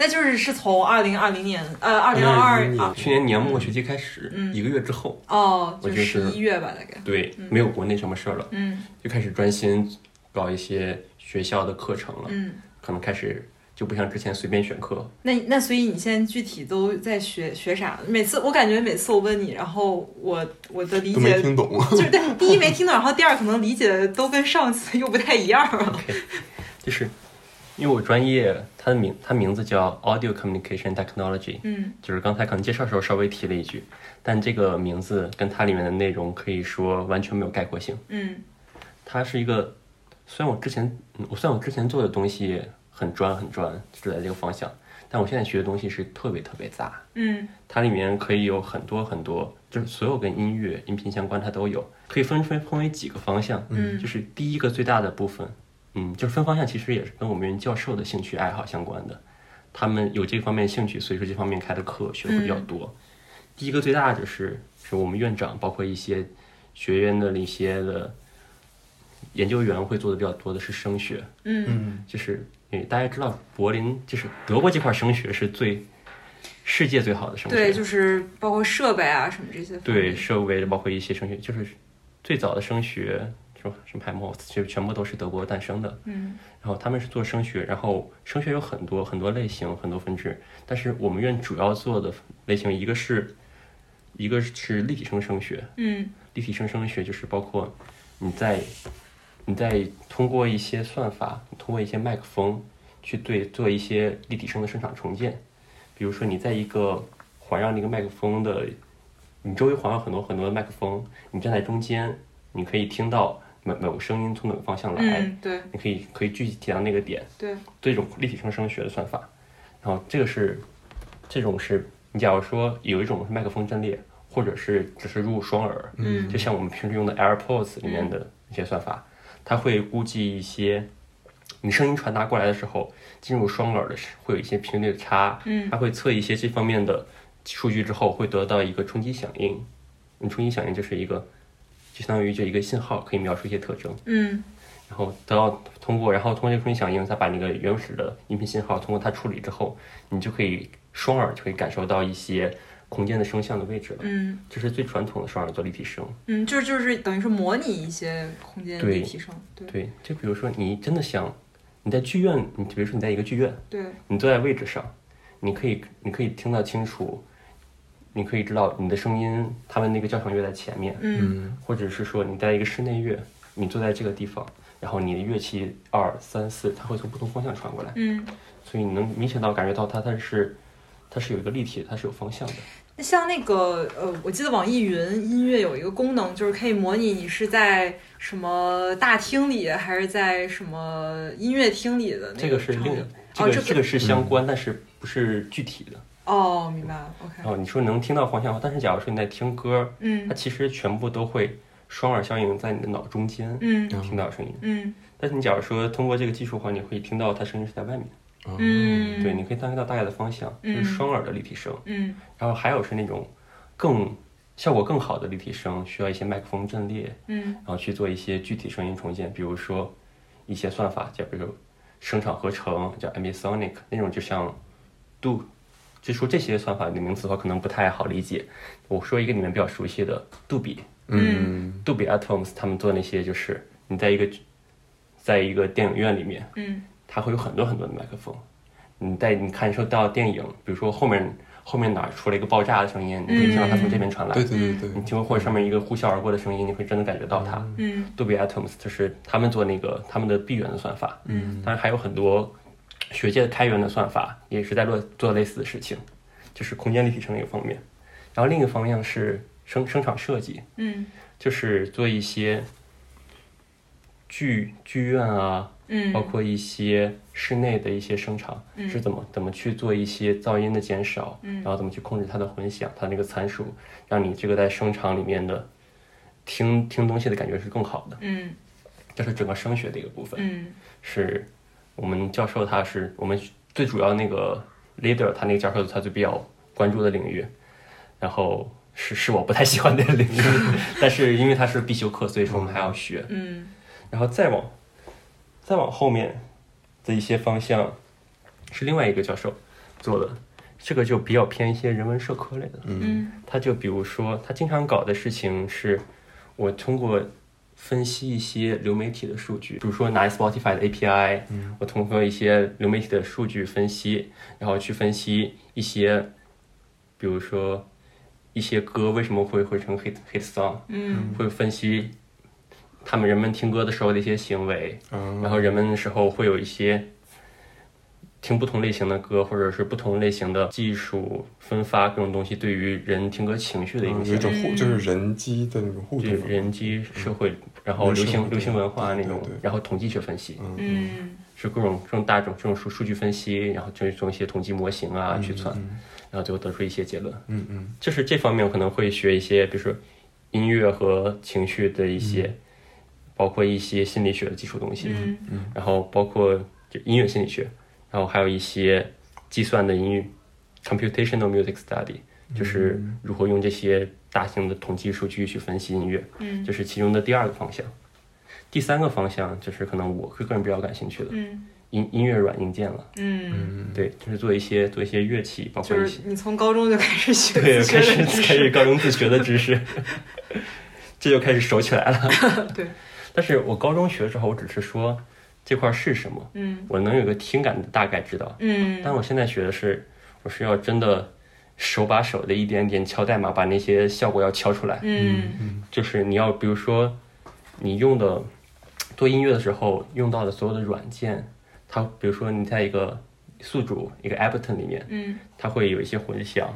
[SPEAKER 2] 那就是是从二零二零年呃二零二二啊
[SPEAKER 3] 去年年末学期开始，
[SPEAKER 2] 嗯
[SPEAKER 3] 一个月之后，
[SPEAKER 2] 哦，
[SPEAKER 3] 我
[SPEAKER 2] 就
[SPEAKER 3] 就是
[SPEAKER 2] 十一月吧，大概，
[SPEAKER 3] 对，没有国内什么事儿了，
[SPEAKER 2] 嗯
[SPEAKER 3] 就开始专心搞一些学校的课程了，
[SPEAKER 2] 嗯。
[SPEAKER 3] 可能开始就不像之前随便选课，
[SPEAKER 2] 那那所以你现在具体都在学学啥？每次我感觉每次我问你，然后我我的理
[SPEAKER 1] 都没
[SPEAKER 2] 解
[SPEAKER 1] 听懂，
[SPEAKER 2] 就是对第一没听懂，然后第二可能理解都跟上次又不太一样了。
[SPEAKER 3] 就是因为我专业它的名它名字叫 Audio Communication Technology，
[SPEAKER 2] *laughs* 嗯
[SPEAKER 3] 就是刚才可能介绍的时候稍微提了一句，但这个名字跟它里面的内容可以说完全没有概括性。
[SPEAKER 2] 嗯
[SPEAKER 3] 它是一个，虽然我之前嗯我虽然我之前做的东西很专很专，就走在这个方向，但我现在学的东西是特别特别杂。
[SPEAKER 2] 嗯
[SPEAKER 3] 它里面可以有很多很多，就是所有跟音乐、音频相关，它都有，可以分分分为几个方向。
[SPEAKER 2] 嗯
[SPEAKER 3] 就是第一个最大的部分，嗯，就是分方向，其实也是跟我们教授的兴趣爱好相关的。他们有这方面兴趣，所以说这方面开的课学的会比较多。
[SPEAKER 2] 嗯
[SPEAKER 3] 第一个最大的就是是我们院长，包括一些学院的一些的研究员会做的比较多的是声学，
[SPEAKER 2] 嗯
[SPEAKER 1] 嗯
[SPEAKER 3] 就是因为大家知道柏林就是德国这块声学是最世界最好的声学，
[SPEAKER 2] 对，就是包括设备啊什么这些方面。
[SPEAKER 3] 对设备，包括一些声学，就是最早的声学，什么什么海默，其实全部都是德国诞生的。
[SPEAKER 2] 嗯
[SPEAKER 3] 然后他们是做声学，然后声学有很多很多类型，很多分支。但是我们院主要做的类型，一个是一个是立体声声学，
[SPEAKER 2] 嗯
[SPEAKER 3] 立体声声学就是包括你在你在通过一些算法，通过一些麦克风去对做一些立体声的声场重建。比如说你在一个环绕那个麦克风的，你周围环绕很多很多的麦克风，你站在中间，你可以听到某某个声音从哪个方向来，
[SPEAKER 2] 嗯，对
[SPEAKER 3] 你可以可以具体提到那个点。
[SPEAKER 2] 对，
[SPEAKER 3] 这种立体声声学的算法。然后这个是，这种是你假如说有一种是麦克风阵列，或者是只是入双耳，
[SPEAKER 2] 嗯
[SPEAKER 3] 就像我们平时用的 AirPods 里面的一些算法，它会估计一些你声音传达过来的时候，进入双耳的时会有一些频率的差，
[SPEAKER 2] 嗯
[SPEAKER 3] 它会测一些这方面的数据之后，会得到一个冲击响应。嗯，冲击响应就是一个，就相当于这一个信号，可以描述一些特征。
[SPEAKER 2] 嗯
[SPEAKER 3] 然后得到通过，然后通过这个声音响应，再把那个原始的音频信号通过它处理之后，你就可以双耳就可以感受到一些空间的声像的位置了。
[SPEAKER 2] 嗯
[SPEAKER 3] 这是最传统的双耳做立体声。
[SPEAKER 2] 嗯，就是就是等于是模拟一些空间
[SPEAKER 3] 对
[SPEAKER 2] 立体声，对
[SPEAKER 3] 对，就比如说你真的想，你在剧院，你比如说你在一个剧院，
[SPEAKER 2] 对
[SPEAKER 3] 你坐在位置上，你可以你可以听到清楚，你可以知道你的声音，他们那个交响乐在前面，
[SPEAKER 2] 嗯
[SPEAKER 1] 嗯
[SPEAKER 3] 或者是说你在一个室内乐，你坐在这个地方，然后你的乐器二三四，它会从不同方向传过来。
[SPEAKER 2] 嗯。
[SPEAKER 3] 所以你能明显到感觉到它它是它是有一个立体的，它是有方向的。
[SPEAKER 2] 那像那个呃，我记得网易云音乐有一个功能，就是可以模拟你是在什么大厅里，还是在什么音乐厅里的那
[SPEAKER 3] 这个是
[SPEAKER 2] 场
[SPEAKER 3] 另
[SPEAKER 2] 景
[SPEAKER 3] 这个、
[SPEAKER 2] 这不
[SPEAKER 3] 这个是相关，但是不是具体的。
[SPEAKER 2] 哦，明白了
[SPEAKER 3] 然
[SPEAKER 2] ，OK，
[SPEAKER 3] 后你说能听到方向，但是假如说你在听歌，它
[SPEAKER 2] 嗯
[SPEAKER 3] 其实全部都会双耳相应在你的脑中间
[SPEAKER 2] 嗯
[SPEAKER 3] 听到声音。
[SPEAKER 2] 嗯
[SPEAKER 3] 但是你假如说通过这个技术的话，你会听到它声音是在外面，
[SPEAKER 1] 哦
[SPEAKER 2] 嗯，
[SPEAKER 3] 哦对，你可以大概到大概的方向，就
[SPEAKER 2] 嗯
[SPEAKER 3] 是双耳的立体声。
[SPEAKER 2] 嗯
[SPEAKER 3] 然后还有是那种更效果更好的立体声，需要一些麦克风阵列，
[SPEAKER 2] 嗯
[SPEAKER 3] 然后去做一些具体声音重建，比如说一些算法，叫比如声场合成，叫 ambisonic 那种，就像 do，就说这些算法的名词的话，可能不太好理解。我说一个你们比较熟悉的杜比，
[SPEAKER 1] 嗯
[SPEAKER 3] 杜比 Atoms 他们做的那些，就是你在一个在一个电影院里面，
[SPEAKER 2] 嗯
[SPEAKER 3] 它会有很多很多的麦克风。你在你看受到电影，比如说后面后面哪儿出了一个爆炸的声音，你可以听到它从这边传来。
[SPEAKER 1] 对对嗯对
[SPEAKER 3] 你
[SPEAKER 1] 对，
[SPEAKER 3] 听过或者上面一个呼啸而过的声音，你会真的感觉到它。
[SPEAKER 2] 嗯
[SPEAKER 3] 杜比 Atoms 就是他们做那个他们的闭源的算法，嗯，当然还有很多学界的开源的算法也是在做做类似的事情，就是空间立体声一个方面，然后另一个方面是生生场设计，
[SPEAKER 2] 嗯
[SPEAKER 3] 就是做一些剧剧院啊，
[SPEAKER 2] 嗯，
[SPEAKER 3] 包括一些室内的一些声场、是怎么怎么去做一些噪音的减少，然后怎么去控制它的混响，它那个参数，让你这个在声场里面的听听东西的感觉是更好的。
[SPEAKER 2] 嗯
[SPEAKER 3] 这是整个声学的一个部分，
[SPEAKER 2] 嗯
[SPEAKER 3] 是我们教授他是我们最主要那个 leader，他那个教授他就比较关注的领域，然后是是我不太喜欢的领域， *laughs* 但是因为它是必修课，所以说我们还要学，
[SPEAKER 2] 嗯
[SPEAKER 3] 然后再往再往后面的一些方向是另外一个教授做的，这个就比较偏一些人文社科类的，
[SPEAKER 2] 嗯
[SPEAKER 3] 他就比如说，他经常搞的事情是，我通过分析一些流媒体的数据，比如说拿 Spotify 的 API，、
[SPEAKER 2] 嗯
[SPEAKER 3] 我通过一些流媒体的数据分析，然后去分析一些，比如说一些歌为什么会会成 hit hit song，
[SPEAKER 2] 嗯
[SPEAKER 3] 会分析他们人们听歌的时候的一些行为，
[SPEAKER 2] 嗯
[SPEAKER 1] 啊
[SPEAKER 3] 然后人们的时候会有一些听不同类型的歌，或者是不同类型的技术分发各种东西，对于人听歌情绪的影
[SPEAKER 1] 嗯有一
[SPEAKER 3] 响，
[SPEAKER 2] 嗯
[SPEAKER 1] 种互，就是人机的那种互
[SPEAKER 3] 对
[SPEAKER 1] 动。
[SPEAKER 3] 人机社
[SPEAKER 1] 嗯
[SPEAKER 3] 会，然后
[SPEAKER 1] 人
[SPEAKER 3] 流
[SPEAKER 1] 生
[SPEAKER 3] 行
[SPEAKER 1] 对
[SPEAKER 3] 流行文化那种
[SPEAKER 1] 对对，
[SPEAKER 3] 然后统计学分析，
[SPEAKER 2] 嗯
[SPEAKER 3] 是各种这种大种这种数数据分析，然后就是用一些统计模型啊去算，然后最后得出一些结论。
[SPEAKER 1] 嗯嗯
[SPEAKER 3] 就是这方面我可能会学一些，比如说音乐和情绪的一些，
[SPEAKER 1] 嗯
[SPEAKER 3] 包括一些心理学的基础东西，
[SPEAKER 2] 嗯
[SPEAKER 3] 然后包括就音乐心理学，然后还有一些计算的音乐 （computational music study），就是如何用这些大型的统计数据去分析音乐，
[SPEAKER 2] 嗯
[SPEAKER 3] 这是其中的第二个方向。第三个方向就是可能我个个人比较感兴趣的
[SPEAKER 2] 嗯
[SPEAKER 3] 音音乐软硬件了，
[SPEAKER 2] 嗯，
[SPEAKER 3] 对，就是做一些做一些乐器，包括
[SPEAKER 2] 就
[SPEAKER 3] 一些
[SPEAKER 2] 是你从高中就开始学
[SPEAKER 3] 对，
[SPEAKER 2] 自
[SPEAKER 3] 开
[SPEAKER 2] 学
[SPEAKER 3] 始
[SPEAKER 2] 的知
[SPEAKER 3] 开
[SPEAKER 2] 识，
[SPEAKER 3] 始高中自学的知识，
[SPEAKER 2] *laughs*
[SPEAKER 3] 这就开始熟起来了。
[SPEAKER 2] 对，
[SPEAKER 3] 但是我高中学的时候，我只是说这块儿是什么，
[SPEAKER 2] 嗯
[SPEAKER 3] 我能有个听感的大概知道。
[SPEAKER 2] 嗯
[SPEAKER 3] 但我现在学的是，我是要真的手把手的一点点敲代码，把那些效果要敲出来。
[SPEAKER 2] 嗯
[SPEAKER 3] 就是你要比如说你用的做音乐的时候用到的所有的软件，它比如说你在一个宿主一个 Ableton 里面，
[SPEAKER 2] 嗯
[SPEAKER 3] 它会有一些混响，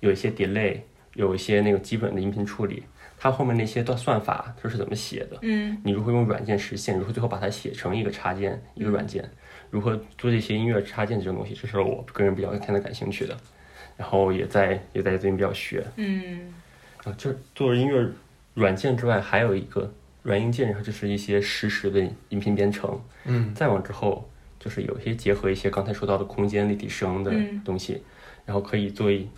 [SPEAKER 3] 有一些 delay，有一些那种基本的音频处理，它后面那些段算法它是怎么写的？
[SPEAKER 2] 嗯
[SPEAKER 3] 你如何用软件实现？如何最后把它写成一个插件、一
[SPEAKER 2] 嗯
[SPEAKER 3] 个软件？如何做这些音乐插件这种东西？这是我个人比较看的感兴趣的，然后也在也在最近比较学
[SPEAKER 2] 嗯
[SPEAKER 3] 啊，就是做音乐软件之外，还有一个软硬件，然后就是一些实时的音频编程，
[SPEAKER 1] 嗯
[SPEAKER 3] 再往之后，就是有些结合一些刚才说到的空间立体声的
[SPEAKER 2] 嗯
[SPEAKER 3] 东西，然后可以做一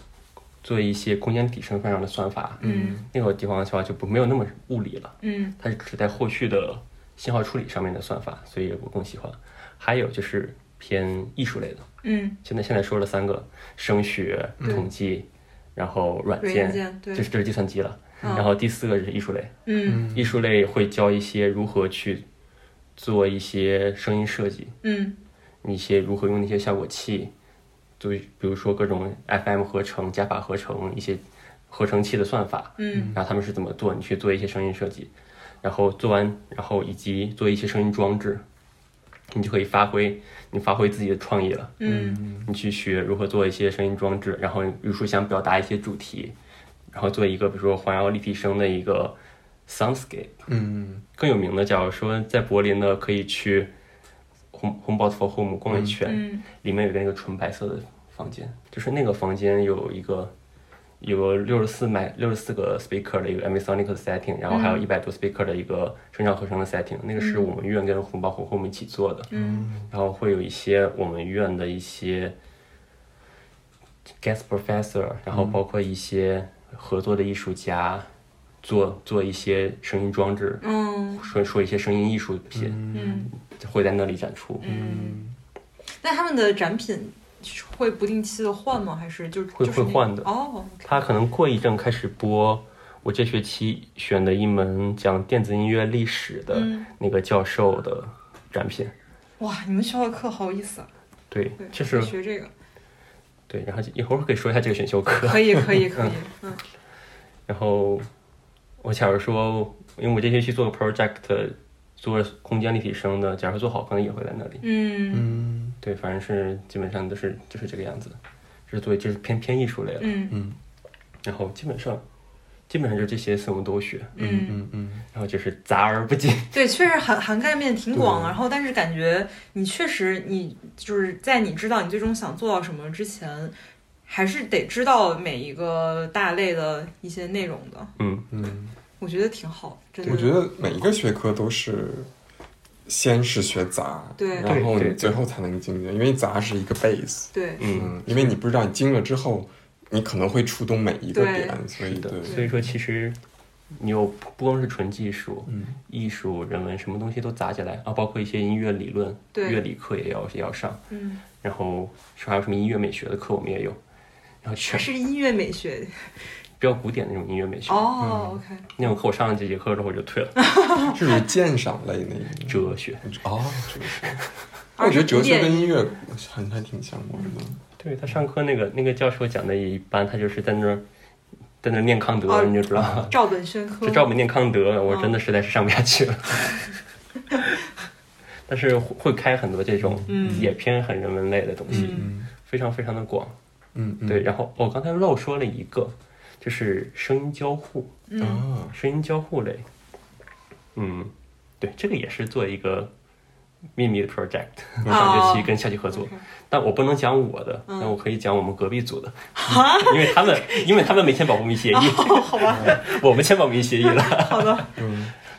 [SPEAKER 3] 做一些空间立体声方向的算法。
[SPEAKER 2] 嗯
[SPEAKER 3] 那个地方的话就不没有那么物理了，
[SPEAKER 2] 嗯
[SPEAKER 3] 它只是在后续的信号处理上面的算法，所以我更喜欢。还有就是偏艺术类的，
[SPEAKER 2] 嗯
[SPEAKER 3] 现在现在说了三个声学、统计，然后软
[SPEAKER 2] 软
[SPEAKER 3] 件，
[SPEAKER 2] 件对
[SPEAKER 3] 就是这是计算机了。
[SPEAKER 2] 嗯
[SPEAKER 3] 然后第四个就是艺术类，
[SPEAKER 2] 嗯
[SPEAKER 3] 艺术类会教一些如何去做一些声音设计，
[SPEAKER 2] 嗯
[SPEAKER 3] 一些如何用那些效果器，就比如说各种 FM 合成、加法合成一些合成器的算法，
[SPEAKER 2] 嗯，
[SPEAKER 3] 然后他们是怎么做，你去做一些声音设计，然后做完，然后以及做一些声音装置，你就可以发挥你发挥自己的创意了。
[SPEAKER 2] 嗯
[SPEAKER 3] 你去学如何做一些声音装置，然后比如说想表达一些主题，然后做一个比如说环绕立体声的一个 soundscape。
[SPEAKER 1] 嗯
[SPEAKER 3] 更有名的，假如说在柏林的，可以去红红堡佛霍姆逛一圈，
[SPEAKER 2] 嗯
[SPEAKER 3] 里面有个那个纯白色的房间，就是那个房间有一个有六十四麦六十四个 speaker 的一个 ambisonic 的 setting，然后
[SPEAKER 2] 嗯
[SPEAKER 3] 还有一百多 speaker 的一个声场合成的 setting，、那个是我们院跟红宝火后面一起做的，
[SPEAKER 2] 嗯
[SPEAKER 3] 然后会有一些我们院的一些 guest professor，然后包括一些合作的艺术家。做做一些声音装置，
[SPEAKER 2] 嗯
[SPEAKER 3] 说说一些声音艺术品，
[SPEAKER 2] 嗯
[SPEAKER 3] 会在那里展出。
[SPEAKER 2] 嗯，那他们的展品会不定期的换吗？还是就是
[SPEAKER 3] 会
[SPEAKER 2] 就是
[SPEAKER 3] 会
[SPEAKER 2] 那
[SPEAKER 3] 换的
[SPEAKER 2] 哦
[SPEAKER 3] 他可能过一阵开始播我这学期选的一门讲电子音乐历史的
[SPEAKER 2] 嗯
[SPEAKER 3] 那个教授的展品。
[SPEAKER 2] 哇，你们学校的课好有意思啊！
[SPEAKER 3] 对
[SPEAKER 2] 对，，
[SPEAKER 3] 就是
[SPEAKER 2] 学这个，
[SPEAKER 3] 对，然后一会儿可以说一下这个选修课。 *laughs*
[SPEAKER 2] 可以可以可以，嗯
[SPEAKER 3] 然后我假如说，因为我这学期做个 project，做空间立体声的，假如说做好，可能也会在那里。
[SPEAKER 2] 嗯
[SPEAKER 1] 嗯
[SPEAKER 3] 对，反正是基本上都是就是这个样子，这是做就是偏偏艺术类了。
[SPEAKER 2] 嗯
[SPEAKER 1] 嗯
[SPEAKER 3] 然后基本上基本上就这些四我们都学，
[SPEAKER 2] 嗯。
[SPEAKER 1] 嗯嗯，
[SPEAKER 3] 然后就是杂而不精。
[SPEAKER 2] 对，确实涵涵盖面挺广的，然后但是感觉你确实你就是在你知道你最终想做到什么之前，还是得知道每一个大类的一些内容的，
[SPEAKER 3] 嗯，
[SPEAKER 1] 嗯，
[SPEAKER 2] 我觉得挺好，真的。
[SPEAKER 1] 我觉得每一个学科都是。先是学杂，
[SPEAKER 2] 对
[SPEAKER 1] 然后
[SPEAKER 3] 对
[SPEAKER 1] 你
[SPEAKER 3] 对
[SPEAKER 1] 最后才能精进，因为杂是一个 base，
[SPEAKER 2] 对，
[SPEAKER 1] 嗯，因为你不知道你精了之后，你可能会触动每一个
[SPEAKER 2] 对
[SPEAKER 1] 点，所以
[SPEAKER 3] 是
[SPEAKER 1] 对，
[SPEAKER 3] 的，所以说其实你有不光是纯技术，
[SPEAKER 1] 嗯
[SPEAKER 3] 艺术、人文什么东西都杂起来啊，包括一些音乐理论，
[SPEAKER 2] 对
[SPEAKER 3] 乐理课也要也要上，
[SPEAKER 2] 嗯，
[SPEAKER 3] 然后还有什么音乐美学的课我们也有，然后全
[SPEAKER 2] 是音乐美学
[SPEAKER 3] 比较古典的那种音乐美学，
[SPEAKER 2] 哦，OK，
[SPEAKER 3] 嗯那种课我上了几节课之后我就退了。
[SPEAKER 2] *laughs*
[SPEAKER 1] 这种鉴赏类那一种
[SPEAKER 3] 哲学，
[SPEAKER 1] 哦，
[SPEAKER 2] 啊
[SPEAKER 1] 哲学，
[SPEAKER 2] 而
[SPEAKER 1] 我
[SPEAKER 2] 且
[SPEAKER 1] 觉得哲
[SPEAKER 2] 古
[SPEAKER 1] 学
[SPEAKER 2] 典
[SPEAKER 1] 跟音乐还还挺像，我觉得。
[SPEAKER 3] 对他上课那个那个教授讲的也一般，他就是在那儿在那儿念康德，
[SPEAKER 2] 哦
[SPEAKER 3] 你就知道了。
[SPEAKER 2] 照本宣科哦
[SPEAKER 3] 就，照我们念康德，我真的实在是上不下去了。 *laughs* 但是会会开很多这种
[SPEAKER 2] 嗯
[SPEAKER 3] 也偏很人文类的东西，
[SPEAKER 2] 嗯
[SPEAKER 3] 非常非常的广。
[SPEAKER 1] 嗯嗯
[SPEAKER 3] 对，然后我、哦刚才漏说了一个，就是声音交互，
[SPEAKER 2] 嗯
[SPEAKER 1] 啊，
[SPEAKER 3] 声音交互类，嗯，对，这个也是做一个秘密的 project，
[SPEAKER 2] 哦
[SPEAKER 3] 上学期跟校区合作，但我不能讲我的，
[SPEAKER 2] 嗯
[SPEAKER 3] 但我可以讲我们隔壁组的， *laughs* 因为他们因为他们没签保密协
[SPEAKER 2] *laughs*
[SPEAKER 3] 议，
[SPEAKER 2] 好吧，
[SPEAKER 3] *laughs* 我们签保密协议了，
[SPEAKER 2] *laughs*
[SPEAKER 3] 嗯
[SPEAKER 2] 好
[SPEAKER 3] *laughs*
[SPEAKER 2] 的，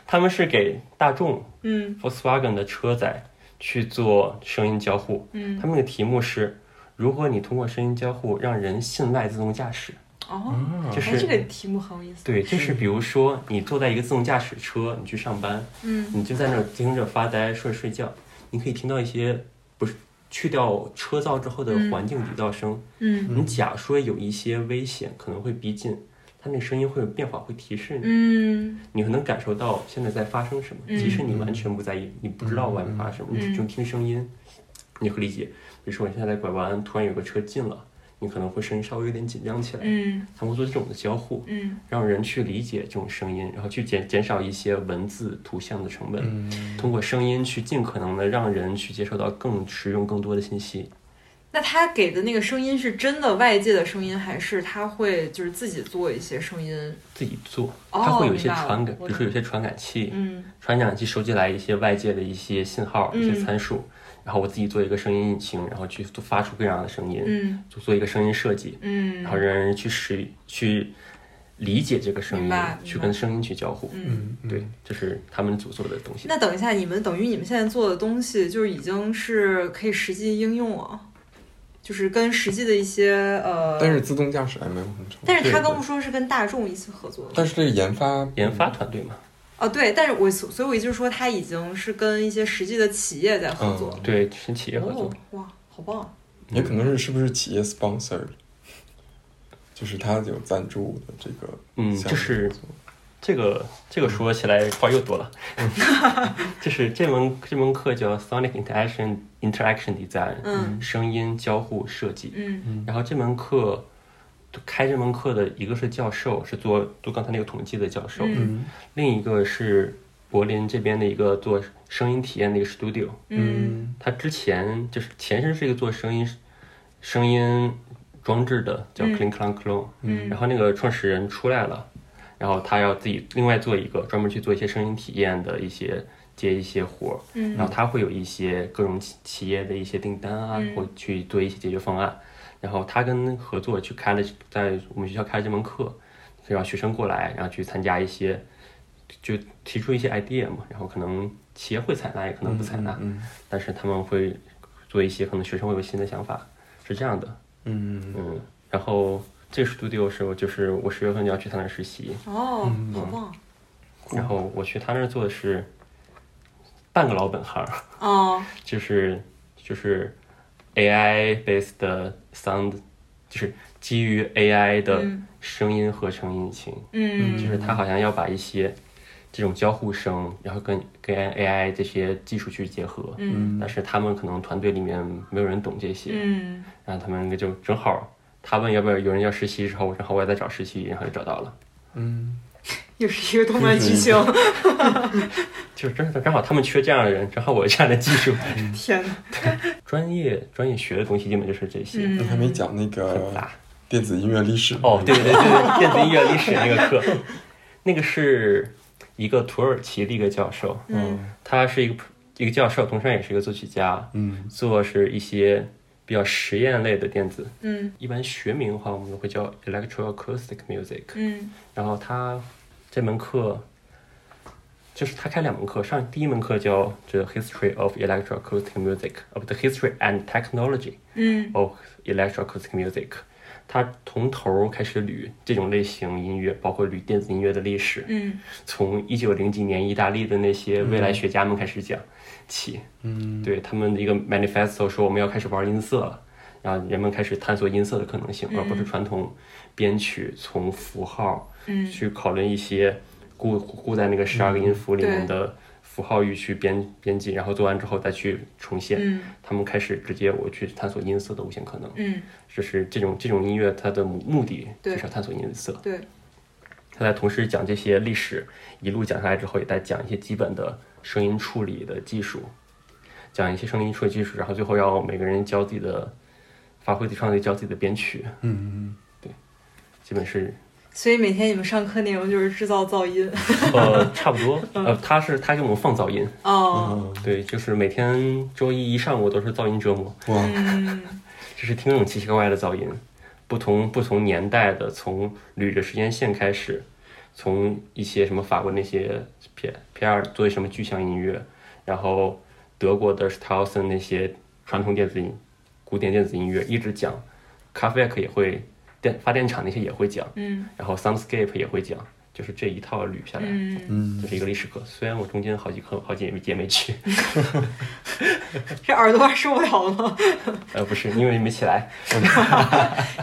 [SPEAKER 3] 他们是给大众
[SPEAKER 2] 嗯
[SPEAKER 3] Volkswagen 的车载去做声音交互，
[SPEAKER 2] 嗯
[SPEAKER 3] 他们的题目是如何你通过声音交互让人信赖自动驾驶。
[SPEAKER 2] 哦，
[SPEAKER 3] 嗯就
[SPEAKER 2] 哎，这个
[SPEAKER 3] 是
[SPEAKER 2] 题目很有意思，
[SPEAKER 3] 对，就是比如说你坐在一个自动驾驶车，你去上班，
[SPEAKER 2] 嗯
[SPEAKER 3] 你就在那儿听着发呆，睡睡觉，你可以听到一些不是去掉车噪之后的
[SPEAKER 2] 嗯
[SPEAKER 3] 环境底噪声。
[SPEAKER 2] 嗯
[SPEAKER 3] 你假说有一些危险可能会逼近，它那声音会有变化，会提示你，
[SPEAKER 2] 嗯
[SPEAKER 3] 你会能感受到现在在发生什么，
[SPEAKER 2] 嗯
[SPEAKER 3] 即使你完全不在意，你不知道外面发生什么，你只
[SPEAKER 2] 嗯
[SPEAKER 3] 就听声音，你会理解。比如说我现在在拐弯，突然有个车进了，你可能会声音稍微有点紧张起来。
[SPEAKER 2] 嗯
[SPEAKER 3] 他们会做这种的交互，
[SPEAKER 2] 嗯
[SPEAKER 3] 让人去理解这种声音，然后去减减少一些文字、图像的成本，
[SPEAKER 1] 嗯
[SPEAKER 3] 通过声音去尽可能的让人去接受到更实用、更多的信息。
[SPEAKER 2] 那他给的那个声音是真的外界的声音，还是他会就是自己做一些声音？
[SPEAKER 3] 自己做，
[SPEAKER 2] 哦
[SPEAKER 3] 它会有一些
[SPEAKER 2] 明白了
[SPEAKER 3] 传感，比
[SPEAKER 2] 我
[SPEAKER 3] 如说有些传感器，
[SPEAKER 2] 嗯
[SPEAKER 3] 传感器收集来一些外界的一些信号、
[SPEAKER 2] 嗯
[SPEAKER 3] 一些参数，然后我自己做一个声音引擎，然后去做发出各样的声音，
[SPEAKER 2] 嗯
[SPEAKER 3] 就做一个声音设计，
[SPEAKER 2] 嗯
[SPEAKER 3] 然后让人去使去理解这个声
[SPEAKER 2] 明
[SPEAKER 3] 音
[SPEAKER 2] 白，
[SPEAKER 3] 去
[SPEAKER 2] 明白
[SPEAKER 3] 跟声音去交互。
[SPEAKER 2] 嗯。
[SPEAKER 1] 嗯，
[SPEAKER 3] 对，这是他们组做的东西。
[SPEAKER 2] 那等一下，你们等于你们现在做的东西，就是已经是可以实际应用了，就是跟实际的一些呃，
[SPEAKER 1] 但是自动驾驶还没有很成，
[SPEAKER 2] 但是他
[SPEAKER 3] 对
[SPEAKER 2] 跟我说是跟大众一起合作的，
[SPEAKER 1] 但是这个研发
[SPEAKER 3] 研发团队嘛，
[SPEAKER 2] 哦，对，但是我所所以我就是说，他已经是跟一些实际的企业在合作，
[SPEAKER 3] 对，跟企嗯业合作
[SPEAKER 2] 哦，，哇，好棒！
[SPEAKER 1] 嗯也可能是是不是企业 sponsor，的就是他有赞助的这个
[SPEAKER 3] 嗯
[SPEAKER 1] 项目
[SPEAKER 3] 就是这个这个说起来话又
[SPEAKER 2] *laughs*
[SPEAKER 3] 多了，就是这门这门课叫 Sonic Interaction Interaction Design，
[SPEAKER 2] 嗯
[SPEAKER 3] 声音交互设计。
[SPEAKER 2] 嗯
[SPEAKER 3] 然后这门课开这门课的一个是教授，是做做刚才那个统计的教授，
[SPEAKER 2] 嗯
[SPEAKER 1] 嗯
[SPEAKER 3] 另一个是柏林这边的一个做声音体验的一个 studio。
[SPEAKER 2] 嗯
[SPEAKER 3] 他之前就是前身是一个做声音声音装置的，叫
[SPEAKER 2] 嗯
[SPEAKER 3] Clean Clan Clone，、
[SPEAKER 2] 嗯
[SPEAKER 3] 然后那个创始人出来了，然后他要自己另外做一个专门去做一些声音体验的一些接一些活儿，
[SPEAKER 2] 嗯
[SPEAKER 3] 然后他会有一些各种企企业的一些订单啊，
[SPEAKER 2] 嗯
[SPEAKER 3] 或去做一些解决方案，然后他跟合作去开了在我们学校开了这门课，就让学生过来，然后去参加一些。就提出一些 idea 嘛，然后可能企业会采纳，也可能不采纳。
[SPEAKER 1] 嗯
[SPEAKER 3] 但是他们会做一些可能学生会有新的想法，是这样的，
[SPEAKER 1] 嗯
[SPEAKER 3] 嗯，然后这个 studio 是我就是我十月份就要去他那儿实习，
[SPEAKER 2] 哦，好棒
[SPEAKER 3] 然后我去他那儿做的是半个老本行，
[SPEAKER 2] 哦，
[SPEAKER 3] 就是就是 AI based 的 sound，就是基于 AI 的
[SPEAKER 2] 嗯
[SPEAKER 3] 声音合成引擎，
[SPEAKER 2] 嗯
[SPEAKER 3] 就是它好像要把一些这种交互声，然后跟跟 AI 这些技术去结合，
[SPEAKER 2] 嗯
[SPEAKER 3] 但是他们可能团队里面没有人懂这些，
[SPEAKER 2] 嗯
[SPEAKER 3] 然后他们就正好他问要不要有人要实习之后，然后我也在找实习，然后就找到了，
[SPEAKER 1] 嗯
[SPEAKER 2] 又是一个动漫剧情，
[SPEAKER 3] 就是正正好他们缺这样的人，正好我有这样的技术， *laughs*
[SPEAKER 2] *laughs* 天哪！
[SPEAKER 3] 专业专业学的东西基本就是这些，
[SPEAKER 1] 嗯，还没讲那
[SPEAKER 3] 很
[SPEAKER 1] 个
[SPEAKER 3] 杂。
[SPEAKER 1] 电子音乐历史
[SPEAKER 3] 哦，对对对对，电子音乐历史那个课，那个是一个土耳其的一个教授，
[SPEAKER 1] 嗯
[SPEAKER 3] 他是一个一个教授，同时也是一个作曲家，
[SPEAKER 1] 嗯
[SPEAKER 3] 做是一些比较实验类的电子。
[SPEAKER 2] 嗯
[SPEAKER 3] 一般学名的话，我们会叫 electroacoustic music。
[SPEAKER 2] 嗯
[SPEAKER 3] 然后他这门课就是他开两门课，上第一门课叫这 History of Electroacoustic Music of the History and Technology
[SPEAKER 2] 嗯
[SPEAKER 3] of Electroacoustic Music。他从头儿开始捋这种类型音乐，包括捋电子音乐的历史，
[SPEAKER 2] 嗯
[SPEAKER 3] 从一九零几年意大利的那些未来学家们开始讲起，
[SPEAKER 1] 嗯
[SPEAKER 3] 对他们的一个 manifesto 说我们要开始玩音色了，然后人们开始探索音色的可能性，而不是传统编曲从符号
[SPEAKER 2] 嗯
[SPEAKER 3] 去讨论一些固固在那个十二个音符里面
[SPEAKER 2] 对
[SPEAKER 3] 的符号域去编编辑，然后做完之后再去重现。
[SPEAKER 2] 嗯
[SPEAKER 3] 他们开始直接我去探索音色的无限可能，
[SPEAKER 2] 嗯，
[SPEAKER 3] 就是这种这种音乐它的目目的
[SPEAKER 2] 对
[SPEAKER 3] 就是要探索音色。
[SPEAKER 2] 对，
[SPEAKER 3] 他在同时讲这些历史，一路讲下来之后，也在讲一些基本的声音处理的技术，讲一些声音艺术的基础，然后最后要每个人交自己的发挥自己创意，交自己的编曲，
[SPEAKER 4] 嗯
[SPEAKER 3] 基本是
[SPEAKER 2] 所以每天你们上课内容就是制造噪音
[SPEAKER 3] 呃差不多。呃，他是他给我们放噪音，
[SPEAKER 2] 哦。
[SPEAKER 4] 嗯，
[SPEAKER 3] 对，就是每天周一一上午都是噪音折磨，
[SPEAKER 4] 哇，
[SPEAKER 2] 嗯，
[SPEAKER 3] 就是听那种奇奇怪怪的噪音，不同不同年代的，从捋着时间线开始，从一些什么法国那些 P P 二做的什么具象音乐，然后德国的 s t a u s e n 那些传统电子音、古典电子音乐，一直讲，卡夫 k 也会电发电厂那些也会讲，
[SPEAKER 2] 嗯，
[SPEAKER 3] 然后 Soundscape 也会讲，就是这一套捋下来。
[SPEAKER 2] 嗯，
[SPEAKER 4] 嗯，
[SPEAKER 3] 就是一个历史课，虽然我中间好几课好几也没也没去，
[SPEAKER 2] 这耳朵还受不了吗？
[SPEAKER 3] 呃，不是因为没起来，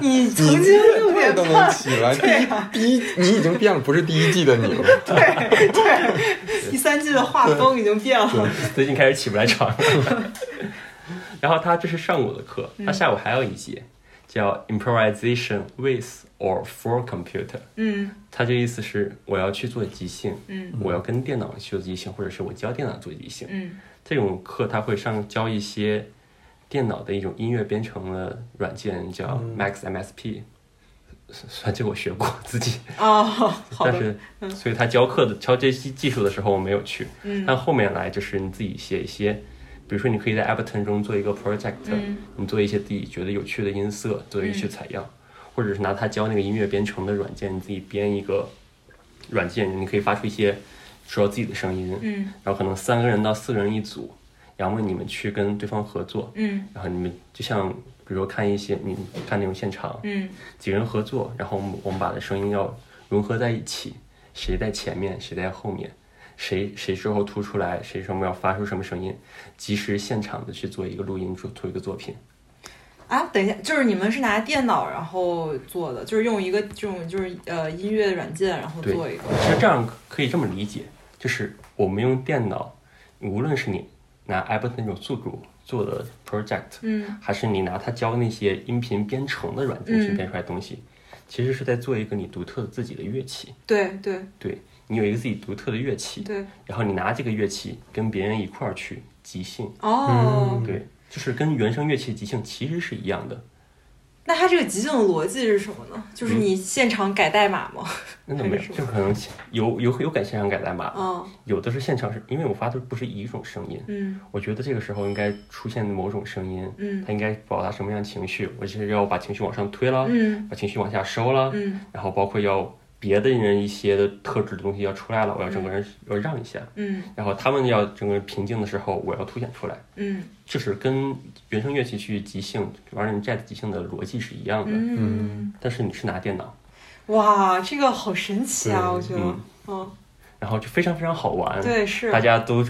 [SPEAKER 2] 你
[SPEAKER 1] 你
[SPEAKER 2] 曾经六
[SPEAKER 1] 嗯对
[SPEAKER 2] 点
[SPEAKER 1] 都能
[SPEAKER 2] 半，
[SPEAKER 1] 起来，
[SPEAKER 2] 对呀、
[SPEAKER 1] 第一第一你已经变了，不是第一季的你了。
[SPEAKER 2] 对对，第三季的画风已经变了。
[SPEAKER 3] 最近开始起不来床了。 *laughs* 然后他这是上午的课，他下午还有一节叫 Improvisation with or for Computer。
[SPEAKER 2] 嗯
[SPEAKER 3] 他这意思是我要去做即兴，
[SPEAKER 2] 嗯
[SPEAKER 3] 我要跟电脑去做即兴，或者是我教电脑做即兴。
[SPEAKER 2] 嗯
[SPEAKER 3] 这种课他会上教一些电脑的一种音乐编程的软件，叫 Max MSP。算这我学过自己，
[SPEAKER 2] 哦，好
[SPEAKER 3] 但
[SPEAKER 2] 的，
[SPEAKER 3] 是，所以他教课的教这些技术的时候我没有去，
[SPEAKER 2] 嗯
[SPEAKER 3] 但后面来就是你自己写一些，比如说你可以在 Ableton 中做一个 project，、
[SPEAKER 2] 嗯
[SPEAKER 3] 你做一些自己觉得有趣的音色，做一些采样，或者是拿他教那个音乐编程的软件，你自己编一个软件，你可以发出一些属于自己的声音，
[SPEAKER 2] 嗯
[SPEAKER 3] 然后可能三个人到四个人一组，然后你们去跟对方合作，
[SPEAKER 2] 嗯
[SPEAKER 3] 然后你们就像比如说看一些你看那种现场，
[SPEAKER 2] 嗯
[SPEAKER 3] 几个人合作，然后我们我们把的声音要融合在一起，谁在前面，谁在后面，谁谁之后突出来，谁什么要发出什么声音，及时现场的去做一个录音，做做一个作品。
[SPEAKER 2] 啊，等一下，就是你们是拿电脑然后做的，就是用一个这种就是呃音乐软件然后
[SPEAKER 3] 对
[SPEAKER 2] 做一个，
[SPEAKER 3] 其实这样可以这么理解，就是我们用电脑，无论是你拿 Ableton 那种速度做的 project，
[SPEAKER 2] 嗯
[SPEAKER 3] 还是你拿它教那些音频编程的软件去
[SPEAKER 2] 嗯
[SPEAKER 3] 编出来的东西，其实是在做一个你独特的自己的乐器。
[SPEAKER 2] 对对
[SPEAKER 3] 对你有一个自己独特的乐器，
[SPEAKER 2] 对，
[SPEAKER 3] 然后你拿这个乐器跟别人一块儿去即兴，
[SPEAKER 2] 哦，
[SPEAKER 3] 对，就是跟原声乐器即兴其实是一样的。
[SPEAKER 2] 那它这个即兴的逻辑是什么呢？就是你现场改代码吗？
[SPEAKER 3] 那倒没有，
[SPEAKER 2] 还是什么
[SPEAKER 3] 就可能有有有改现场改代码，
[SPEAKER 2] 嗯
[SPEAKER 3] 有的是现场是因为我发的不是一种声音，
[SPEAKER 2] 嗯
[SPEAKER 3] 我觉得这个时候应该出现某种声音，
[SPEAKER 2] 嗯
[SPEAKER 3] 它应该表达什么样的情绪，我就是要把情绪往上推了，
[SPEAKER 2] 嗯
[SPEAKER 3] 把情绪往下收了，
[SPEAKER 2] 嗯
[SPEAKER 3] 然后包括要别的人一些的特质的东西要出来了，我要整个人要让一下，
[SPEAKER 2] 嗯
[SPEAKER 3] 然后他们要整个人平静的时候，我要凸显出来。
[SPEAKER 2] 嗯
[SPEAKER 3] 就是跟原声乐器去即兴玩你 jazz 即兴的逻辑是一样的，
[SPEAKER 2] 嗯，
[SPEAKER 3] 但是你是拿电脑，
[SPEAKER 2] 哇，这个好神奇啊！我觉得
[SPEAKER 3] 嗯，
[SPEAKER 2] 嗯，
[SPEAKER 3] 然后就非常非常好玩，
[SPEAKER 2] 对是
[SPEAKER 3] 大，家都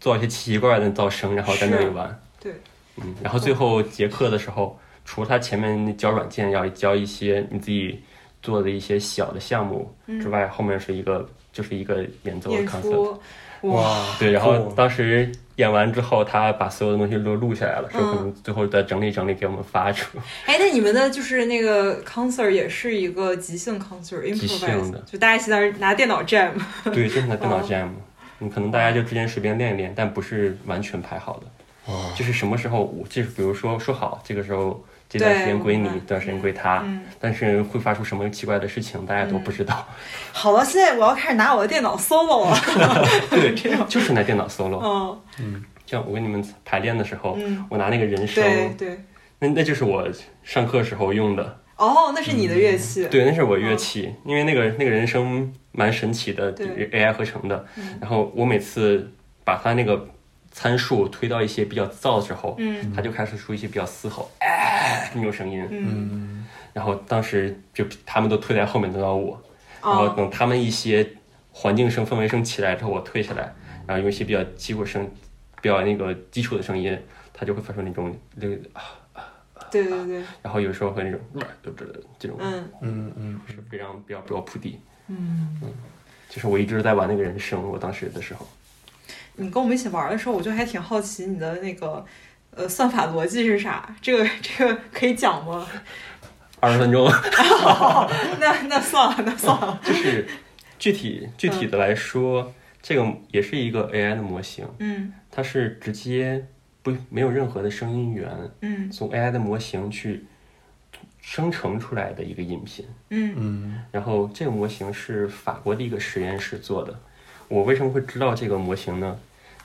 [SPEAKER 3] 做一些奇奇怪怪的噪声，然后在那里玩，
[SPEAKER 2] 对，
[SPEAKER 3] 嗯，然后最后结课的时候，除了他前面那教软件要教一些你自己做的一些小的项目之外，后面是一个就是一个演奏的
[SPEAKER 2] 嗯演
[SPEAKER 3] concert，
[SPEAKER 2] 出，哇，
[SPEAKER 3] 对，然
[SPEAKER 4] 酷
[SPEAKER 3] 后
[SPEAKER 4] 哦
[SPEAKER 3] 当时演完之后，他把所有的东西都录下来了，说
[SPEAKER 2] 嗯
[SPEAKER 3] 可能最后再整理整理给我们发出。
[SPEAKER 2] 哎，那你们的就是那个 concert 也是一个即兴 concert，improvise，
[SPEAKER 3] 即兴的
[SPEAKER 2] 就大家一起在那儿拿电脑 jam。
[SPEAKER 3] 对，就是
[SPEAKER 2] 嗯
[SPEAKER 3] 拿电脑 jam，你嗯可能大家就之间随便练一练，但不是完全排好的，
[SPEAKER 4] 哇，
[SPEAKER 3] 就是什么时候我就是比如说说好这个时候这段时间归
[SPEAKER 2] 对
[SPEAKER 3] 你，
[SPEAKER 2] 我明白
[SPEAKER 3] 这段时间归他，
[SPEAKER 2] 嗯
[SPEAKER 3] 但是会发出什么奇怪的事情大家都不知道，
[SPEAKER 2] *laughs*
[SPEAKER 3] *laughs*
[SPEAKER 2] 好了，现在我要开始拿我的电脑 solo 了。 *laughs*
[SPEAKER 3] 对，就是拿电脑 solo，、
[SPEAKER 2] 嗯，
[SPEAKER 3] 像我跟你们排练的时候，
[SPEAKER 2] 嗯
[SPEAKER 3] 我拿那个人
[SPEAKER 2] 对
[SPEAKER 3] 声，
[SPEAKER 2] 对。
[SPEAKER 3] 那那就是我上课时候用的，
[SPEAKER 2] 哦，那是你的乐器。
[SPEAKER 3] 嗯对，那是我乐器，因为那个那个人声蛮神奇的
[SPEAKER 2] 对嗯
[SPEAKER 3] ，AI 合成的。然后我每次把它那个参数推到一些比较燥的时候，
[SPEAKER 2] 嗯
[SPEAKER 3] 它就开始出一些比较嘶吼、哎那种声音。
[SPEAKER 2] 嗯，
[SPEAKER 3] 然后当时就他们都退在后面，等到我，然后
[SPEAKER 2] 哦，
[SPEAKER 3] 等他们一些环境声、氛围声起来之后，我退下来，然后用一些比较基础声、比较那个基础的声音，它就会发出那种那个，
[SPEAKER 2] 对对对，
[SPEAKER 3] 然后有时候会那种就这这种。
[SPEAKER 2] 嗯，
[SPEAKER 4] 嗯嗯，
[SPEAKER 3] 是非常比较比较铺底。嗯就是我一直在玩那个人生，我当时的时候，
[SPEAKER 2] 你跟我们一起玩的时候，我就还挺好奇你的那个呃算法逻辑是啥？这个这个可以讲吗？ *laughs*
[SPEAKER 3] 二十分钟， *laughs*
[SPEAKER 2] 那那算了，那算了。
[SPEAKER 3] 就是具体具体的来说，这个也是一个 AI 的模型，
[SPEAKER 2] 嗯
[SPEAKER 3] 它是直接不没有任何的声音源，
[SPEAKER 2] 嗯
[SPEAKER 3] 从 AI 的模型去生成出来的一个音频。
[SPEAKER 2] 嗯
[SPEAKER 3] 然后这个模型是法国的一个实验室做的。我为什么会知道这个模型呢？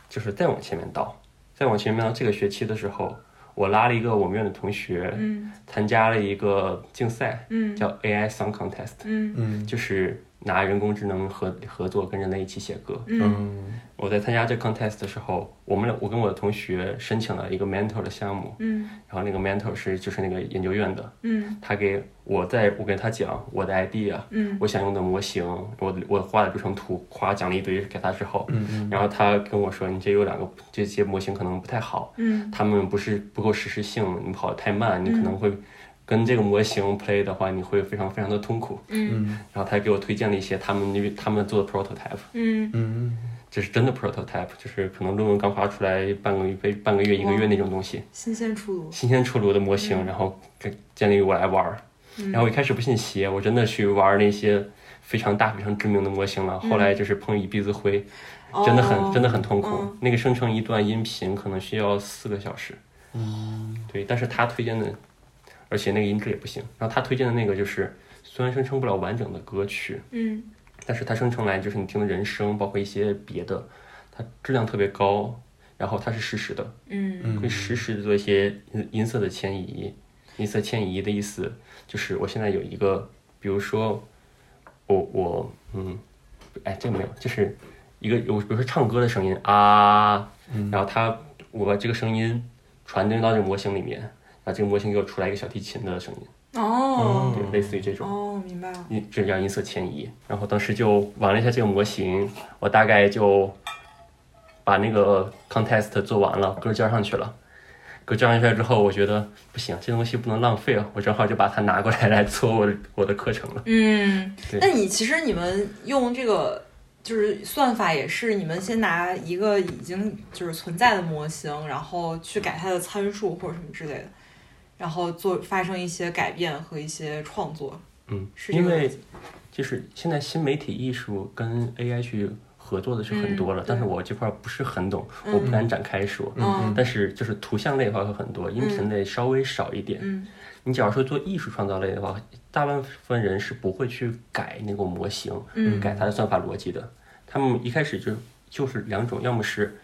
[SPEAKER 3] 就是再往前面倒，再往前面到这个学期的时候，我拉了一个我们院的同学
[SPEAKER 2] 嗯
[SPEAKER 3] 参加了一个竞赛，
[SPEAKER 2] 嗯
[SPEAKER 3] 叫 AI Song Contest，
[SPEAKER 2] 嗯
[SPEAKER 1] 嗯
[SPEAKER 3] 就是拿人工智能合合作跟人类一起写歌。
[SPEAKER 2] 嗯
[SPEAKER 1] 嗯
[SPEAKER 3] 我在参加这 contest 的时候，我们俩我跟我的同学申请了一个 mentor 的项目，
[SPEAKER 2] 嗯
[SPEAKER 3] 然后那个 mentor 是就是那个研究院的，
[SPEAKER 2] 嗯
[SPEAKER 3] 他给我在我跟他讲我的 idea，
[SPEAKER 2] 嗯
[SPEAKER 3] 我想用的模型，我我画的流程图，夸奖了一堆给他之后，
[SPEAKER 1] 嗯嗯
[SPEAKER 3] 然后他跟我说，你这有两个这些模型可能不太好，
[SPEAKER 2] 嗯
[SPEAKER 3] 他们不是不够实时性，你跑得太慢，你可能会跟这个模型 play 的话，你会非常非常的痛苦。
[SPEAKER 2] 嗯
[SPEAKER 3] 然后他给我推荐了一些他们因为他们做的 prototype，
[SPEAKER 2] 嗯
[SPEAKER 1] 嗯
[SPEAKER 3] 这是真的 prototype，就是可能论文刚发出来半个月半个月一个月那种东西，
[SPEAKER 2] 新鲜出炉，
[SPEAKER 3] 新鲜出炉的模型，然后给建立我来玩儿。然后我一开始不信邪，我真的去玩儿那些非常大、非常知名的模型了。后来就是碰一鼻子灰，真的很、
[SPEAKER 2] 哦
[SPEAKER 3] 真的很痛苦。
[SPEAKER 2] 嗯
[SPEAKER 3] 那个生成一段音频可能需要四个小时。对，但是他推荐的，而且那个音质也不行。然后他推荐的那个就是，虽然生成不了完整的歌曲，
[SPEAKER 2] 嗯
[SPEAKER 3] 但是它生成来就是你听的人声，包括一些别的，它质量特别高，然后它是实时的，
[SPEAKER 2] 嗯
[SPEAKER 1] 嗯
[SPEAKER 3] 会实时地做一些音音色的迁移。音色迁移的意思就是，我现在有一个，比如说，我我嗯，哎，这个没有，就是一个有，比如说唱歌的声音啊，然后它我把这个声音传进到这个模型里面，然后这个模型给我出来一个小提琴的声音，
[SPEAKER 2] 哦
[SPEAKER 3] 对，类似于这种。
[SPEAKER 2] 哦，明白了，
[SPEAKER 3] 音这叫音色迁移。然后当时就玩了一下这个模型，我大概就把那个 contest 做完了，歌交上去了。歌交上去之后，我觉得不行，这东西不能浪费，啊我正好就把它拿过来来做我的我的课程了。
[SPEAKER 2] 嗯，
[SPEAKER 3] 对
[SPEAKER 2] 那你其实你们用这个就是算法也是你们先拿一个已经就是存在的模型，然后去改它的参数或者什么之类的，然后做发生一些改变和一些创作，
[SPEAKER 3] 嗯，
[SPEAKER 2] 是这
[SPEAKER 3] 因
[SPEAKER 2] 个
[SPEAKER 3] 为
[SPEAKER 2] 意思
[SPEAKER 3] 就是现在新媒体艺术跟 AI 去合作的是很多了，
[SPEAKER 2] 嗯
[SPEAKER 3] 但是我这块儿不是很懂，
[SPEAKER 2] 嗯
[SPEAKER 3] 我不敢展开说。
[SPEAKER 2] 嗯
[SPEAKER 3] 但是就是图像类的话会很多，音频类稍微少一点。
[SPEAKER 2] 嗯
[SPEAKER 3] 你假如说做艺术创造类的话，大部分人是不会去改那个模型，
[SPEAKER 2] 嗯
[SPEAKER 3] 改它的算法逻辑的。他们一开始就就是两种，要么是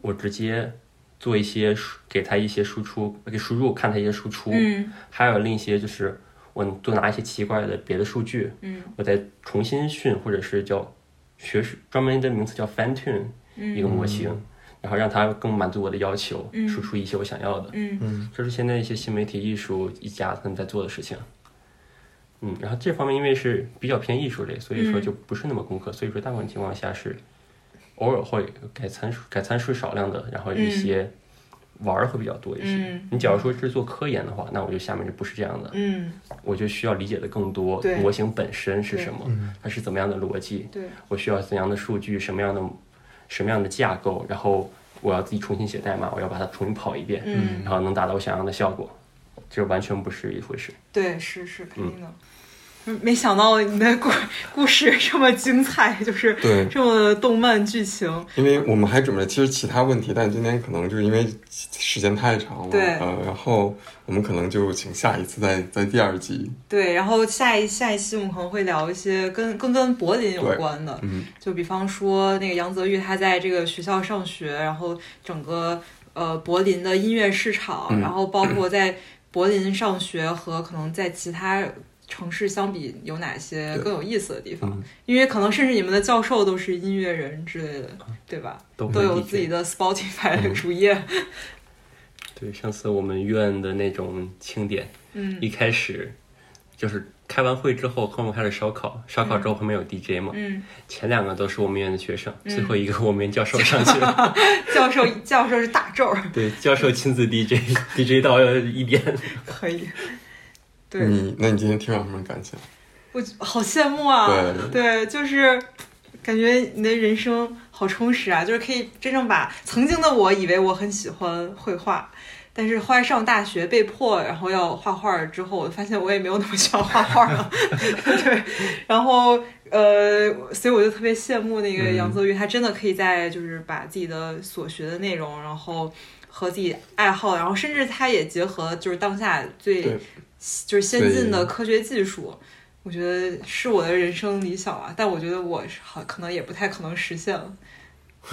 [SPEAKER 3] 我直接做一些输，给它一些输出，给输入看它一些输出，
[SPEAKER 2] 嗯
[SPEAKER 3] 还有另一些就是我多拿一些奇怪的别的数据，
[SPEAKER 2] 嗯
[SPEAKER 3] 我再重新训，或者是叫学术专门的名词叫 fine tune
[SPEAKER 2] 嗯
[SPEAKER 3] 一个模型，然后让它更满足我的要求，输出一些我想要的。
[SPEAKER 2] 嗯
[SPEAKER 3] 这是现在一些新媒体艺术一家他们在做的事情。嗯，然后这方面因为是比较偏艺术类，所以说就不是那么工科，所以说大部分情况下是偶尔会改参数，改参数少量的，然后有一些玩儿会比较多一些。
[SPEAKER 2] 嗯
[SPEAKER 3] 你假如说是做科研的话，那我就下面就不是这样的，
[SPEAKER 2] 嗯，
[SPEAKER 3] 我就需要理解的更多
[SPEAKER 2] 对
[SPEAKER 3] 模型本身是什么，它是怎么样的逻辑，
[SPEAKER 2] 对，
[SPEAKER 3] 我需要怎样的数据，什么样的什么样的架构，然后我要自己重新写代码，我要把它重新跑一遍，
[SPEAKER 2] 嗯
[SPEAKER 3] 然后能达到我想要的效果，这完全不是一回事。
[SPEAKER 2] 对，是是肯定的。嗯没想到你的故故事这么精彩，就是
[SPEAKER 1] 对
[SPEAKER 2] 这么动漫剧情。
[SPEAKER 1] 因为我们还准备了其实其他问题，但今天可能就因为时间太长了，
[SPEAKER 2] 对
[SPEAKER 1] 呃，然后我们可能就请下一次再在第二集，
[SPEAKER 2] 对，然后下一下一期我们可能会聊一些跟更跟柏林有
[SPEAKER 1] 对
[SPEAKER 2] 关的，
[SPEAKER 1] 嗯
[SPEAKER 2] 就比方说那个杨泽玉他在这个学校上学，然后整个呃柏林的音乐市场，
[SPEAKER 1] 嗯
[SPEAKER 2] 然后包括在柏林上学和可能在其他城市相比有哪些
[SPEAKER 1] 对
[SPEAKER 2] 更有意思的地方
[SPEAKER 1] 嗯，
[SPEAKER 2] 因为可能甚至你们的教授都是音乐人之类的，
[SPEAKER 1] 嗯
[SPEAKER 2] 对吧？
[SPEAKER 3] 都
[SPEAKER 2] 都有自己
[SPEAKER 3] 的。
[SPEAKER 2] 的 Spotify 的主页，
[SPEAKER 3] 对，上次我们院的那种庆典，
[SPEAKER 2] 嗯
[SPEAKER 3] 一开始就是开完会之后，后面开始烧烤，烧烤之后旁边有 DJ 嘛，
[SPEAKER 2] 嗯，
[SPEAKER 3] 前两个都是我们院的学生，最后一个我们教授上去了。
[SPEAKER 2] *laughs* 教授教授是大咒儿， *laughs*
[SPEAKER 3] 对，教授亲自 DJ，DJ 到一点。
[SPEAKER 2] 可以。对，
[SPEAKER 1] 你那你今天听到什么感想？
[SPEAKER 2] 我好羡慕啊！
[SPEAKER 1] 对
[SPEAKER 2] 就是感觉你的人生好充实啊，就是可以真正把曾经的我以为我很喜欢绘画，但是后来上大学被迫然后要画画之后，我发现我也没有那么喜欢画画了。 *laughs* 对，然后呃，所以我就特别
[SPEAKER 1] 嗯
[SPEAKER 2] 羡慕那个杨泽宇，他真的可以在就是把自己的所学的内容，然后。和自己爱好，然后甚至它也结合就是当下最
[SPEAKER 1] 对
[SPEAKER 2] 就是先进的
[SPEAKER 1] 对
[SPEAKER 2] 科学技术。我觉得是我的人生理想啊，但我觉得我是好可能也不太可能实现了。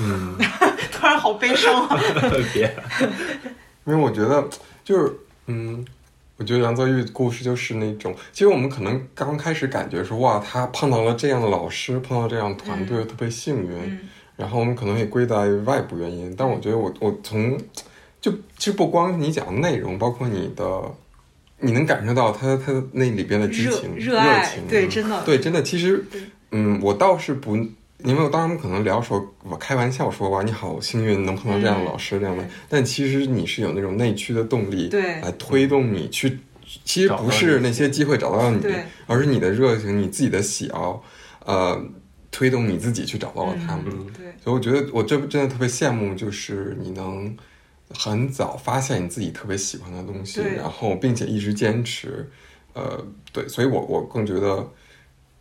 [SPEAKER 1] 嗯，
[SPEAKER 2] *laughs* 突然好悲伤啊！
[SPEAKER 3] 别，
[SPEAKER 1] 因为我觉得就是嗯，我觉得梁泽玉故事就是那种，其实我们可能刚开始感觉说哇，他碰到了这样的老师，碰到这样的团队，特别幸运。
[SPEAKER 2] 嗯
[SPEAKER 1] 然后我们可能也归在外部原因，但我觉得我我从就其实不光你讲的内容，包括你的，你能感受到他他那里边的激情、
[SPEAKER 2] 热热爱
[SPEAKER 1] 情，
[SPEAKER 2] 对
[SPEAKER 1] 嗯
[SPEAKER 2] 真的
[SPEAKER 1] 对，真的。其实
[SPEAKER 2] 对，
[SPEAKER 1] 嗯，我倒是不，因为我当时我们可能聊说，我开玩笑说哇，你好幸运能碰到这样的老师、这样的
[SPEAKER 2] 嗯，
[SPEAKER 1] 但其实你是有那种内驱的动力，
[SPEAKER 2] 对
[SPEAKER 1] 来推动你去。其实
[SPEAKER 3] 找到
[SPEAKER 1] 不是
[SPEAKER 3] 你
[SPEAKER 1] 那些机会找到你
[SPEAKER 2] 对，
[SPEAKER 1] 而是你的热情、你自己的喜好，呃，推动你自己去找到了他们。
[SPEAKER 3] 嗯，
[SPEAKER 2] 对，
[SPEAKER 1] 所以我觉得我这真的特别羡慕，就是你能很早发现你自己特别喜欢的东西，
[SPEAKER 2] 对
[SPEAKER 1] 然后并且一直坚持。呃，对，所以我我更觉得，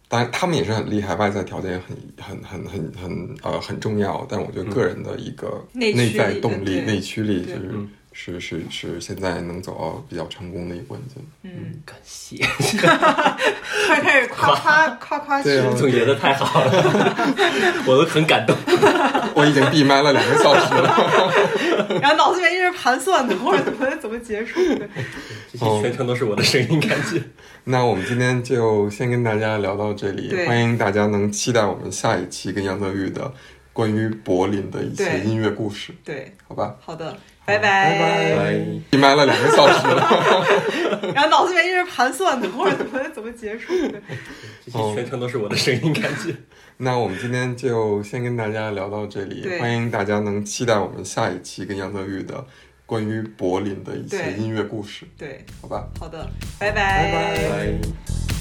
[SPEAKER 1] 当然他们也是很厉害，外在条件很很很很很呃很重要，但我觉得个人的一个
[SPEAKER 2] 内驱
[SPEAKER 1] 内在
[SPEAKER 2] 力
[SPEAKER 1] 动力、
[SPEAKER 2] 对
[SPEAKER 1] 内驱力
[SPEAKER 2] 对
[SPEAKER 1] 是
[SPEAKER 3] 嗯
[SPEAKER 1] 是是是现在能走到比较成功的一个关键。
[SPEAKER 2] 嗯，
[SPEAKER 3] 感谢，
[SPEAKER 2] 突然开始夸夸夸夸
[SPEAKER 1] 对
[SPEAKER 2] 去
[SPEAKER 1] 啊，
[SPEAKER 3] 总结的太好 *laughs* 了，我都很感动。
[SPEAKER 1] 我已经闭麦了两个小时了，
[SPEAKER 2] 然后脑子里面一直盘算，等会儿怎么怎么结束。对
[SPEAKER 3] 这些全程都是我的声音，感觉。
[SPEAKER 1] 那我们今天就先跟大家聊到这里
[SPEAKER 2] 对，
[SPEAKER 1] 欢迎大家能期待我们下一期跟杨泽玉的关于柏林的一些
[SPEAKER 2] 对
[SPEAKER 1] 音乐故事，
[SPEAKER 2] 对，
[SPEAKER 1] 好吧？
[SPEAKER 2] 好的，拜
[SPEAKER 1] 拜
[SPEAKER 2] 拜。
[SPEAKER 3] 拜。
[SPEAKER 1] 闭麦了两个小时
[SPEAKER 2] *laughs*
[SPEAKER 1] 了，*laughs*
[SPEAKER 2] 然后脑子里面一直盘算，等会儿怎么怎么结束。对
[SPEAKER 3] 这些全程都是我的声音，感觉。
[SPEAKER 1] 那我们今天就先跟大家聊到这里，
[SPEAKER 2] 对
[SPEAKER 1] 欢迎大家能期待我们下一期跟杨泽玉的关于柏林的一些
[SPEAKER 2] 对
[SPEAKER 1] 音乐故事，
[SPEAKER 2] 对，
[SPEAKER 1] 好吧？
[SPEAKER 2] 好的，拜
[SPEAKER 1] 拜拜
[SPEAKER 3] 拜。